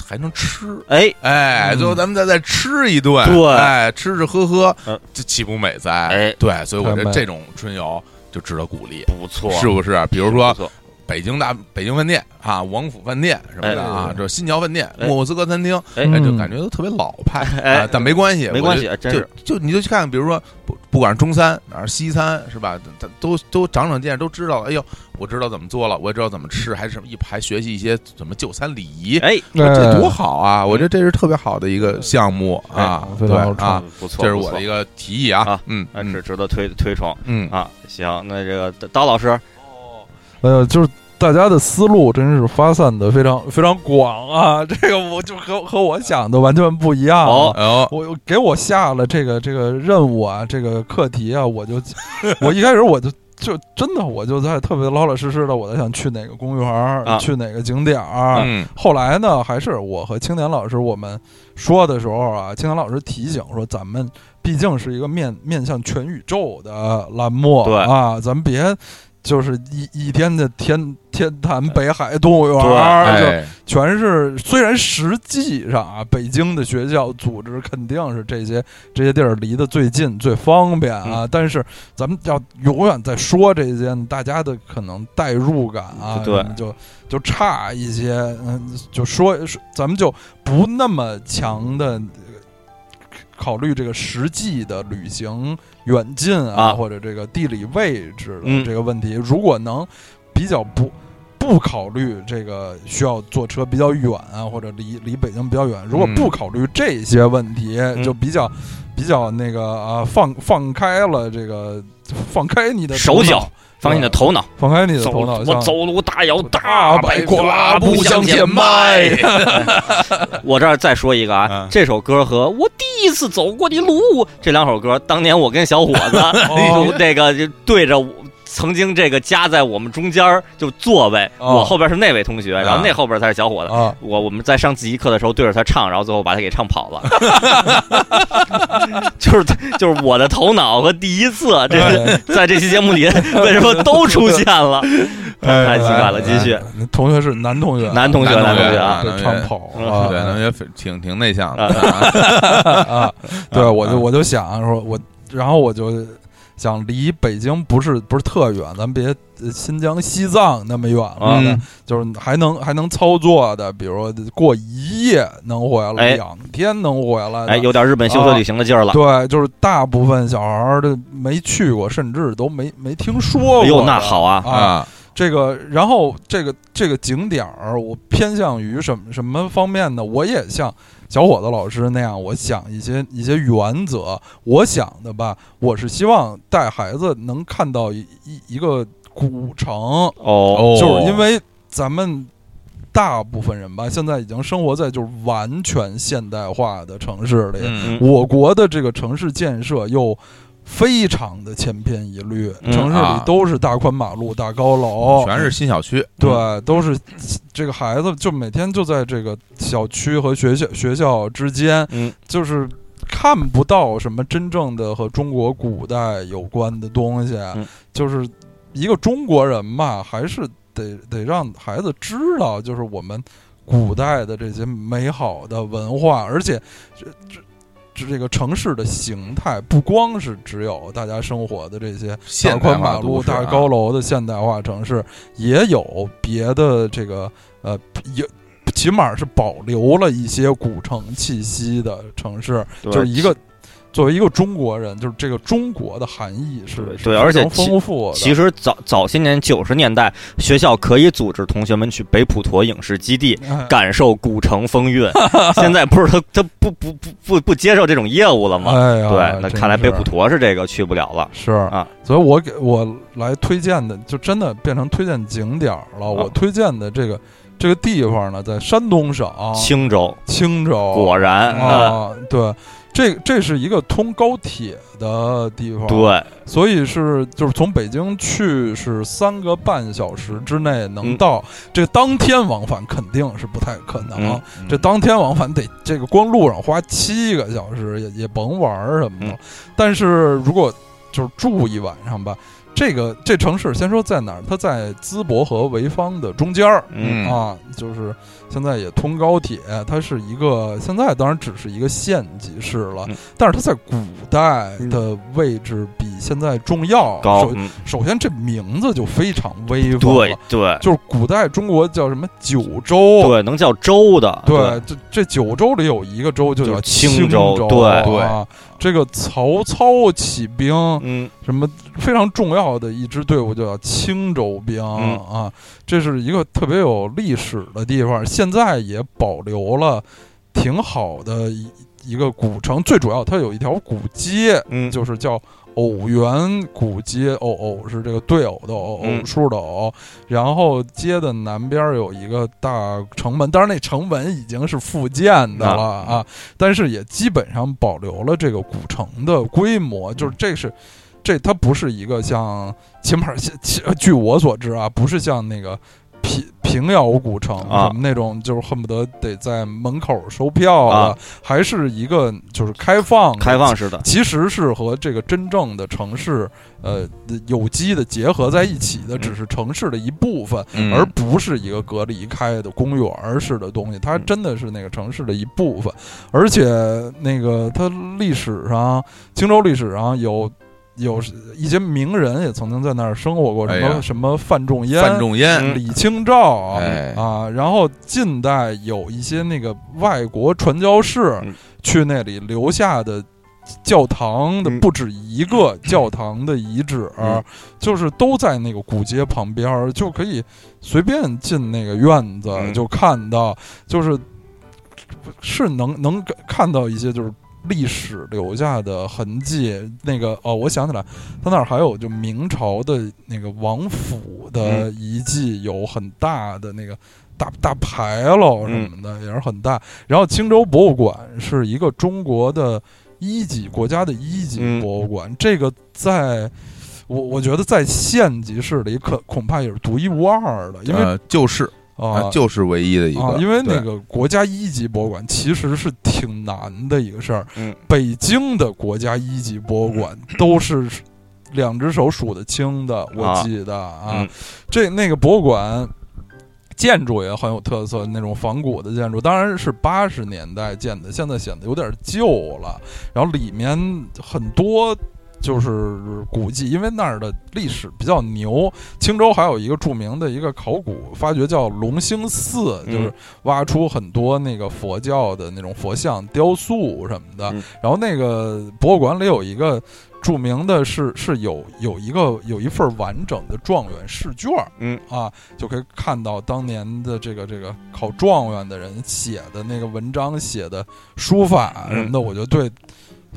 A: 还能吃，
B: 哎，
A: 哎，
C: 嗯
A: 最后咱们再再吃一顿，
B: 对
A: 哎，吃吃喝喝
B: 嗯，
A: 这岂不美哉？
B: 哎
A: 对，所以我觉
C: 太
A: 得
C: 美
A: 这种春游就值得鼓励，
B: 不错，
A: 是不是？比如
B: 不
A: 说
B: 错
A: 北京大北京饭店啊，王府饭店什么的啊
C: 哎，
A: 这新桥饭店、
B: 哎
A: 莫斯科餐厅，
B: 哎
A: 哎，就
C: 嗯
A: 感觉都特别老派，
B: 哎
A: 啊但没关系，
B: 没关系，哎
A: 我
B: 真
A: 觉得。
B: 是
A: 就就你就去看，比如说不不管是中餐还是西餐，是吧？都都都长长见识，都知道。哎呦，我知道怎么做了，我也知道怎么吃，还是什么一还学习一些怎么就餐礼仪，
B: 哎，
A: 这
C: 嗯
A: 多好啊！我觉得这是特别好的一个项目
B: 哎
A: 啊，
C: 非
A: 对
C: 常好
A: 啊，
B: 嗯，不错，
A: 这是
B: 不
A: 我
B: 错
A: 的一个提议啊
B: 啊，
A: 嗯
B: 哎，
A: 嗯
B: 值值得推推崇
A: 嗯，
B: 啊。行，那这个刀老师，
C: 呃，就是大家的思路真是发散的非常非常广啊，这个我就和和我想的完全不一样啊。
B: 哦
A: 哦，
C: (laughs) 我给我下了这个这个任务啊，这个课题啊，我就 (laughs) 我一开始我就就真的我就在特别老老实实的，我在想去哪个公园儿、
B: 啊
C: 去哪个景点儿。
A: 嗯
C: 后来呢，还是我和青年老师我们说的时候啊，青年老师提醒说，咱们毕竟是一个面面向全宇宙的栏目
B: 对
C: 啊，咱们别就是一一天的天天坛北海动物园
B: 对
C: 儿，就
A: 哎，
C: 全是虽然实际上啊，北京的学校组织肯定是这些这些地儿离得最近最方便啊，
B: 嗯
C: 但是咱们要永远在说这些，大家的可能代入感啊，
B: 对
C: 就就差一些，嗯，就说说咱们就不那么强的。呃考虑这个实际的旅行远近啊，
B: 啊
C: 或者这个地理位置的
B: 嗯
C: 这个问题，如果能比较不不考虑这个需要坐车比较远啊，或者离离北京比较远，如果
A: 嗯
C: 不考虑这些问题，就比较比较那个啊，放放开了这个，放开你的
B: 手
C: 头脑
B: 脚，放下你的头脑，
C: 放开你的
B: 走，
C: 头脑，
B: 我
C: 像
B: 走路大摇
C: 大摆
B: 摆
C: 胯
B: 不
C: 不向
B: 前
C: 前迈。 (laughs)
B: 我这儿再说一个啊
A: 嗯，
B: 这首歌和我第一次走过的路这两首歌，当年我跟小伙子
C: (laughs) 哦
B: 就那个就对着我。曾经这个夹在我们中间儿就座位，
C: 哦
B: 我后边是那位同学，然后那后边才是小伙子。
C: 啊，
B: 我我们在上自习课的时候对着他唱，然后最后把他给唱跑了。 (laughs) 就是就是我的头脑和第一次，这
C: 对
B: 是 (laughs) 在这期节目里为什么都出现
C: (laughs)
B: 了？太奇怪了，
A: 哎
B: 继续。
C: 你同学是男同学，
B: 男同学
A: 男
B: 男
A: 同学
B: 同学
A: 啊
B: 啊，
C: 对，唱跑啊，
A: 对，同学挺挺内向的啊，
C: 啊， (laughs) 对，我就
A: 啊
C: 我就想说，我然后我就想离北京不是不是特远，咱别呃新疆、西藏那么远了，
A: 嗯
C: 就是还能还能操作的，比如过一夜能回来，
B: 哎
C: 两天能回来的，
B: 哎，有点日
C: 啊
B: 本修车旅行的劲儿了。
C: 对，就是大部分小孩儿都没去过，甚至都没没听说过。
B: 哎呦，那好啊，
C: 啊！
A: 啊，
C: 这个，然后这个这个景点儿，我偏向于什么什么方面呢？我也像小伙子老师那样，我想一些一些原则。我想的吧，我是希望带孩子能看到一一一个古城，
B: 哦，
A: 哦，
C: 就是因为咱们大部分人吧，现在已经生活在就是完全现代化的城市里，
A: 嗯
C: 我国的这个城市建设又非常的千篇一律，
B: 嗯
C: 城市
A: 啊
C: 里都是大宽马路、大高楼，
A: 全是新小区，
C: 哦
A: 嗯
C: 对，都是这个孩子就每天就在这个小区和学校学校之间，
B: 嗯，
C: 就是看不到什么真正的和中国古代有关的东西，啊
B: 嗯
C: 就是一个中国人嘛，还是得得让孩子知道，就是我们古代的这些美好的文化，而且这这。这这个城市的形态不光是只有大家生活的这些
A: 现
C: 大
A: 代化
C: 宽马路、
A: 都市啊
C: 大高楼的现代化城市，也有别的这个呃，有起码是保留了一些古城气息的城市，
B: 对
C: 就是一个。作为一个中国人，就是这个中国的含义是
B: 对
C: 是
B: 对
C: 非
B: 而且
C: 常丰富的。
B: 其实早早些年九十年代，学校可以组织同学们去北普陀影视基地。
C: 哎
B: 感受古城风
C: (laughs)
B: 韵，现在不是他他不不不不不接受这种业务了吗？
C: 哎呀，
B: 对，那
C: 真
B: 看来
C: 是
B: 北普陀是这个去不了了。
C: 是
B: 啊，
C: 所以我给我来推荐的，就真的变成推荐景点儿
B: 啊
C: 了。我推荐的这个这个地方呢，在山东省
B: 青州
C: 青州，
B: 果然，嗯
C: 啊，对，这这是一个通高铁的地方，，
B: 呃对，
C: 所以是就是从北京去是三个半小时之内能到，这当天往返肯定是不太可能。
B: 嗯
C: 这当天往返得这个光路上花七个小时，也也甭玩儿什么的。
B: 嗯
C: 但是如果就是住一晚上吧，这个这城市先说在哪儿，它在淄博和潍坊的中间儿，
B: 嗯
A: 嗯
C: 啊，就是现在也通高铁，它是一个现在当然只是一个县级市了，
B: 嗯
C: 但是它在古代的位置比现在重要。
B: 高，
C: 首
B: 嗯
C: 首先这名字就非常威风了，哦
B: 对对
C: 就是古代中国叫什么九州，
B: 对，能叫州的，对，
C: 这这九州里有一个州就
B: 就
C: 叫
B: 是青
C: 州
B: 州，
C: 啊
A: 对对
C: 这个曹操起兵，
B: (laughs) 嗯，
C: 什么非常重要的一支队伍就叫青州兵、
B: 嗯
C: 啊，这是一个特别有历史的地方，现在也保留了挺好的一一个古城，最主要它有一条古街，
B: 嗯，
C: 就是叫偶园古街，偶偶是这个对偶的偶，
B: 嗯
C: 偶数的偶。然后街的南边有一个大城门，当然那城门已经是复建的了
B: 啊
C: 啊，但是也基本上保留了这个古城的规模，
B: 嗯
C: 就是这是。这它不是一个像起码是起据我所知啊，不是像那个平平遥古城
B: 啊
C: 什么那种，就是恨不得得在门口售票
B: 啊，
C: 还是一个就是开放的
B: 开放式的，
C: 其实是和这个真正的城市呃有机的结合在一起的，
B: 嗯
C: 只是城市的一部分，
A: 嗯
C: 而不是一个隔离开的公园儿式的东西。它
B: 嗯
C: 真的是那个城市的一部分，而且那个它历史上，青州历史上有。有一些名人也曾经在那儿生活过，什么、
A: 哎呀
C: 什么范仲淹、啊
A: 范仲淹，
B: 嗯
C: 李清照、
A: 哎
C: 啊，然后近代有一些那个外国传教士
B: 嗯
C: 去那里留下的教堂的
B: 嗯
C: 不止一个教堂的遗址，
B: 嗯
C: 就是都在那个古街旁边儿，就可以随便进那个院子、
B: 嗯
C: 就看到，就是是能能看到一些就是。历史留下的痕迹，那个哦，我想起来，他那儿还有就明朝的那个王府的遗迹，有很大的那个大大牌楼什么的，也是很大。然后青州博物馆是一个中国的一级国家的一级
B: 嗯
C: 博物馆，这个在我我觉得在县级市里可恐怕也是独一无二的，因为啊
A: 呃，就是它啊就是唯一的一
C: 啊
A: 个，，
C: 因为那
A: 对
C: 个国家一级博物馆其实是挺难的一个事儿。
B: 嗯
C: 北京的国家一级博物馆都是两只手数得清的，我
B: 啊
C: 记得啊。
B: 嗯
C: 这那个博物馆建筑也很有特色，那种仿古的建筑，当然是八十年代建的，现在显得有点旧了。然后里面很多。就是古迹，因为那儿的历史比较牛。青州还有一个著名的一个考古发掘叫龙兴寺，
B: 嗯
C: 就是挖出很多那个佛教的那种佛像雕塑什么的。
B: 嗯
C: 然后那个博物馆里有一个著名的是是有有一个有一份完整的状元试卷儿，
B: 嗯
C: 啊，就可以看到当年的这个这个考状元的人写的那个文章写的书法啊什
B: 嗯
C: 么的，我觉得对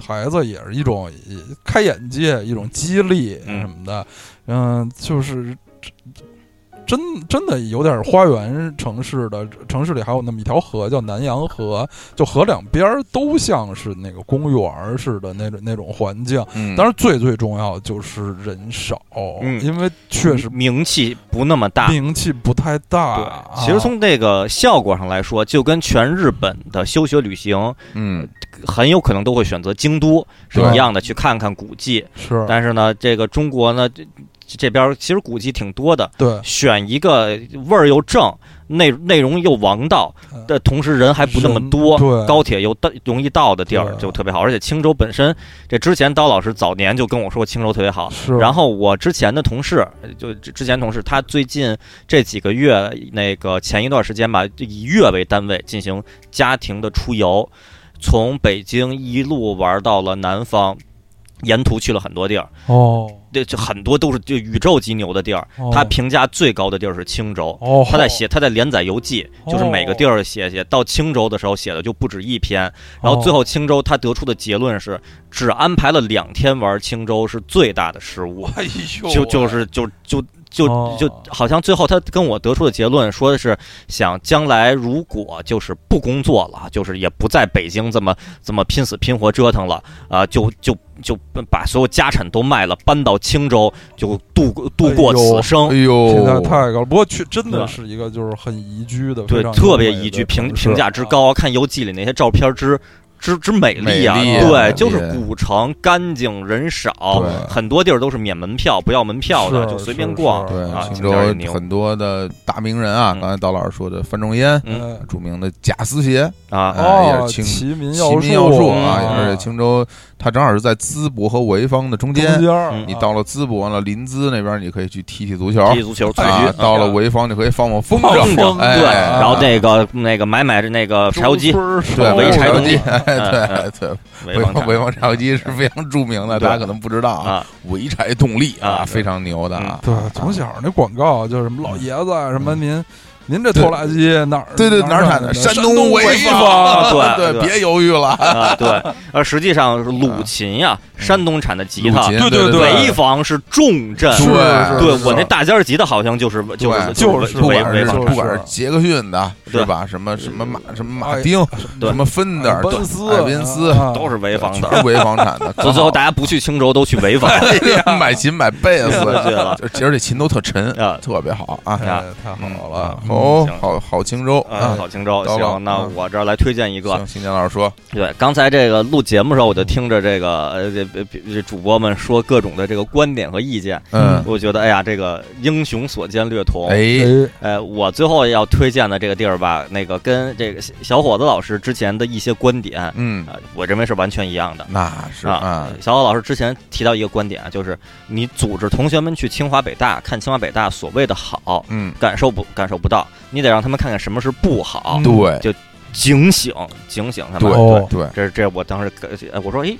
C: 孩子也是一种也开眼界，一种激励
B: 嗯
C: 什么的，嗯，就是。真真的有点花园城市的城市里还有那么一条河叫南洋河，就河两边儿都像是那个公园儿似的那种那种环境。
A: 嗯
C: 当然，最最重要就是人少，
B: 嗯
C: 因为确实
B: 名气不那么大。
C: 名气不太大。
B: 对
C: 啊，
B: 其实从这个效果上来说，就跟全日本的休学旅行
A: 嗯
B: 很有可能都会选择京都是
C: 对
B: 一样的，去看看古迹。
C: 是
B: 但是呢，这个中国呢，这这边儿其实古迹挺多的，
C: 对
B: 选一个味儿又正、内内容又王道
C: 嗯
B: 的同时，人还不那么多，
C: 对
B: 高铁又到容易到的地儿
C: 对
B: 就特别好。而且青州本身，这之前刀老师早年就跟我说青州特别好。
C: 是，
B: 然后我之前的同事，呃就之之前同事，他最近这几个月，那个前一段时间吧，就以月为单位进行家庭的出游，从北京一路玩到了南方，沿途去了很多地儿，
C: 哦，
B: 这这很多都是就宇宙级牛的地儿。
C: 哦
B: 他评价最高的地儿是青州，
C: 哦，
B: 他在写他在连载游记，就是每个地儿写写。到青州的时候写的就不止一篇，然
C: 哦
B: 后最后青州他得出的结论是，只安排了两天玩青州是最大的失误
C: 哦，，哎呦，
B: 就就是就就。就
C: 哦
B: 就好像最后他跟我得出的结论说的是，想将来如果就是不工作了，就是也不在北京这么这么拼死拼活折腾了啊、就就就把所有家产都卖了，搬到青州就度过度过
C: 哎呦
B: 此生
A: 哎。
C: 评价
A: 呦，
C: 太高了。不过确真的
B: 对
C: 是一个就是很宜居的，
B: 对
C: 非常，
B: 特别
C: 优美
B: 宜
C: 的
B: 居，评
C: 城市
B: 评价之。高，看游记里那些照片之之之美丽啊，
A: 美丽
C: 啊美
B: 对，就是
A: 丽
B: 古城干净人少，
A: 对
B: 很多地儿都是免门票，不要门票的，
C: 是
B: 就随
C: 是嗯
B: 便逛
C: 是
A: 对
B: 啊，
A: 青
B: 青州也
A: 州
B: 牛
A: 很多的大名人啊，
B: 嗯
A: 刚才刀老师说的范仲淹，
C: 哎
B: 嗯
A: 著名的贾思勰，
B: 啊，
A: 哎
C: 哦，
A: 也是清
C: 齐民
A: 齐民
C: 要
A: 要术
B: 嗯
A: 啊，也
C: 啊
A: 是青州，他正好是在淄博和潍坊的中
C: 中
A: 间。
B: 嗯
C: 间，
A: 你到了淄博了，临淄那边你可以去踢踢足球
B: 踢足球、蹴
A: 啊，
B: 鞠，
A: 到了潍坊就可以放放风
C: 放
A: 筝，
B: 风筝，
A: 哎
B: 对，
A: 哎
B: 然后那个那个买买那个柴油机，
A: 对，
C: 对
B: 围
A: 潍
B: 柴
A: 坊
B: 东
A: 鸡，
B: (laughs) 西
A: 哎
B: 嗯
A: 对对，潍
B: 坊
A: 坊潍
B: 坊
A: 坊柴油鸡是非常著名的，
B: 对
A: 大家可能不知道啊，
B: 啊，
A: 潍柴动力
B: 啊
A: 啊，非常牛的啊，
C: 嗯对，从小那广告就是什么
B: 嗯
C: 老爷子啊什么您您这拖拉机哪儿
A: 对对，
C: 哪
A: 哪儿产的？
C: 的？
A: 山
C: 东
A: 东
C: 潍
A: 坊，
B: 坊啊
A: (laughs)
B: 对
A: 对，
B: 对
A: 别犹豫了，
B: 啊，对，
A: (laughs)
B: 而实际上是鲁琴呀，山东产的吉他，
A: 嗯鲁
C: 对
A: 琴
C: 对
A: 对
C: 对
B: 潍坊是重镇。
C: 是
A: 对
B: 对
C: 是是
B: 我那大尖儿吉他好像就是就是
A: 对
C: 就是
A: 不
B: 潍
A: 管
B: 潍
A: 是
B: 坊
C: 就是
A: 不管是杰克逊的，
B: 对
A: 是吧？什么什么马什么马
C: 哎
A: 丁，
B: 对
A: 什么芬德
C: 哎
A: 尔、
C: 奔斯、
A: 艾宾斯，
C: 啊
B: 都是潍坊的
A: 全。是潍坊产
B: (laughs)
A: 的。哎
B: 所以最后大家不去青州，都去潍坊
A: 买琴买贝斯
B: 对了，
A: 就而且琴都特沉
B: 啊，
A: 特别好啊。
C: 哎
B: 啊
C: 太
A: 嗯
C: 好了，
A: 哦
B: 行，
A: 好好青州
B: 啊，
A: 啊。
B: 好青州。
A: 到了
B: 行，那
A: 嗯
B: 我这儿来推荐一个，
A: 行，新年老师说，
B: 对，刚才这个录节目的时候，我就听着这个呃这这这主播们说各种的这个观点和意见，
A: 嗯，
B: 我觉得哎呀，这个英雄所见略同。
A: 哎，
C: 哎
B: 呃，我最后要推荐的这个地儿吧，那个跟这个小小伙子老师之前的一些观点，啊、
A: 嗯，
B: 我认为是完全一样的。
A: 那是
B: 啊
A: 啊，，
B: 小伙老师之前提到一个观点啊，就是你组织同学们去清华北大看清华北大所谓的好，
A: 嗯，
B: 感受不感受不到，你得让他们看看什么是不好，
C: 嗯
A: 对
B: 警醒警醒他
A: 对
B: 们。对
C: 哦
A: 对，
B: 这这我当时跟呃我说，哎，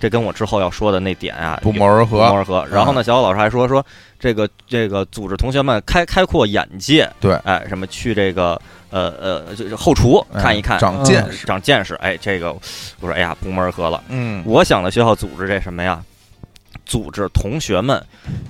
B: 这跟我之后要说的那点啊
A: 不谋而
B: 不
A: 合，
B: 谋
A: 哎嗯
B: 而合。然后呢，小伙老师还说说这个这个组织同学们开开阔眼界，
A: 对
B: 哎，什么去这个呃呃就是后厨
A: 哎
B: 看一看，
A: 长见识，
B: 长见识。哎，这个我说哎呀不谋而合了。
A: 嗯，
B: 我想的学校组织这什么呀？组织同学们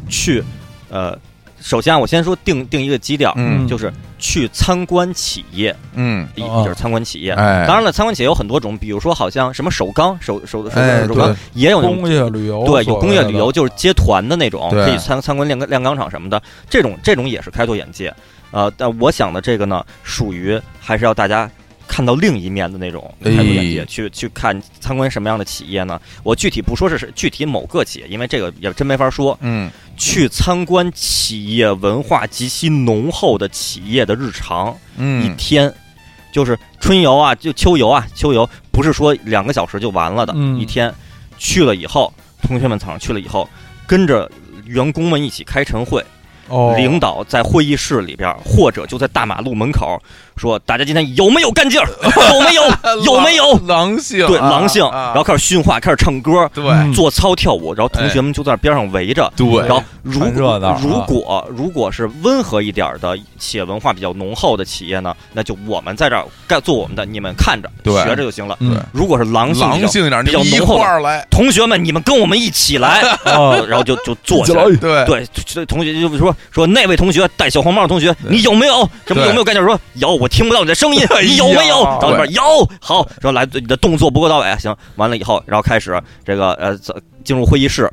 B: 去呃，首先啊我先说定定一个基调，
A: 嗯
B: 就是去参观企业，
A: 嗯，
B: 一
C: 哦
B: 就是参观企业。
A: 哎，
B: 当然了，参观企业有很多种，比如说好像什么首钢、首首首
A: 哎
B: 首钢
A: 对
B: 也有那种
C: 工业旅游
B: 对有
C: 所谓
B: 工业
C: 的
B: 旅游，就是接团的那种，
A: 对
B: 可以参参观炼钢炼钢厂什么的，这种这种也是开拓眼界。呃，但我想的这个呢，属于还是要大家看到另一面的那种开拓眼界，
A: 哎
B: 去去看参观什么样的企业呢？我具体不说是是具体某个企业，因为这个也真没法说。
A: 嗯，
B: 去参观企业文化极其浓厚的企业的日常，一
A: 嗯，
B: 天，就是春游啊，就秋游啊，秋游不是说两个小时就完了的，
C: 嗯
B: 一天去了以后，同学们早上去了以后，跟着员工们一起开晨会，
C: 哦，
B: 领导在会议室里边儿或者就在大马路门口说，大家今天有没有干劲儿， (laughs) 有没有，
A: (laughs)
B: 有没有？
A: 呃狼性？
B: 对，狼性，
A: 啊
B: 然后开始训话，开始唱歌，
A: 对
C: 嗯
B: 做操跳舞，然后
A: 哎
B: 同学们就在边上围着，
A: 对
B: 然后如
C: 很热闹啊
B: 如果如果是温和一点儿的企业文化比较浓厚的企业呢，那就我们在这儿干做我们的，你们看着
A: 对
B: 学着就行了。
C: 嗯
A: 对
B: 如果是狼性比较
A: 狼，性一点，
B: 比较
A: 你一
B: 浓厚的
A: 块儿来，
B: 同学们你们跟我们一起来，
C: (laughs)
B: 呃
C: 哦，
B: 然后就就坐起来。
A: 对，
B: 对，这同学就说说那位同学戴小黄帽的同学，你有没有什么
A: 对
B: 有没有干劲儿？说有，我听不到你的声音，你有没有？然后那边有，好，然后来你的动作不够到位，行，完了以后，然后开始这个呃走进入会议室，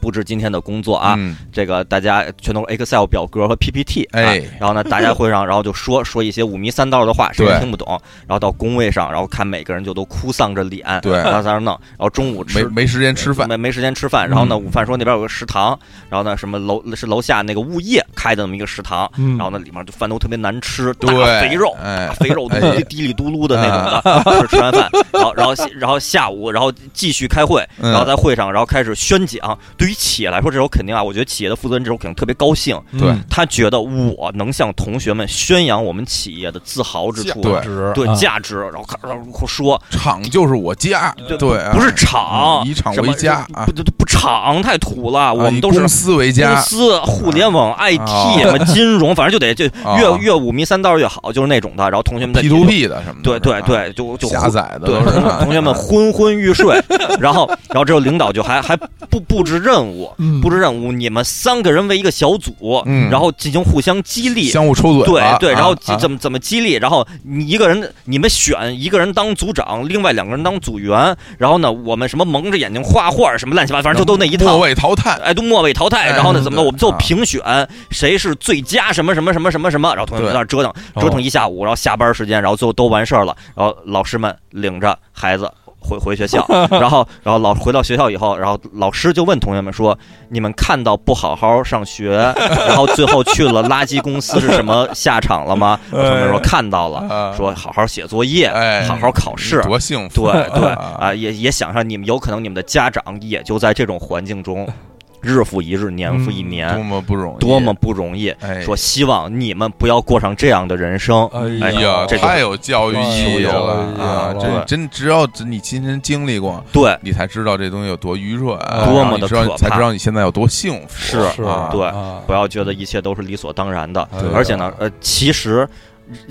B: 布置今天的工作啊，
A: 嗯，
B: 这个大家全都是 Excel 表格和 PPT，啊
A: 哎
B: 然后呢，大家会
A: (laughs)
B: 上，然后就说说一些五迷三道的话，谁也
A: 对
B: 听不懂，然后到工位上，然后看每个人就都哭丧着脸， (laughs)
A: 对啊
B: 然后在那儿弄，然后中午
A: 没
B: 吃。
A: 没时间吃饭，嗯
B: 没没时间吃饭，然后呢，午饭说那边有个食堂，然后呢，什么楼是楼下那个物业开的那么一个食堂，
C: 嗯
B: 然后呢，里面就饭都特别难吃，大
A: 对，(laughs)
B: 肥肉，啊
A: 哎
B: 大，肥肉都
A: 哎
B: 滴里嘟噜的那种
A: (laughs)
B: 的，吃吃完饭，然后然后然后下午，然后继续开会，
A: 嗯
B: 然后在会上，然后开始宣讲。对于企业来说，这时候肯定啊，我觉得企业的负责人这时候肯定特别高兴，
C: 嗯
A: 对
B: 他觉得我能向同学们宣扬我们企业的自豪之处，
A: 对
C: 值
B: 对
C: 啊
B: 价值，然后咔然后说，
A: 厂就是我家，
B: 对
A: 对啊，
B: 不是厂
A: 嗯以厂
B: 什么
A: 为家啊
B: 不不不厂太土了，我
A: 啊
B: 们
A: 以
B: 都是
A: 公司为
B: 公
A: 家，
B: 司、互联网、IT
A: 哦
B: 什么金融，反正就得就
A: 哦
B: 越越五迷三道越好，就是那种的。然后同学们在
A: P to P 的什么的，
B: 对对
A: 是吧，
B: 对，就就
A: 下载的
B: 对，
A: 都是
B: 同
A: (laughs) 啊
B: 同学们昏昏欲睡，然后，然后之后领导就还还布布置任务，
C: 嗯
B: 布置任务，你们三个人为一个小组，
A: 嗯
B: 然后进行互相激励，
A: 相互抽嘴
B: 对
A: 巴，
B: 对，
A: 啊
B: 然后
A: 啊
B: 怎么怎么激励，然后你一个人，你们选一个人当组长，另外两个人当组员，然后呢，我们什么蒙着眼睛画画什么乱七八糟，反正就都那一
A: 末
B: 套。
A: 位淘汰，
B: 哎，都末位淘汰，
A: 哎
B: 然后呢，怎么的？
A: 对
B: 我们做
A: 啊
B: 评选，谁是最佳什么什么什么什么什么，然后同学们在那儿折
A: 哦
B: 腾折腾一下午，然后下班时间，然后最后都完事儿了，然后老师们领着孩子回回学
A: (laughs)
B: 校，然后然后老回到学校以后，然后老师就问同学们说：“你们看到不好好上
A: (laughs)
B: 学，然后最后去了垃圾公司是什么下场
A: (laughs)
B: 了吗？”同学们说看到了，
A: 啊
B: 嗯说好好写作业，
A: 哎
B: 好好考试，
A: 多幸福，
B: 对对
A: 啊
B: 啊，也也想象你们有可能你们的家长也就在这种环
A: (laughs)
B: 境中，日复一日，年复一年，
A: 嗯多么不容易，
B: 哎多么不容易。
A: 哎
B: 说希望你们不要过上这样的人生。
A: 哎
C: 哎
A: 呀，
B: 这个
A: 太有教育意义了啊！
C: 哎呀
A: 这真只要你亲身经历过，
B: 对
A: 你才知道这东西有多愚蠢，啊
C: 多
B: 啊么
A: 然后你
B: 的
A: 知道
B: 可怕
A: 才知道你现在有多幸福。
B: 是
C: 是
A: 啊
B: 对
C: 啊
B: 不要觉得一切都是理所当然的
A: 哎
C: 对。
B: 而且呢，呃，其实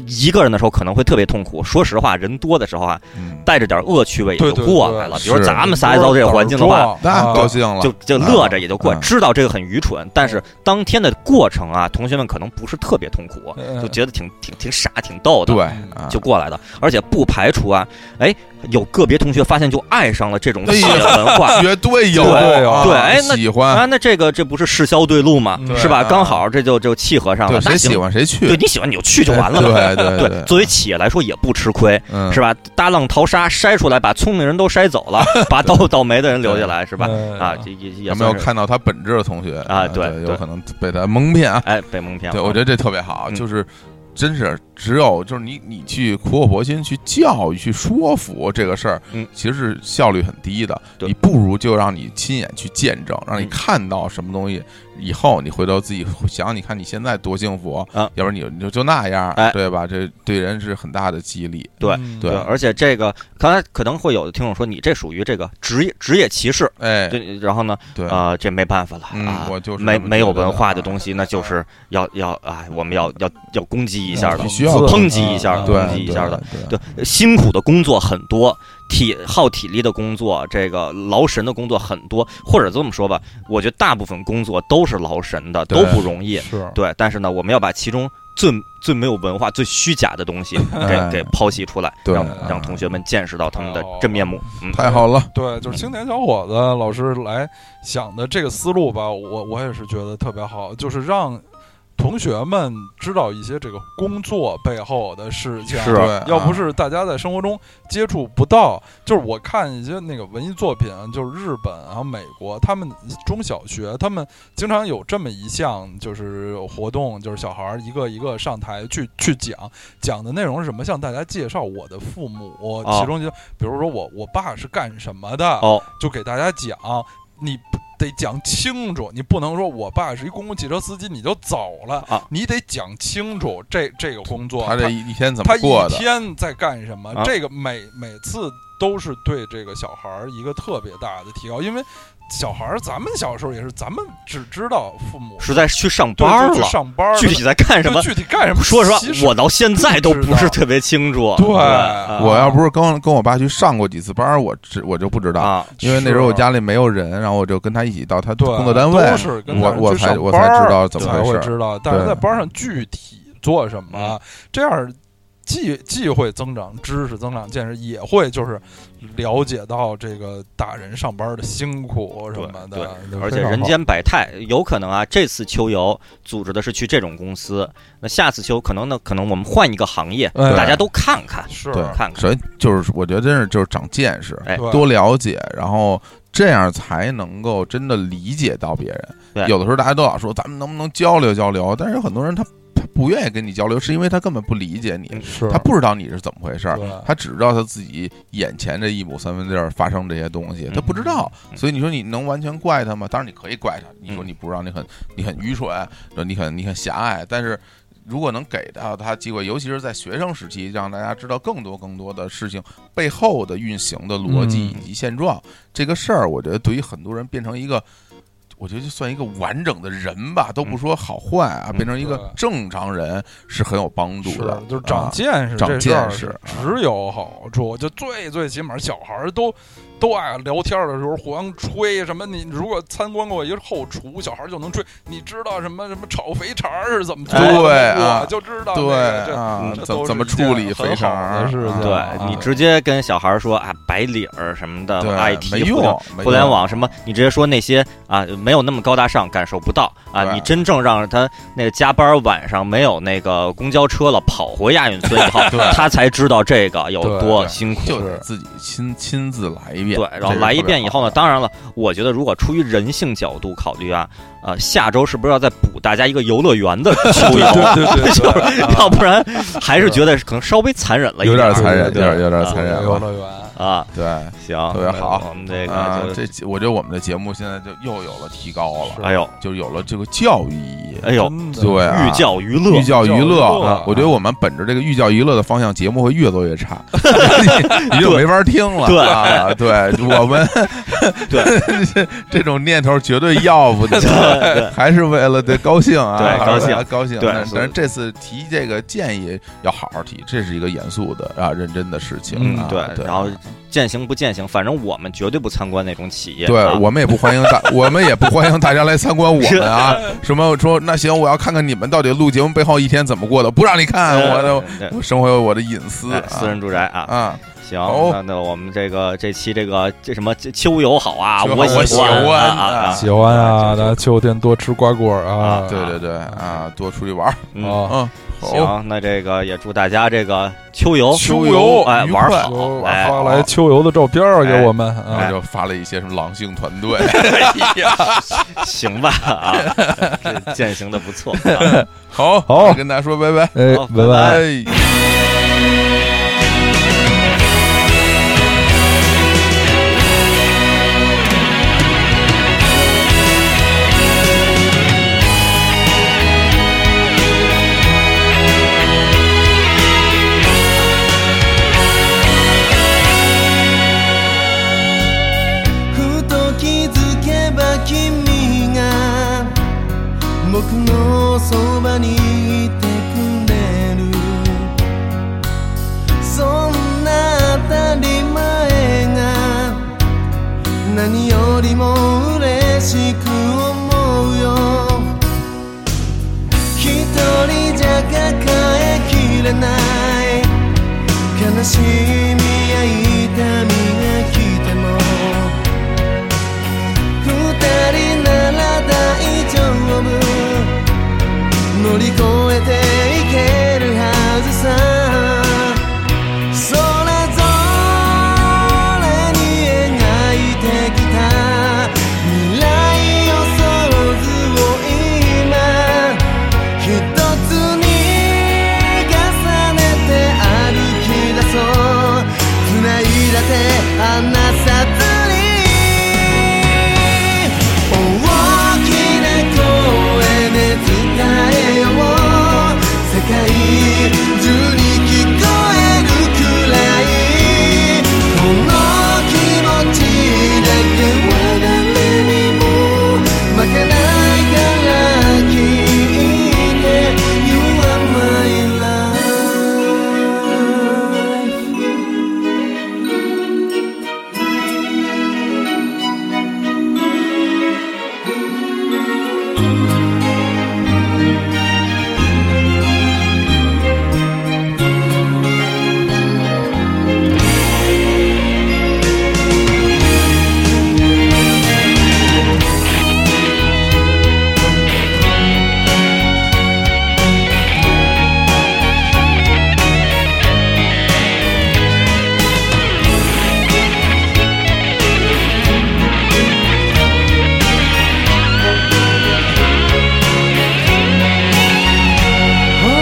B: 一个人的时候可能会特别痛苦。说实话，人多的时候啊，
A: 嗯，
B: 带着点恶趣味也就
C: 对对
B: 过来了。
A: 对
B: 比如
A: 是
B: 咱们仨到这个环境的话，
A: 那高兴了，
B: 啊就就乐着也就过
A: 啊，
B: 知道这个很愚蠢，但是当天的过程啊，同学们可能不是特别痛苦，就觉得挺挺挺傻、挺逗的
A: 嗯对，啊
B: 嗯就过来的。而且不排除啊，哎，有个别同学发现就爱上了这种
A: 哎
B: 企
A: 呀
B: 业文化，
A: (laughs) 绝对有，
C: 对
A: 啊
B: 对哎那
A: 喜欢
B: 啊，那这个这不是世销对路吗？
C: 对
B: 是吧？
A: 啊
B: 刚好这就就契合上了
A: 对，
B: 那
A: 谁喜
B: 行，
A: 欢谁
B: 对
A: 去，
B: 你喜欢你就去就完了嘛。
A: 对对对
B: (laughs) 对，作为企业来说也不吃亏，
A: 嗯，
B: 是吧？大浪淘沙筛出来，把聪明人都筛走
A: (laughs)
B: 了，把倒倒霉的人留下来，是
C: 是
B: 吧？啊，这也也
A: 有没有
B: 算是
A: 看到他本质的同学
B: 啊对
A: 有
B: 对
A: 可能被他蒙骗啊。
B: 哎，被蒙骗了。
A: 对，我觉得这特别好，
B: 嗯
A: 就是真是只有就是你你去苦口婆心去教育、去说服这个事儿，
B: 嗯
A: 其实是效率很低的。
B: 对
A: 你不如就让你亲眼去见证，让你
B: 嗯
A: 看到什么东西，以后你回头自己想，你看你现在多幸福
B: 啊
A: 要不然你你就就那样
B: 哎，
A: 对吧？这对人是很大的激励。
B: 嗯对
A: 对
B: 而且这个刚才可能会有的听众说你这属于这个职业职业歧视，
A: 哎，
B: 对，然后呢，
A: 对，
B: 啊，这没办法了
A: 嗯
B: 啊，，
A: 我就是
B: 没
A: 这么
B: 没
A: 觉
B: 有
A: 得
B: 文化的
A: 啊嗯
B: 东西，那就是要要哎，我们要要要攻击一
C: 一
B: 下
A: 必
B: 嗯的，
A: 须要
B: 抨击一下
A: 对
B: 攻击一下的，
A: 对对
B: 对，辛苦的工作很多，体耗体力的工作，这个劳神的工作很多，或者这么说吧，我觉得大部分工作都是劳神的，都
A: 对
B: 不容易。
C: 是
B: 对，但是呢，我们要把其中最最没有文化、最虚假的
A: (laughs)
B: 东西给给剖析出来，
A: 哎对
B: 让
A: 啊
B: 让同学们见识到他们的真面目。嗯，
A: 太好了，
C: 对，就是青年小伙子老师来想的这个思路吧，我我也是觉得特别好，就是让同学们知道一些这个工作背后的事情。
B: 是
A: 对，
C: 要不
A: 啊
C: 是大家在生活中接触不到，就是我看一些那个文艺作品，就是日本啊、美国，他们中小学他们经常有这么一项就是活动，就是小孩儿一个一个上台去去讲，讲的内容是什么？向大家介绍我的父母，
B: 哦
C: 其中就比如说我我爸是干什么的，
B: 哦，
C: 就给大家讲，你不得讲清楚，你不能说我爸是一公共汽车司机你就走了，
B: 啊
C: 你得讲清楚这这个工作，
A: 他这一一天怎
C: 他
A: 么过
C: 一
A: 的？
C: 天在干什么？
B: 啊
C: 这个每每次都是对这个小孩儿一个特别大的提高，因为小孩儿，咱们小时候也是，咱们只知道父母
B: 实在是去上
C: 对
B: 班儿
C: 就去
B: 了，
C: 上班儿了，
B: 具体在干什
C: 就
B: 么？
C: 具体
B: (laughs)
C: 干什么？
B: 说实话
C: 其，实
B: 我到现在都不是特别清楚。
C: 对
B: 啊
A: 我要不是跟跟我爸去上过几次班儿，我知我就不知道。
B: 啊，
A: 因为那时候我
C: 是
A: 家里没有人，然后我就跟他一起到他
C: 对
A: 工作单位
C: 都，是跟
A: 我
C: 他
A: 我
C: 去
A: 才
C: 上
A: 我才
C: 班儿
A: 知道怎么
C: 才
A: 回
C: 会
A: 事儿。
C: 知道，但是
A: 对嗯
C: 在班上具体做什么，这样既既会增长知识、增长见识，也会就是了解到这个大人上班的辛苦什么
B: 对
C: 的，就
B: 而且
C: 非常
B: 人
C: 好
B: 间百态，有可能啊，这次秋游组织的是去这种公司，那下次秋可能呢，可能我们换一个行业，
C: 哎
B: 大家都看看
C: 是
A: 对
B: 看看。
A: 首先就是我觉得真是就是长见识，
B: 哎
C: 对
A: 多了解，然后这样才能够真的理解到别
B: 对
A: 人。有的时候大家都老说咱们能不能交流交流，但是有很多人他他不愿意跟你交流，是因为他根本不理解你，
C: 是
A: 他不知道你是怎么回事儿。
C: 对
A: 他只知道他自己眼前这一亩三分地儿发生这些东西，
B: 嗯
A: 他不知道，
B: 嗯
A: 所以你说你能完全怪他吗？当然你可以怪他，你说
B: 嗯
A: 你不知道，你很你很愚蠢，你很你很狭隘，但是。如果能给到他机会，尤其是在学生时期，让大家知道更多更多的事情背后的运行的逻辑以
C: 嗯
A: 及现状，这个事儿，我觉得对于很多人变成一个，我觉得就算一个完整的人吧，都不说好坏啊，
B: 嗯
A: 变成一个
C: 对
A: 正常人是很有帮助
C: 是
A: 的，
C: 就是
A: 啊
C: 长见识，
A: 长
C: 这事儿
A: 见识
C: 是只有好处。就最最起码小孩儿都都爱聊天的时候互相吹什么。你如果参观过一个后厨，小孩就能吹。你知道什么什么炒肥肠是怎么做的？
A: 对啊
C: 我就知道那个
A: 对啊
C: 这这，
A: 怎
C: 都
A: 么
C: 是
A: 怎么
C: 件
A: 处理
C: 很
A: 肥肠
C: 好
A: 儿
C: 的事情
A: 啊
B: 对你直接跟小孩儿说啊，白领儿什么的
A: 对
B: ，IT
A: 没
B: 互
A: 用
B: 联
A: 没
B: 互联
A: 用
B: 网什么，你直接说那些啊，没有那么高大上，感受不到啊。
A: 对
B: 你真正让他那个加班儿晚上没有那个公交车了，跑回亚运村以后
A: (laughs) 对，
B: 他才知道这个有
C: 对
B: 多
A: 对
B: 辛苦。
A: 就得自己亲亲自来一遍，
B: 对，然后
A: 这是
B: 来一
A: 特别
B: 遍以
A: 好
B: 后呢，当然了，我觉得如果出于人性角度考虑啊，呃，下周是不是要再补大家一个游乐园的 (laughs) 秋游？
C: 对对对对，
B: 要不然还是觉得可能稍微残忍了一
A: 有
B: 点
A: 点
B: 儿，
A: 残忍，有
B: 对
A: 点有点
B: 啊
A: 残忍
C: 游
A: 了，
C: 乐园。
B: 啊。
A: 对。
B: 行，
A: 特别好
B: 我们这
A: 啊
B: 个，就
A: 这节我觉得我们的节目现在就又有了提高了，
B: 哎呦
A: 就有了这个教育意义。
B: 哎呦，
C: 真的
A: 对啊
B: 寓教于乐
A: 寓，教于
C: 教育
A: 乐
C: 乐
A: 啊，我觉得我们本着这个寓教于乐的方向，节目会越做越
B: (laughs)
A: 差，你你就没法听了。
B: 对
A: 啊，对我
B: (laughs)
A: 们对 (laughs) 这种念头绝对要
B: (laughs)
A: 不得，还是为了得高兴啊，
B: 对
A: 还是为了
B: 高
A: 高兴。
B: 对
A: 但
B: 是
A: 但是这次提这个建议要好好提，这是一个严肃的啊，认真的事情
C: 嗯
A: 啊。
B: 对，
A: 对，
B: 然后践行不践行，反正我们绝对不参观那种企业。
A: 对
B: 啊
A: 我们也不欢迎
B: (laughs)
A: 大，我们也不欢迎大家来参观我们啊。什么说那行，我要看看你们到底录节目背后一天怎么过的，不让你看哎我的，
B: 嗯对
A: (laughs)
B: 对
A: 我生活有我的隐私
B: 哎
A: 啊
B: 私人住宅啊，
A: 啊。
B: 行，
A: 好
B: 那那我们这个这期这个这什么这秋游好啊，
A: 秋游
B: 我
A: 我
B: 喜
A: 喜欢
B: 啊啊
A: 啊
B: 啊，
C: 喜欢啊，
B: 对就
C: 大家秋天多吃瓜果啊
B: 啊，
A: 对对对啊，多出去玩儿
B: 嗯，
C: 啊，
A: 嗯，好，
B: 行，那这个也祝大家这个秋游
A: 秋
B: 游
A: 游
B: 哎
A: 愉
B: 玩
A: 快
B: 好，
C: 有
B: 哎
C: 发来秋游的照片儿给我们
A: 然后
C: 啊，
A: 就发了一些什么狼性团队，
B: 行吧
A: (laughs)
B: 啊，这践行的不错。啊
A: 好
C: 好
A: 跟大家说拜拜，
C: 哎
B: 好，
C: 拜
B: 拜
C: 拜
B: 拜。
A: 哎。
D: ふと気づけば君が僕のそばにいてくれるそんな当たり前が何よりも嬉しく思うよ一人じゃ抱えきれない悲しみや痛みが来ても二人なら大丈夫乗り越えていけるはずさそれぞれに描いてきた未来を想像を今一つに重ねて歩き出そう繋いだ手離さずに大きな声で伝えよう世界中に聞こえるくらいこの気持ちだけは誰にも負けないから聞いて You are my life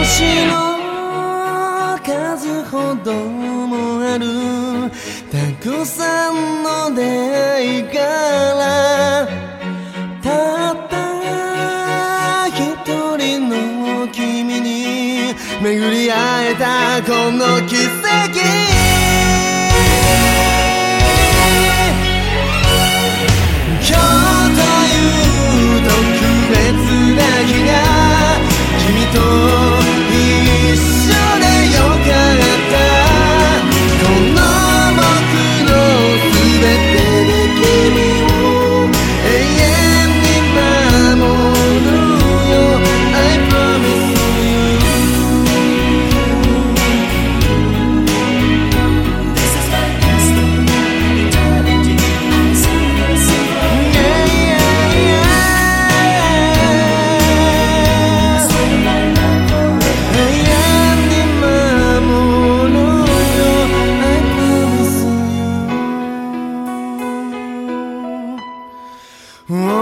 D: 星の数ほどもあるたくさんの出会いからたった一人の君に巡り会えたこの奇跡今日という特別な日がきっと君と一緒でよかったこの僕の全て Oh oh.